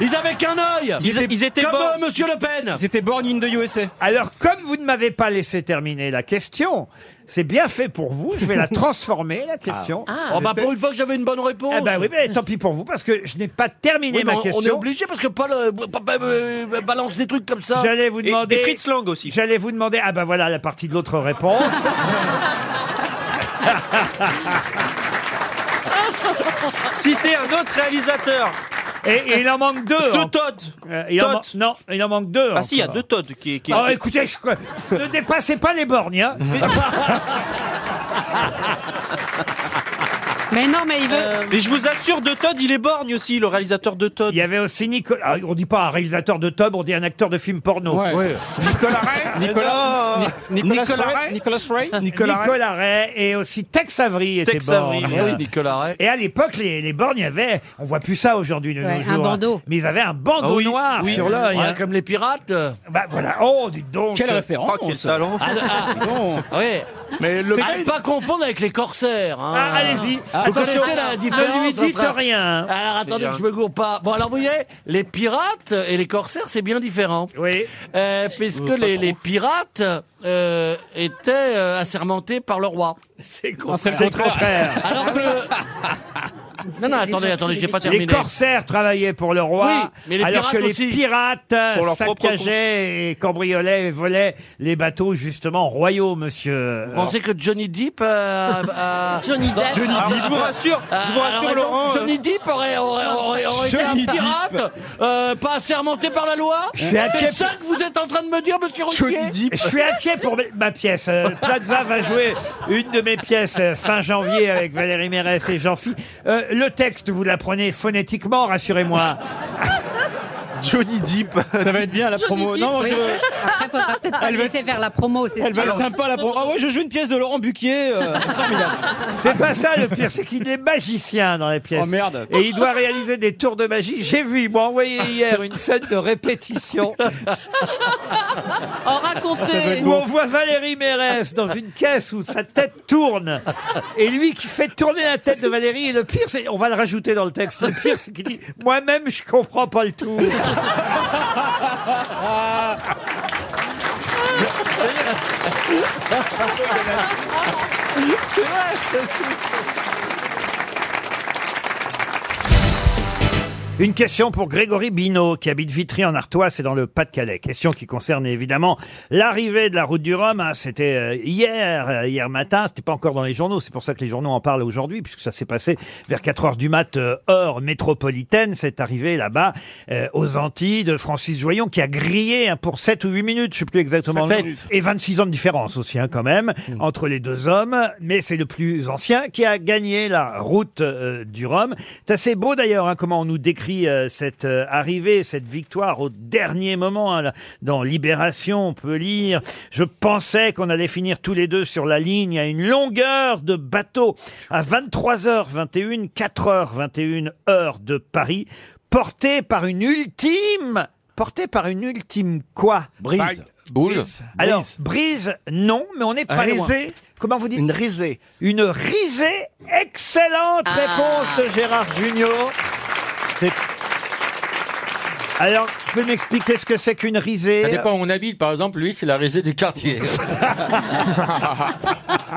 ils avaient qu'un œil.
Ils étaient- ils étaient
comme
borgnes.
euh, Monsieur Le Pen.
C'était Born in the USA.
Alors, comme vous ne m'avez pas laissé terminer la question, c'est bien fait pour vous, je
(laughs)
vais la transformer, la question.
Oh bah pour une fois que j'avais une bonne réponse.
Eh ben oui, mais tant pis pour vous, parce que je n'ai pas terminé
Oui, mais
ma
on-
question.
On est obligé parce que Paul euh, ba- ba- euh, balance des trucs comme ça.
J'allais vous
Et-
demander.
et Fritz Lang aussi.
J'allais vous demander. Ah ben voilà la partie de l'autre réponse.
(laughs)
Ah,
Citer un autre réalisateur.
Et, et il en manque deux.
Deux
en-
Todd.
Euh, il en
Todd.
man- Non, il en manque deux.
Ah si, il y a
encore.
deux Todd qui. qui...
Oh, écoutez, je- ne dépassez pas les bornes. hein.
(laughs) Mais non, mais il veut.
Et je vous assure, de Todd, il est borgne aussi, le réalisateur de Todd. Il y avait aussi Nicolas. ah, On dit pas un réalisateur de Todd, on dit un acteur de film porno. Nicolas Ray
(laughs) Nicolas- Ni- Nicolas Ray (laughs)
Nicolas Ray
Nicolas
Nicolas,
Ray.
Ray et aussi Tex Avery était
Tex
borgne.
Avery, oui, Nicolas Ray.
Et à l'époque, les, les borgnes avaient, on voit plus ça aujourd'hui de
Ouais,
nos
un
jours.
bandeau.
hein. Mais ils avaient un bandeau
Ah oui,
noir
oui.
sur l'œil.
Ouais,
hein.
Comme les pirates.
Bah voilà, oh, dites donc.
euh,
Quelle référence.
Oh, quel talent.
Ah, ah, bon, oui.
Mais le-
À ne pas confondre avec les corsaires. hein.
Ah, allez-y.
Ah,
Attention,
connaissez la
ne
différence
lui dites
entre-
rien.
Alors
C'est
attendez,
bien.
que je me gourre pas. Bon alors vous voyez, les pirates et les corsaires c'est bien différent.
Oui.
puisque
Euh, pas
les,
trop.
les pirates euh, étaient euh, assermentés par le roi.
C'est le
contraire.
c'est le contraire.
(laughs) Alors que... Non, non, attendez, attendez, j'ai pas terminé.
Les corsaires travaillaient pour le roi,
Oui, mais les
alors
pirates
que les
aussi.
pirates euh,
Pour leur propre
saccageaient et cambriolaient et volaient les bateaux justement royaux, monsieur.
Vous pensez que Johnny Depp euh,
ah, (laughs)
a-
Johnny
Non,
Depp.
non,
Ah,
non.
je vous rassure, je vous
Ah,
rassure,
alors,
Laurent,
donc,
euh,
Johnny Depp aurait, aurait- aurait- aurait été un
Johnny Depp.
pirate, euh, pas assermenté par la loi
Je suis inquiet
C'est ça que vous êtes en train de me dire, monsieur Routier
Je suis inquiet pour mes- ma pièce. Euh, Plaza va jouer une de mes pièces euh, fin janvier avec Valérie Mérès et Jean-Phi. Euh, le texte, vous l'apprenez
(laughs)
phonétiquement, rassurez-moi. Johnny Deep. Ça va être bien la
Johnny Depp, oui. Après, faudra peut-être pas
Elle
le
va
laisser faire la promo, c'est
Elle va
sûr.
être sympa la pro- Ah ouais, je joue une pièce de Laurent Buquier.
(laughs)
euh, c'est formidable.
C'est pas ça le pire, c'est qu'il est magicien dans les pièces.
Oh, merde.
Et il doit réaliser des tours de magie. J'ai vu, il m'a envoyé hier une scène de répétition
En raconter.
où on voit Valérie Mérès dans une caisse où sa tête tourne. Et lui qui fait tourner la tête de Valérie. Et le pire, c'est, on va le rajouter dans le texte, le pire, c'est qu'il dit Moi-même, je comprends pas le tour.
C'est vrai,
Une question pour Grégory Binot, qui habite Vitry en Artois, c'est dans le Pas-de-Calais. Question qui concerne évidemment l'arrivée de la route du Rhum. hein, c'était euh, hier, euh, hier matin. C'était pas encore dans les journaux. C'est pour ça que les journaux en parlent aujourd'hui, puisque ça s'est passé vers 4 heures du mat, euh, heure métropolitaine. C'est arrivé là-bas, euh, aux Antilles, de Francis Joyon, qui a grillé hein, pour 7 ou 8 minutes, je sais plus exactement.
Sept
le nombre.
minutes.
Et 26 ans de différence aussi, hein, quand même, entre les deux hommes. Mais c'est le plus ancien qui a gagné la route euh, du Rhum. C'est assez beau d'ailleurs, hein, comment on nous décrit euh, cette euh, arrivée, cette victoire au dernier moment. hein, là. dans Libération, on peut lire Je pensais qu'on allait finir tous les deux sur la ligne à une longueur de bateau à 23h21, 4h21 heure de Paris, porté par une ultime. Porté par une ultime quoi
Brise.
Boule.
alors, brise, non, mais on n'est pas
Risée.
loin. Comment vous dites
Une risée.
Une risée. Excellente réponse de Gérard Junior. Alors, vous pouvez m'expliquer ce que c'est qu'une risée
Ça dépend où on habite, par exemple, lui, c'est la risée du quartier.
(laughs)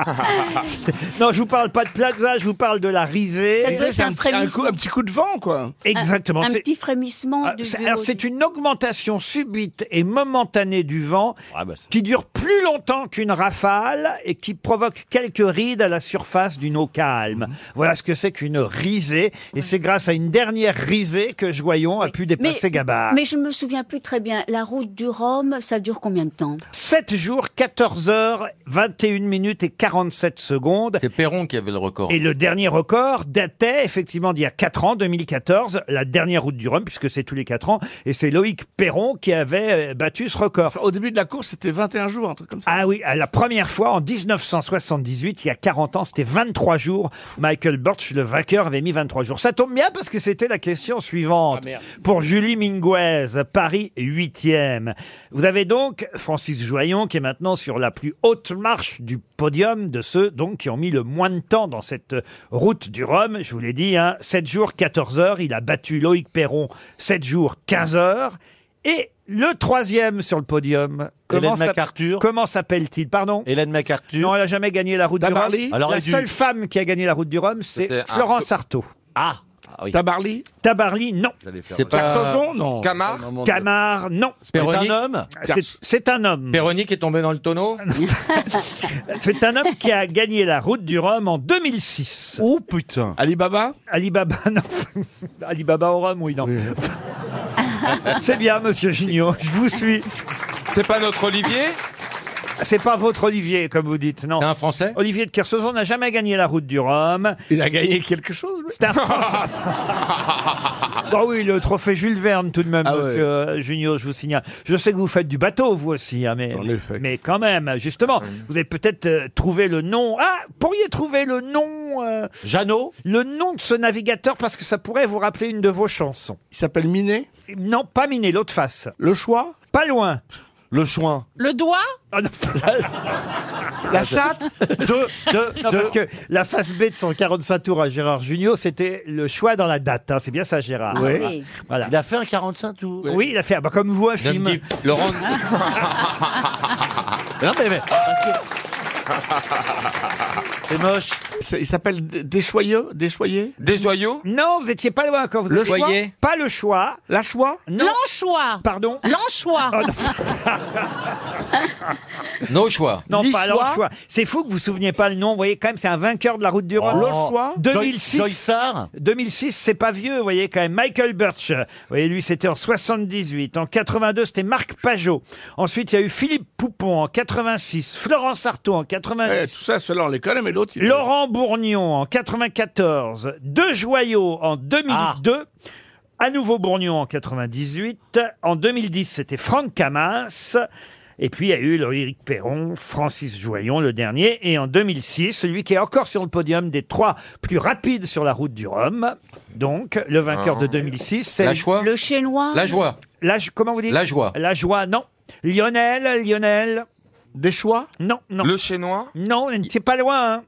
Non, je vous parle pas de plaza, je vous parle de la risée.
Ça doit être C'est un un petit- un frémissement. coup- un
petit coup de vent, quoi. Exactement.
Un, un
c'est-
petit frémissement
Ah,
du.
c'est-
du-
alors, c'est une augmentation subite et momentanée du vent
bah,
qui dure plus longtemps qu'une rafale et qui provoque quelques rides à la surface d'une eau calme.
Mhm.
Voilà ce que c'est qu'une risée. Et c'est grâce à une dernière risée que Joyon a pu dépasser Gabard.
Mais je me souviens plus très bien. La route du Rhum, ça dure combien de temps
7 jours, 14 heures, 21 minutes et 47 secondes.
C'est Perron qui avait le record.
Et le dernier record datait effectivement d'il y a 4 ans, 2014, la dernière route du Rhum, puisque c'est tous les 4 ans, et c'est Loïc Perron qui avait euh, battu ce record. Au début de la course, c'était 21 jours, un truc comme ça. Ah oui, à la première fois en 1978, il y a 40 ans, c'était 23 jours. Michael Birch, le vainqueur, avait mis 23 jours. Ça tombe bien parce que c'était la question suivante. Pour Julie Minguez, Paris 8e. Vous avez donc Francis Joyon qui est maintenant sur la plus haute marche du podium de ceux donc qui ont mis le moins de temps dans cette route du Rhum. Je vous l'ai dit, hein, 7 jours, 14 heures. Il a battu Loïc Perron 7 jours, 15 heures. Et le troisième sur le podium.
Hélène
s'app-
MacArthur.
Comment s'appelle-t-il Pardon
Hélène MacArthur.
Non, elle n'a jamais gagné la route
Tabarly
du Rhum.
Alors,
la
elle est
seule
du-
femme qui a gagné la route du Rhum, c'est
C'était un-
Florence Artaud.
Ah,
Tabarly Tabarly, non.
C'est pas- Sarsoson, non. Camard
Camard, non.
C'est un homme
C'est- C'est un homme.
Véronique est tombée dans le tonneau
(laughs) C'est un homme qui a gagné la route du Rhum en 2006. Oh putain Alibaba Alibaba, (laughs) non. Alibaba au Rhum, oui, non. (laughs) C'est bien, monsieur Gignot, je vous suis.
C'est pas notre Olivier
C'est pas votre Olivier, comme vous dites, non. C'est un Français Olivier de Kersauzon n'a jamais gagné la route du Rhum. Il a gagné quelque chose C'est un Français. Bah oui, le trophée Jules Verne tout de même, monsieur euh, Junio, je vous signale. Je sais que vous faites du bateau, vous aussi, hein, mais, mais quand même, justement, vous avez peut-être euh, trouvé le nom. Ah, pourriez trouver le nom... Jeannot Le nom de ce navigateur, parce que ça pourrait vous rappeler une de vos chansons. Il s'appelle Minet Non, pas Minet, l'autre face. Le choix Pas loin. Le choix.
Le doigt
Ah, La chatte Parce que la face B de son 45 tours à Gérard Junior, c'était le choix dans la date. hein. C'est bien ça, Gérard.
Ah oui. Ah oui.
Voilà. Il a fait un 45 tours. Oui, il a fait, ah bah, comme vous, un film.
Laurent.
non, mais,
C'est moche.
Il s'appelle Deschoyeux Deschoyeux
Desjoyeux
Non, vous étiez pas loin quand vous
Le
avez-
Choyer
Pas le choix. La choix
L'anchois
Pardon
L'anchois
Oh,
Nos choix.
Non, pas
Niçois
l'anchois. C'est fou que vous vous souveniez pas le nom. Vous voyez, quand même, c'est un vainqueur de la route du Rhum.
Oh. L'Anchois
2006.
Joy- Joy
2006, c'est pas vieux, vous voyez, quand même. Michael Birch. Vous voyez, lui, c'était en 78. En 82, c'était Marc Pajot. Ensuite, il y a eu Philippe Poupon en 86. Florence Artaud en 90.
Eh, tout ça, ceux-là, on les connaît, mais d'autres. ils-
Laurent Bourgnon en 94, De Joyaux en 2002, à nouveau Bourgnon en 98, en 2010 c'était Franck Camas, et puis il y a eu Loïc Perron, Francis Joyon le dernier, et en 2006 celui qui est encore sur le podium des trois plus rapides sur la route du Rhum, donc le vainqueur de 2006 c'est
La Joie
le Chinois,
La Joie.
la, Jo- comment vous dites
La Joie.
La Joie, non, Lionel, Lionel. Des choix Non, non. Le Chinois Non, c'est pas loin. hein.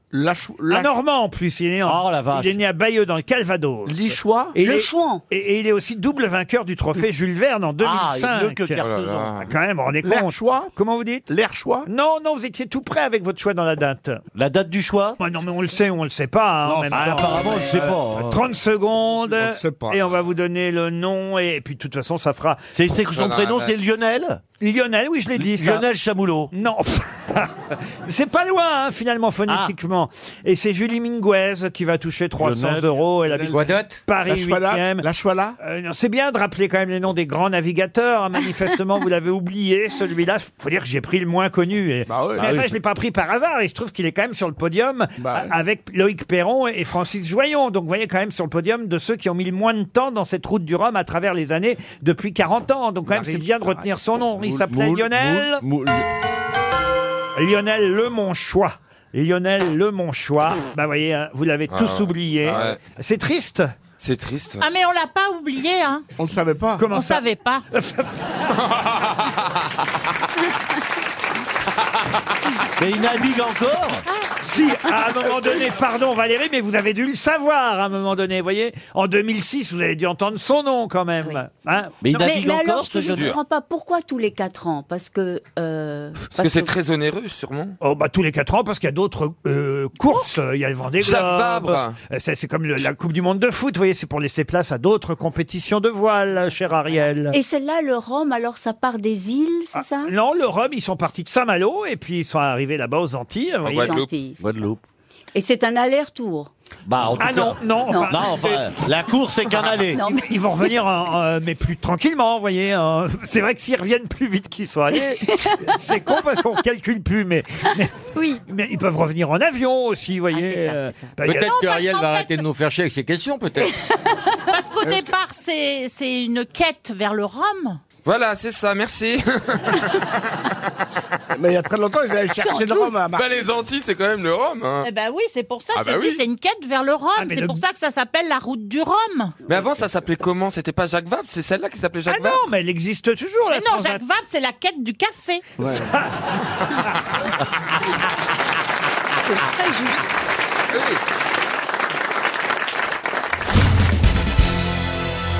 Un Normand en plus, il est né, en- il est né à Bayeux dans le Calvados. L'Ichois
Le
Chouan. Et, et il est aussi double vainqueur du trophée Jules Verne en
Ah,
2005.
il est mieux que Kersauzon. Oh là là.
Ah, Quand même, on est
L'air
choix Comment vous dites L'air choix Non, non, vous étiez tout prêt avec votre choix dans la date. La date du choix Non, mais on le sait ou on le sait pas. hein, en même temps.
apparemment, on le sait pas, hein.
30 secondes.
On le sait pas.
Et on va vous donner le nom. Et puis, de toute façon, ça fera.
C'est- c'est que son prénom, c'est
Lionel Lionel, oui, je l'ai dit. ça.
Lionel Chamoulot.
Non. (laughs) c'est pas loin, hein, finalement, phonétiquement.
Ah.
Et c'est Julie Minguez qui va toucher 300
Lionel.
euros. Elle habite
Lionel. What not La
Paris
Chouala-
8e. La Chouala
Euh,
C'est bien de rappeler quand même les noms des grands navigateurs. hein. Manifestement, vous l'avez oublié, celui-là. Faut dire que j'ai pris le moins connu. Et... Mais
Bah
enfin,
oui. Bah
je l'ai pas pris par hasard. Il se trouve qu'il est quand même sur le podium a- avec Loïc Perron et Francis Joyon. Donc, vous voyez quand même sur le podium de ceux qui ont mis le moins de temps dans cette route du Rhum à travers les années depuis 40 ans. Donc, quand même, c'est bien de retenir son nom. Il s'appelait Lionel. Lionel Le Monchois. Lionel Le
Ah.
Monchois. Bah, voyez, hein, vous l'avez
Ah
tous
ouais.
oublié.
Ah ouais.
C'est triste.
C'est triste.
Ah mais on l'a pas oublié, hein
On ne savait pas. Comment
On
ça
savait pas.
Mais il navigue encore Si, à un moment donné, pardon Valérie, mais vous avez dû le savoir à un moment donné, vous voyez En 2006, vous avez dû entendre son nom quand même. Hein
Non, mais alors, je ne comprends pas pourquoi tous les 4 ans Parce que. euh,
Parce que c'est très onéreux, sûrement.
Oh, bah, tous les 4 ans, parce qu'il y a d'autres euh, courses. Il y a le Vendée
Jacques
Globe.
Vabre.
Euh, C'est c'est comme le- la Coupe du Monde de foot, vous voyez, c'est pour laisser place à d'autres compétitions de voile, cher Ariel.
Et celle-là, le Rhum, alors ça part des îles, c'est ça
Non, le Rhum, ils sont partis de Saint-Malo et puis ils sont arrivés là-bas aux Antilles. vous voyez.
Guadeloupe. Antilles, c'est Et c'est un aller-retour.
Bah,
en tout
ah non,
cas-
non,
Non.
enfin,
Non, enfin, euh,
la course
est
(laughs)
qu'un aller. Non, mais-
Ils vont revenir, en- en- mais plus tranquillement, vous voyez. hein. C'est vrai que s'ils reviennent plus vite qu'ils sont allés, c'est con parce qu'on calcule plus, mais, mais- mais ils peuvent revenir en avion aussi, vous voyez. euh, bah, il y a-
Peut-être que Ariel va arrêter de nous faire chier avec ses questions, peut-être.
Parce qu'au départ, c'est c'est une quête vers le rhum.
Voilà, c'est ça, merci.
Mais il y a très longtemps, ils allaient chercher le rhum à
Bah, les Antilles, c'est quand même le rhum. hein.
Eh ben oui, c'est pour ça
Ah
que je
bah
te dis,
oui.
c'est une quête vers le rhum.
mais
c'est
le-
pour ça que ça s'appelle la route du rhum.
Mais avant, ça s'appelait comment C'était pas Jacques Vabre C'est celle-là qui s'appelait Jacques Vabre
Ah non, mais elle existe toujours,
Mais non, Jacques Vabre, c'est la quête du café.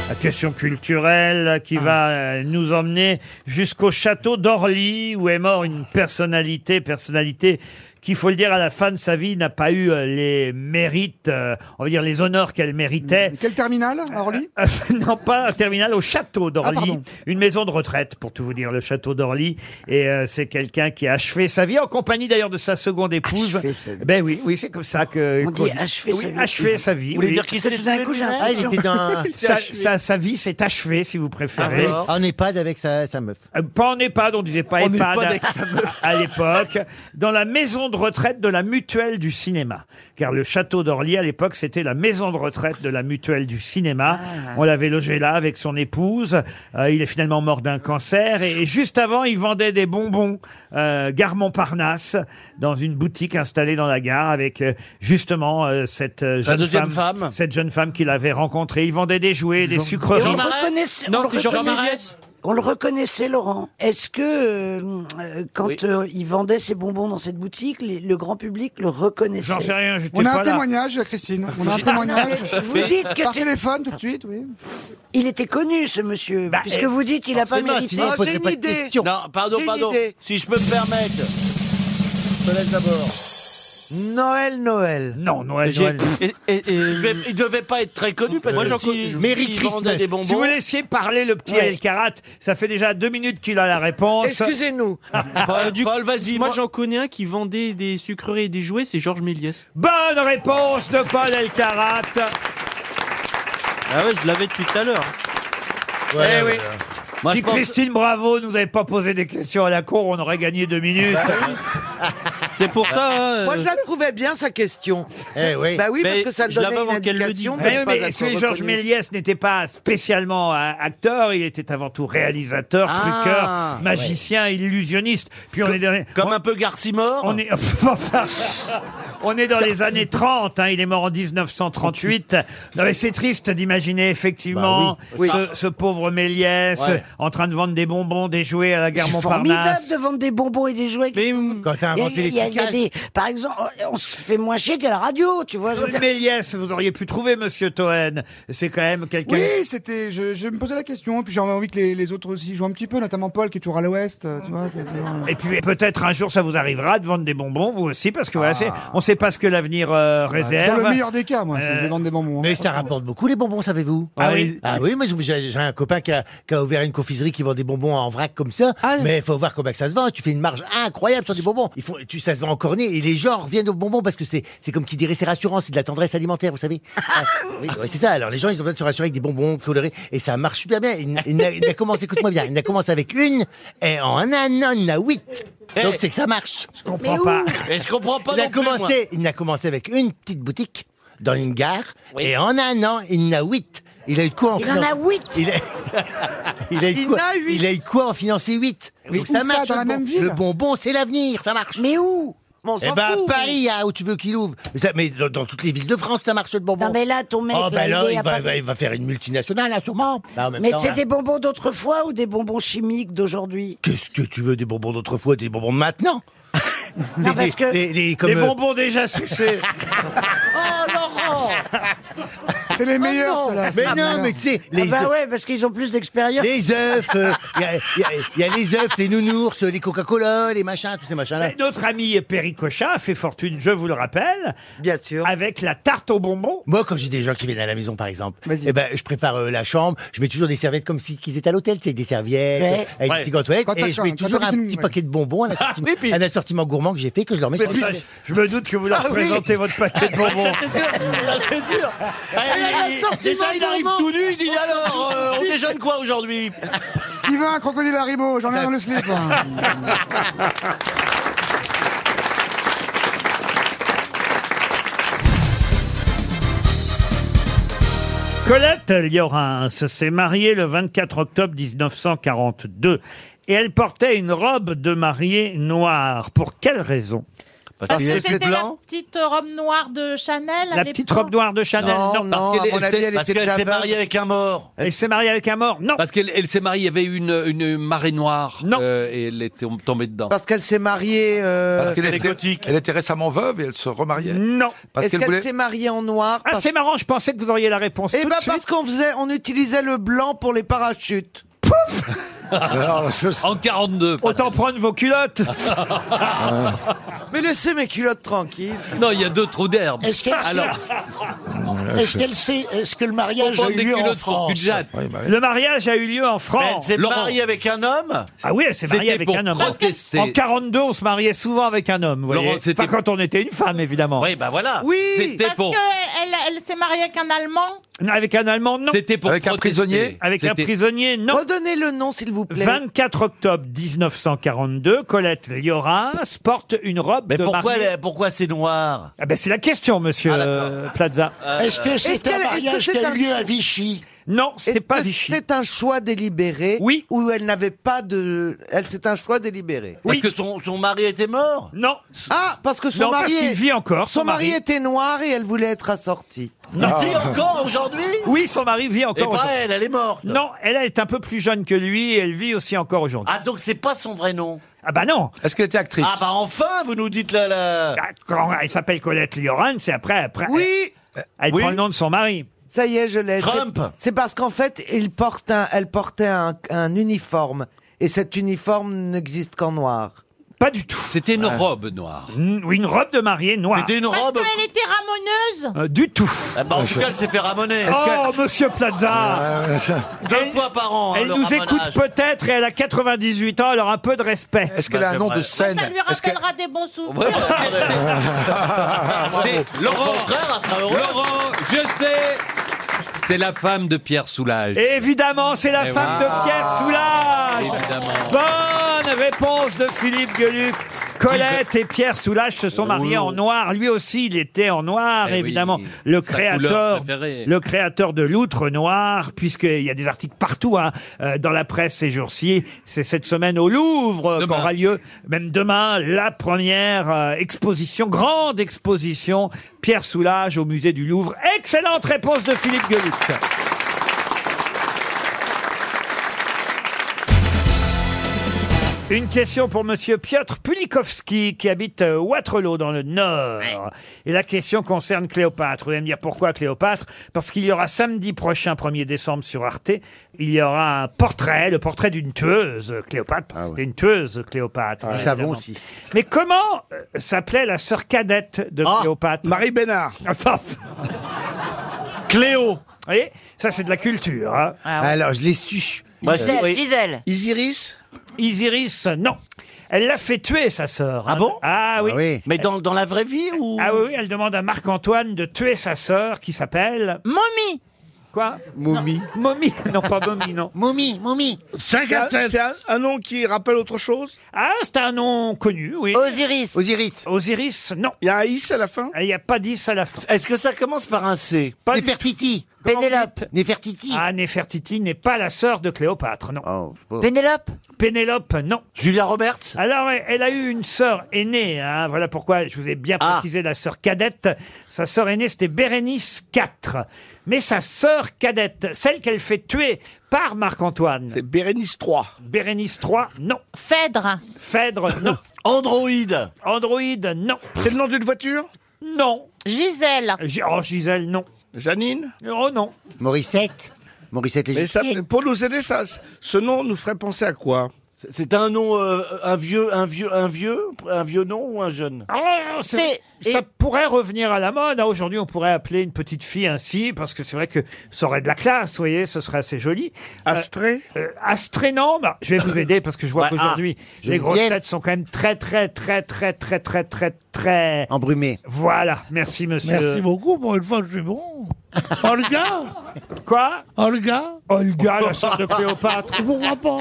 La question culturelle qui va euh, nous emmener jusqu'au château d'Orly où est mort une personnalité, personnalité qui, faut le dire, à la fin de sa vie, n'a pas eu euh, les mérites, euh, on va dire les honneurs qu'elle
Mm.
(laughs) méritait.
Quel terminal à Orly
Euh, (laughs) non, pas un terminal, au château
Ah,
d'Orly.
pardon.
une maison de retraite, pour tout vous dire, le château d'Orly. Et euh, c'est quelqu'un qui a achevé sa vie, en compagnie d'ailleurs de sa seconde épouse. Ben oui, oui, c'est comme ça que.
On dit
qu'on
achever
Oui,
sa vie.
achever sa vie.
Vous voulez
oui.
dire qu'il s'est tout d'un coup, j'ai Ah, il était l'impression. dans- Il
(laughs)
s'est
Sa,
achevé. Ah,
sa- sa vie s'est achevée, si vous préférez.
En EHPAD avec sa, sa meuf.
Euh, Pas en EHPAD, on disait pas
En
EHPAD,
EHPAD
à-
avec sa
à, l'époque, dans la maison de retraite de la mutuelle du cinéma. Car le château d'Orly, à l'époque, c'était la maison de retraite de la mutuelle du cinéma.
Ah.
On l'avait logé là avec son épouse. Euh, il est finalement mort d'un cancer. Et, et juste avant, il vendait des bonbons euh, Gare Montparnasse dans une boutique installée dans la gare avec euh, justement euh, cette euh,
La
jeune
deuxième
cette jeune femme qu'il avait rencontrée. Il vendait des jouets, des sucreries.
Et on le reconnaissait- on le reconnaissait- On le reconnaissait, Laurent. Est-ce que euh, euh, quand euh, il vendait ses bonbons dans cette boutique, les- le grand public le reconnaissait
J'en sais rien, j'étais
On a un
pas là.
témoignage, Christine.
(laughs)
On a un témoignage.
Vous dites que
Par
c'est-
téléphone, tout de suite, oui.
Il était connu, ce monsieur, puisque
eh,
vous dites il n'a pas
forcément,
mérité.
sinon, on poserait pas de questions. Non, pardon,
J'ai une
pardon.
idée.
Si je peux me permettre. Je te laisse d'abord. Noël, Noël.
Non, Noël,
J'ai-
Noël.
Et- et- Euh, et- Il devait- il devait pas être très connu parce
Moi,
que
j'en
si,
connais-
il vendait des bonbons.
Si vous laissiez parler le petit
Ouais.
El Karat, ça fait déjà deux minutes qu'il a la réponse.
Excusez-nous.
(laughs) Paul, vas-y.
Euh, Moi, j'en connais un qui vendait des sucreries et des jouets, c'est Georges Méliès.
Bonne réponse de Paul El Karat.
Ah ouais, je l'avais depuis tout à l'heure.
eh oui.
Moi,
si
je pense-
Christine Bravo nous avait pas posé des questions à la cour, on aurait gagné deux minutes.
(laughs)
C'est pour ça, euh.
Bah Ah, Moi, je la trouvais bien, sa question. Bah oui, parce que ça donnait une indication.
Mais Eh oui,
d'être
mais
pas
si
d'accord
Georges
reconnu.
Méliès n'était pas spécialement un acteur, il était avant tout réalisateur,
Ah,
truqueur, magicien, illusionniste. Puis on est dans les-
Comme
on-
un peu Garcimore.
On est, (laughs) Enfin, on est dans les années 30, hein, il est mort en 1938. Non mais c'est triste d'imaginer effectivement
Bah oui.
ce,
Oui.
ce pauvre Méliès
Ouais.
euh, en train de vendre des bonbons, des jouets à la gare
C'est formidable
Montparnasse.
de vendre des bonbons et des jouets.
hum,
Quand t'as
Il y a-
inventé les
il y a- il y a
piquages.
des- Par exemple, on se fait moins chier qu'à la radio, tu vois. je veux dire.
Méliès, vous auriez pu trouver Monsieur Toen. C'est quand même quelqu'un.
Oui, c'était. Je, je me posais la question, puis j'avais envie que les, les autres aussi jouent un petit peu, notamment Paul qui est toujours à l'ouest. euh, Tu vois, c'est toujours, euh,
Et puis peut-être un jour ça vous arrivera de vendre des bonbons vous aussi parce que voilà c'est on sait pas ce que l'avenir euh, réserve.
Dans le meilleur des cas, moi, si je
Euh,
vais vendre des bonbons.
Mais ça rapporte beaucoup les bonbons, savez-vous
Ah oui.
Ah oui, moi j'ai j'ai un copain qui a, qui a ouvert une confiserie qui vend des bonbons en vrac comme ça.
Ah.
mais il faut voir comment que ça se vend. Tu fais une marge incroyable sur des bonbons. Il faut, tu, ça se vend en cornet et les gens reviennent aux bonbons parce que c'est c'est comme qui dirait c'est rassurant, c'est de la tendresse alimentaire, vous savez. Ah, oui, ouais, c'est ça. Alors les gens ils ont besoin de se rassurer avec des bonbons colorés et ça marche super bien. Il, n'a- il n'a- il a commencé, écoute-moi bien, il a commencé avec une et en un an il en a huit. Donc c'est que ça marche. Je
comprends pas.
Et je comprends pas
il
non
a
plus,
commencé,
moi.
il n'a commencé avec une petite boutique dans une gare et en un an, il en a huit. Il a eu de quoi en
Il en
finan-
a huit
Il a, (laughs) il a eu de
Il
quoi,
en a huit
il a eu de quoi en financer huit.
Mais
Donc
où
ça
ça,
marche
dans
le
la
bon-
même ville
Le bonbon, c'est l'avenir, ça marche.
Mais où Mais on
Eh
s'en
ben, à
fout.
Paris, ah, où tu veux qu'il ouvre. Mais ça- Mais dans, dans toutes les villes de France, ça marche le bonbon.
Non, mais là, ton mec,
Oh,
là,
bah
il
là,
est
il
à
va,
Paris.
va- il va faire une multinationale, là, sûrement. Bah, en même
Mais
temps,
c'est
là,
des bonbons d'autrefois ou des bonbons chimiques d'aujourd'hui
Qu'est-ce que tu veux des bonbons d'autrefois, des bonbons de maintenant
(laughs) Non, parce que-
Des
euh,
bonbons déjà
(laughs)
sucés.
Oh Laurent
(laughs) C'est les meilleurs, ceux-là.
Mais
c'est les
non,
meilleurs.
mais tu sais,
Ah
les
bah ouais, parce qu'ils ont plus d'expérience.
Les œufs,
(laughs)
euh, il y a- il y, a- il y a les œufs, les nounours, les Coca-Cola, les machins, tous ces machins-là.
Et Notre ami Perry Cochin a fait fortune, je vous le rappelle.
Bien sûr.
Avec la tarte aux bonbons.
Moi, quand j'ai des gens qui viennent à la maison, par exemple,
Vas-y.
eh ben, je prépare euh, la chambre, je mets toujours des serviettes comme si qu'ils étaient à l'hôtel, tu sais, des serviettes,
Ouais.
avec
Ouais.
des petites gantelettes,
Quand t'as
et je
faim,
mets
quand
toujours
t'as
un
faim,
petit
ouais.
paquet de bonbons, un assortiment, un assortiment gourmand que j'ai fait, que je leur mets sur
Bon, ça, je, je me doute que vous leur
Ah oui.
présentez votre paquet de
(laughs)
bonbons.
C'est sûr.
déjà, Eh, il arrive
tout nu, il dit alors, euh, on déjeune
(laughs)
quoi aujourd'hui
Qui veut un crocodile Haribo J'en ai un dans le slip. hein.
(laughs)
Colette Liorins s'est mariée le 24 octobre 1942 et elle portait une robe de mariée noire. Pour quelle raison
Parce que c'était la petite robe noire de Chanel. à
La petite
l'époque.
robe noire de Chanel Non,
parce qu'elle était-
parce qu'elle s'est mariée
avec un mort.
Elle s'est mariée avec un mort Non.
Parce qu'elle elle s'est mariée, il y avait une, une marée noire. Non. et elle était tombée dedans.
Parce qu'elle s'est mariée. euh,
Parce qu'elle était, elle était récemment veuve et elle se remariait.
Non.
Parce
Est-ce
qu'elle
qu'elle
voulait.
s'est mariée en noir
Ah, c'est marrant, je pensais que vous auriez la réponse.
Eh
tout
ben
de suite.
parce qu'on faisait, on utilisait le blanc pour les parachutes. (laughs)
En 42.
Autant prendre vos culottes.
Mais laissez mes culottes tranquilles.
(laughs) non, il y a deux trous d'herbe.
Est-ce qu'elle sait-
Alors,
Est-ce qu'elle sait, est-ce que le mariage
prend
a eu
des
lieu en
culottes pour
France
Kudjat.
Le mariage a eu lieu en France.
Mais elle s'est Laurent. mariée avec un homme
Ah oui, elle s'est
C'était
mariée avec
pour
un homme.
protester.
En 42, on se mariait souvent avec un homme, vous
Laurent,
voyez.
c'était-
Enfin, quand on était une femme, évidemment. Oui,
bah voilà.
Oui.
Parce qu'elle elle s'est mariée avec un Allemand.
Avec un Allemand, non.
C'était pour
Avec
un protester. prisonnier
Avec un
C'était-
prisonnier, non.
Redonnez le nom, s'il vous
24 octobre 1942, Colette Lioras porte une robe
Mais
de
pourquoi,
mariée.
elle- pourquoi c'est noir
Ah ben, c'est la question, monsieur euh, Plaza.
Est-ce que c'est
Est-ce qu'elle-
un
est-ce que
mariage
c'est
qui a
un-
eu lieu à Vichy
Non,
c'était
pas
que
Vichy.
C'est un choix délibéré.
Oui.
Où elle n'avait pas de. Elle, c'est un choix délibéré.
Oui.
Parce que son, son mari était mort
Non.
Ah, parce que son
Non, parce
mari.
qu'il
est-
vit encore,
Son,
son
mari,
mari.
était noir et elle voulait être assortie. Ah.
Non.
Il vit encore aujourd'hui
Oui, son mari vit
Et
encore
pas
aujourd'hui.
elle, elle est morte.
Non, elle elle est un peu plus jeune que lui et elle vit aussi encore aujourd'hui.
Ah, donc c'est pas son vrai nom
Ah bah non Est-ce qu'elle était actrice
Ah, bah enfin, vous nous dites là. là...
Quand elle s'appelle Colette Lioran, c'est après, après.
Oui.
Elle, elle
Oui.
prend le nom de son mari.
Ça y est, je l'ai.
Trump.
C'est- C'est parce qu'en fait, il porte un- elle portait un, un uniforme. Et cet uniforme n'existe qu'en noir.
Pas du tout.
C'était une robe noire.
N- oui, Une robe de mariée noire.
C'était une robe.
Elle était ramoneuse.
Euh, du tout.
Eh ben, en tout cas, elle s'est fait ramonner.
Oh, monsieur Plaza
Euh,
Deux fois par an. hein,
Elle
le
nous
ramonage.
écoute peut-être et elle a 98 ans, alors un peu de respect. Est-ce
qu'elle a Bah, un c'est nom de vrai. scène
Ça lui
(laughs)
rappellera des bons souvenirs.
C'est- Laurent, Laurent, je sais. C'est la femme de Pierre Soulages.
Évidemment, c'est la
Eh
femme
oui.
de Pierre
Ah.
Soulages. Bonne réponse de Philippe Gueluc. Colette et Pierre Soulages se sont mariés en noir. Lui aussi, il était en noir,
Oh. Eh oui,
évidemment. le
sa
créateur,
couleur préférée.
le créateur de l'outre noir, puisqu'il y a des articles partout hein, euh, dans la presse ces jours-ci. C'est cette semaine au Louvre euh, qu'aura lieu, même demain, la première euh, exposition, grande exposition, Pierre Soulages au musée du Louvre. Excellente réponse de Philippe Gueluc. Une question pour Monsieur Piotr Pulikowski qui habite euh, Waterloo dans le Nord. Et la question concerne Cléopâtre. Vous allez me dire pourquoi Cléopâtre Parce qu'il y aura samedi prochain, 1er décembre sur Arte, il y aura un portrait, le portrait d'une tueuse euh, Cléopâtre. parce que C'était une tueuse Cléopâtre.
Ah Nous
évidemment.
savons aussi.
Mais comment euh, s'appelait la sœur cadette
Ah,
de Cléopâtre Marie (laughs) Bénard. Cléo. Vous voyez, ça c'est de la culture. hein.
Alors, je l'ai su. Euh,
Gisèle. Isiris Isiris, non. Elle l'a fait tuer, sa sœur. Ah bon Ah oui. Mais dans, la vraie vie ou Ah oui, oui, elle demande à Marc-Antoine de tuer sa sœur qui s'appelle... Momie Quoi Momie Momie Non, pas Momie, non. Momie, Momie.
5 à 7. C'est un, un nom qui rappelle autre chose
Ah, c'est un nom connu, oui. Osiris. Osiris. Osiris, non. Il y a un is à la fin Il n'y a pas d'is à la fin.
Est-ce que ça commence par un C
Pas Nefertiti. Pénélope. Nefertiti. Ah, Nefertiti n'est pas la sœur de Cléopâtre, non. Pénélope. Pénélope, non. Julia Roberts. Alors, elle- elle a eu une sœur aînée. hein. Voilà pourquoi je vous ai bien précisé la sœur cadette. Sa sœur aînée, c'était Bérénice IV. Mais sa sœur cadette, celle qu'elle fait tuer par Marc-Antoine. C'est Bérénice III. Bérénice III, non. Phèdre. Phèdre, non. Androïde. Androïde, non. C'est le nom d'une voiture Non. Gisèle. oh, Gisèle, non. Janine Oh non.
Morissette. Morissette
Mais ça-
égyptienne.
Pour nous aider, ça, ce nom nous ferait penser à quoi
C'est un nom, euh, un vieux, un vieux, un vieux, un vieux nom ou un jeune
Ah, c'est- ça pourrait revenir à la mode. hein. Aujourd'hui, on pourrait appeler une petite fille ainsi, parce que c'est vrai que ça aurait de la classe, vous voyez, ce serait assez joli. Astrée Astrée, non. bah, je vais vous aider, parce que je vois
Ouais,
qu'aujourd'hui,
ah,
les
Geneviève.
grosses têtes sont quand même très, très, très, très, très, très, très, très...
Embrumé.
Voilà, merci monsieur.
Merci beaucoup pour une fois que je suis
(laughs)
bon. Olga
Quoi
Olga
Olga, la sœur de Cléopâtre.
Pourquoi pas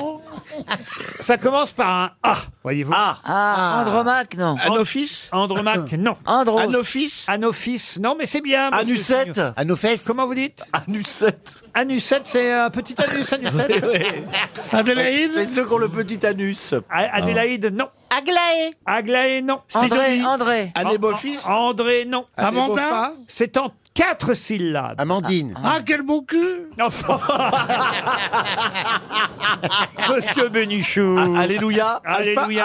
Ça commence par un A, voyez-vous.
Ah, Andromaque, non.
Anophis Andromaque, non.
Andros.
Anophis Anophis, non, mais c'est bien. monsieur
Anucette
Signon. Comment vous dites Anucette. Anucette, c'est un petit anus, Anucette.
Adélaïde C'est ceux qui ont le petit anus.
A- Adélaïde, non.
Aglaé.
Aglaé, non.
André, André.
Anne Beaufils André, non.
Anne Amanda Beaufils
C'est en quatre syllabes. Amandine.
Ah, quel bon cul
(laughs) Monsieur Benichou.
Ah, Alléluia.
Alléluia.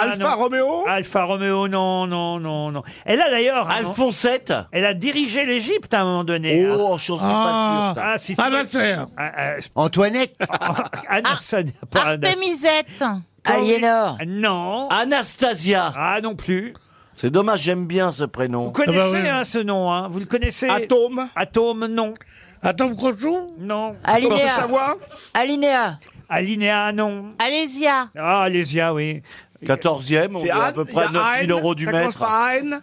Alpha- Alpha
non.
Romeo
Alpha Romeo, non, non, non, non. Elle a d'ailleurs. Alphonsette. Elle a dirigé l'Égypte à un moment donné.
Oh,
je
suis pas sûr, ça.
Ah, si, si.
Anatère.
Ah, ah,
(laughs)
Antoinette.
(laughs) Anna- ça n'est pas Anna-
Ah, Artémisette.
Aliénor. Non.
Anastasia.
Ah non plus.
C'est dommage, j'aime bien ce prénom. Ah bah
Vous connaissez hein, ce nom, hein Vous le connaissez Atome Atome, non. Atome Crochon Non.
Alinéa. Alinéa.
Alinéa, non.
Alésia.
Ah, Alésia, oui.
14e, on
C'est
est à
Anne,
peu
il
près
y a
9 000
Anne,
euros du
ça commence
mètre.
par
AN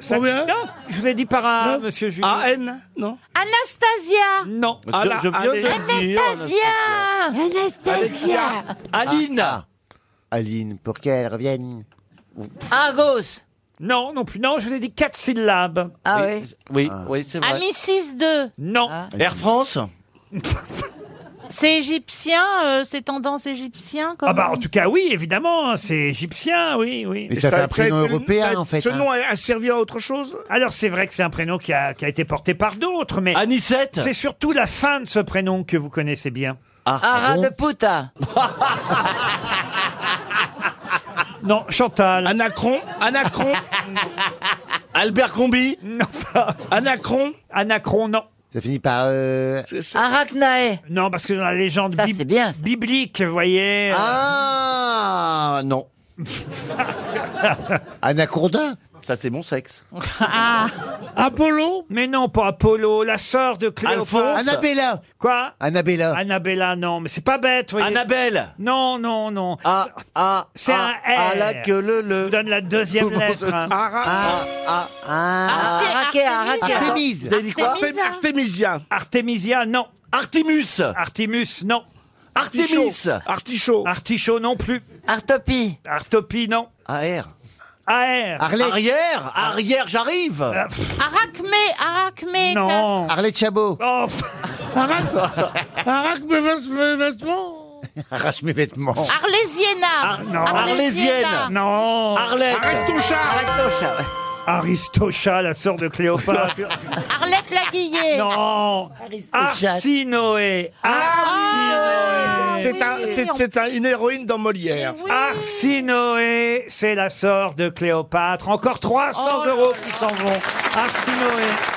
Ça- Ah, Non, je vous ai dit par un, monsieur Julien.
AN, non
Anastasia. Ah.
Non.
Anna- Je viens de le dire.
Anastasia.
Aline.
Ah.
Aline, pour qu'elle revienne.
Argos.
Non, non plus. Non, je vous ai dit quatre syllabes.
Ah oui.
Oui, oui, c'est vrai.
Ami 6-2.
Non.
Air France
C'est égyptien, euh, c'est tendance égyptien comme.
Ah bah en tout cas oui évidemment hein, c'est égyptien oui oui
Mais ça Ça fait un fait- prénom
Ah,
européen, ça- en fait, ce hein. nom
a, servi à autre chose alors c'est vrai que c'est un prénom qui a, qui a été porté par d'autres mais
Anisette
c'est surtout la fin de ce prénom que vous connaissez bien
Ah
Ara Ah, de Puta.
(laughs)
non Chantal
Anacron
(laughs)
Anacron Albert Combi
Anacron Anacron non
Ça finit par. euh,
Arachnae.
non parce que dans la légende bib- biblique vous voyez euh.
Ah
(laughs)
non.
Anaconda
Ça, c'est mon sexe.
Apollo Mais non, pas Apollo, la sœur de Cléopâtre.
Alphonse. Annabella.
Quoi
Annabella.
Annabella, non, mais c'est pas bête, vous voyez.
Annabelle.
Non, non, non.
Ah, ah,
C'est un R.
ah, la queue le le.
Je vous donne la deuxième lettre. hein.
Ah,
Ah,
Arachea,
Artémise.
Vous avez dit quoi Artémisia.
Artemisia, non.
Artemus.
Artemus, non.
Artemis.
Artichaut. Artichaut, non plus.
Artopie.
Artopie, non.
AR.
AR.
Arrière, arrière, j'arrive.
Ah, pff,
Arachmé, Arachmé.
non.
Arlette Chabot. (laughs)
Oh, pff,
Arrache mes vêt- mes vêtements.
Ah,
Arrache mes vêtements.
Arlésiena.
Oh. Ah, non. Non.
Arlette. Arrête ton chat.
Aristocha, la sœur
(laughs)
de Cléopâtre.
Arlette Laguillet.
non. Arsinoé.
Ah,
Arsinoé.
C'est un- c'est- c'est un- une héroïne dans Molière.
Arsinoé,
Oh
c'est la sœur de Cléopâtre. Encore 300 euros qui s'en vont. Arsinoé.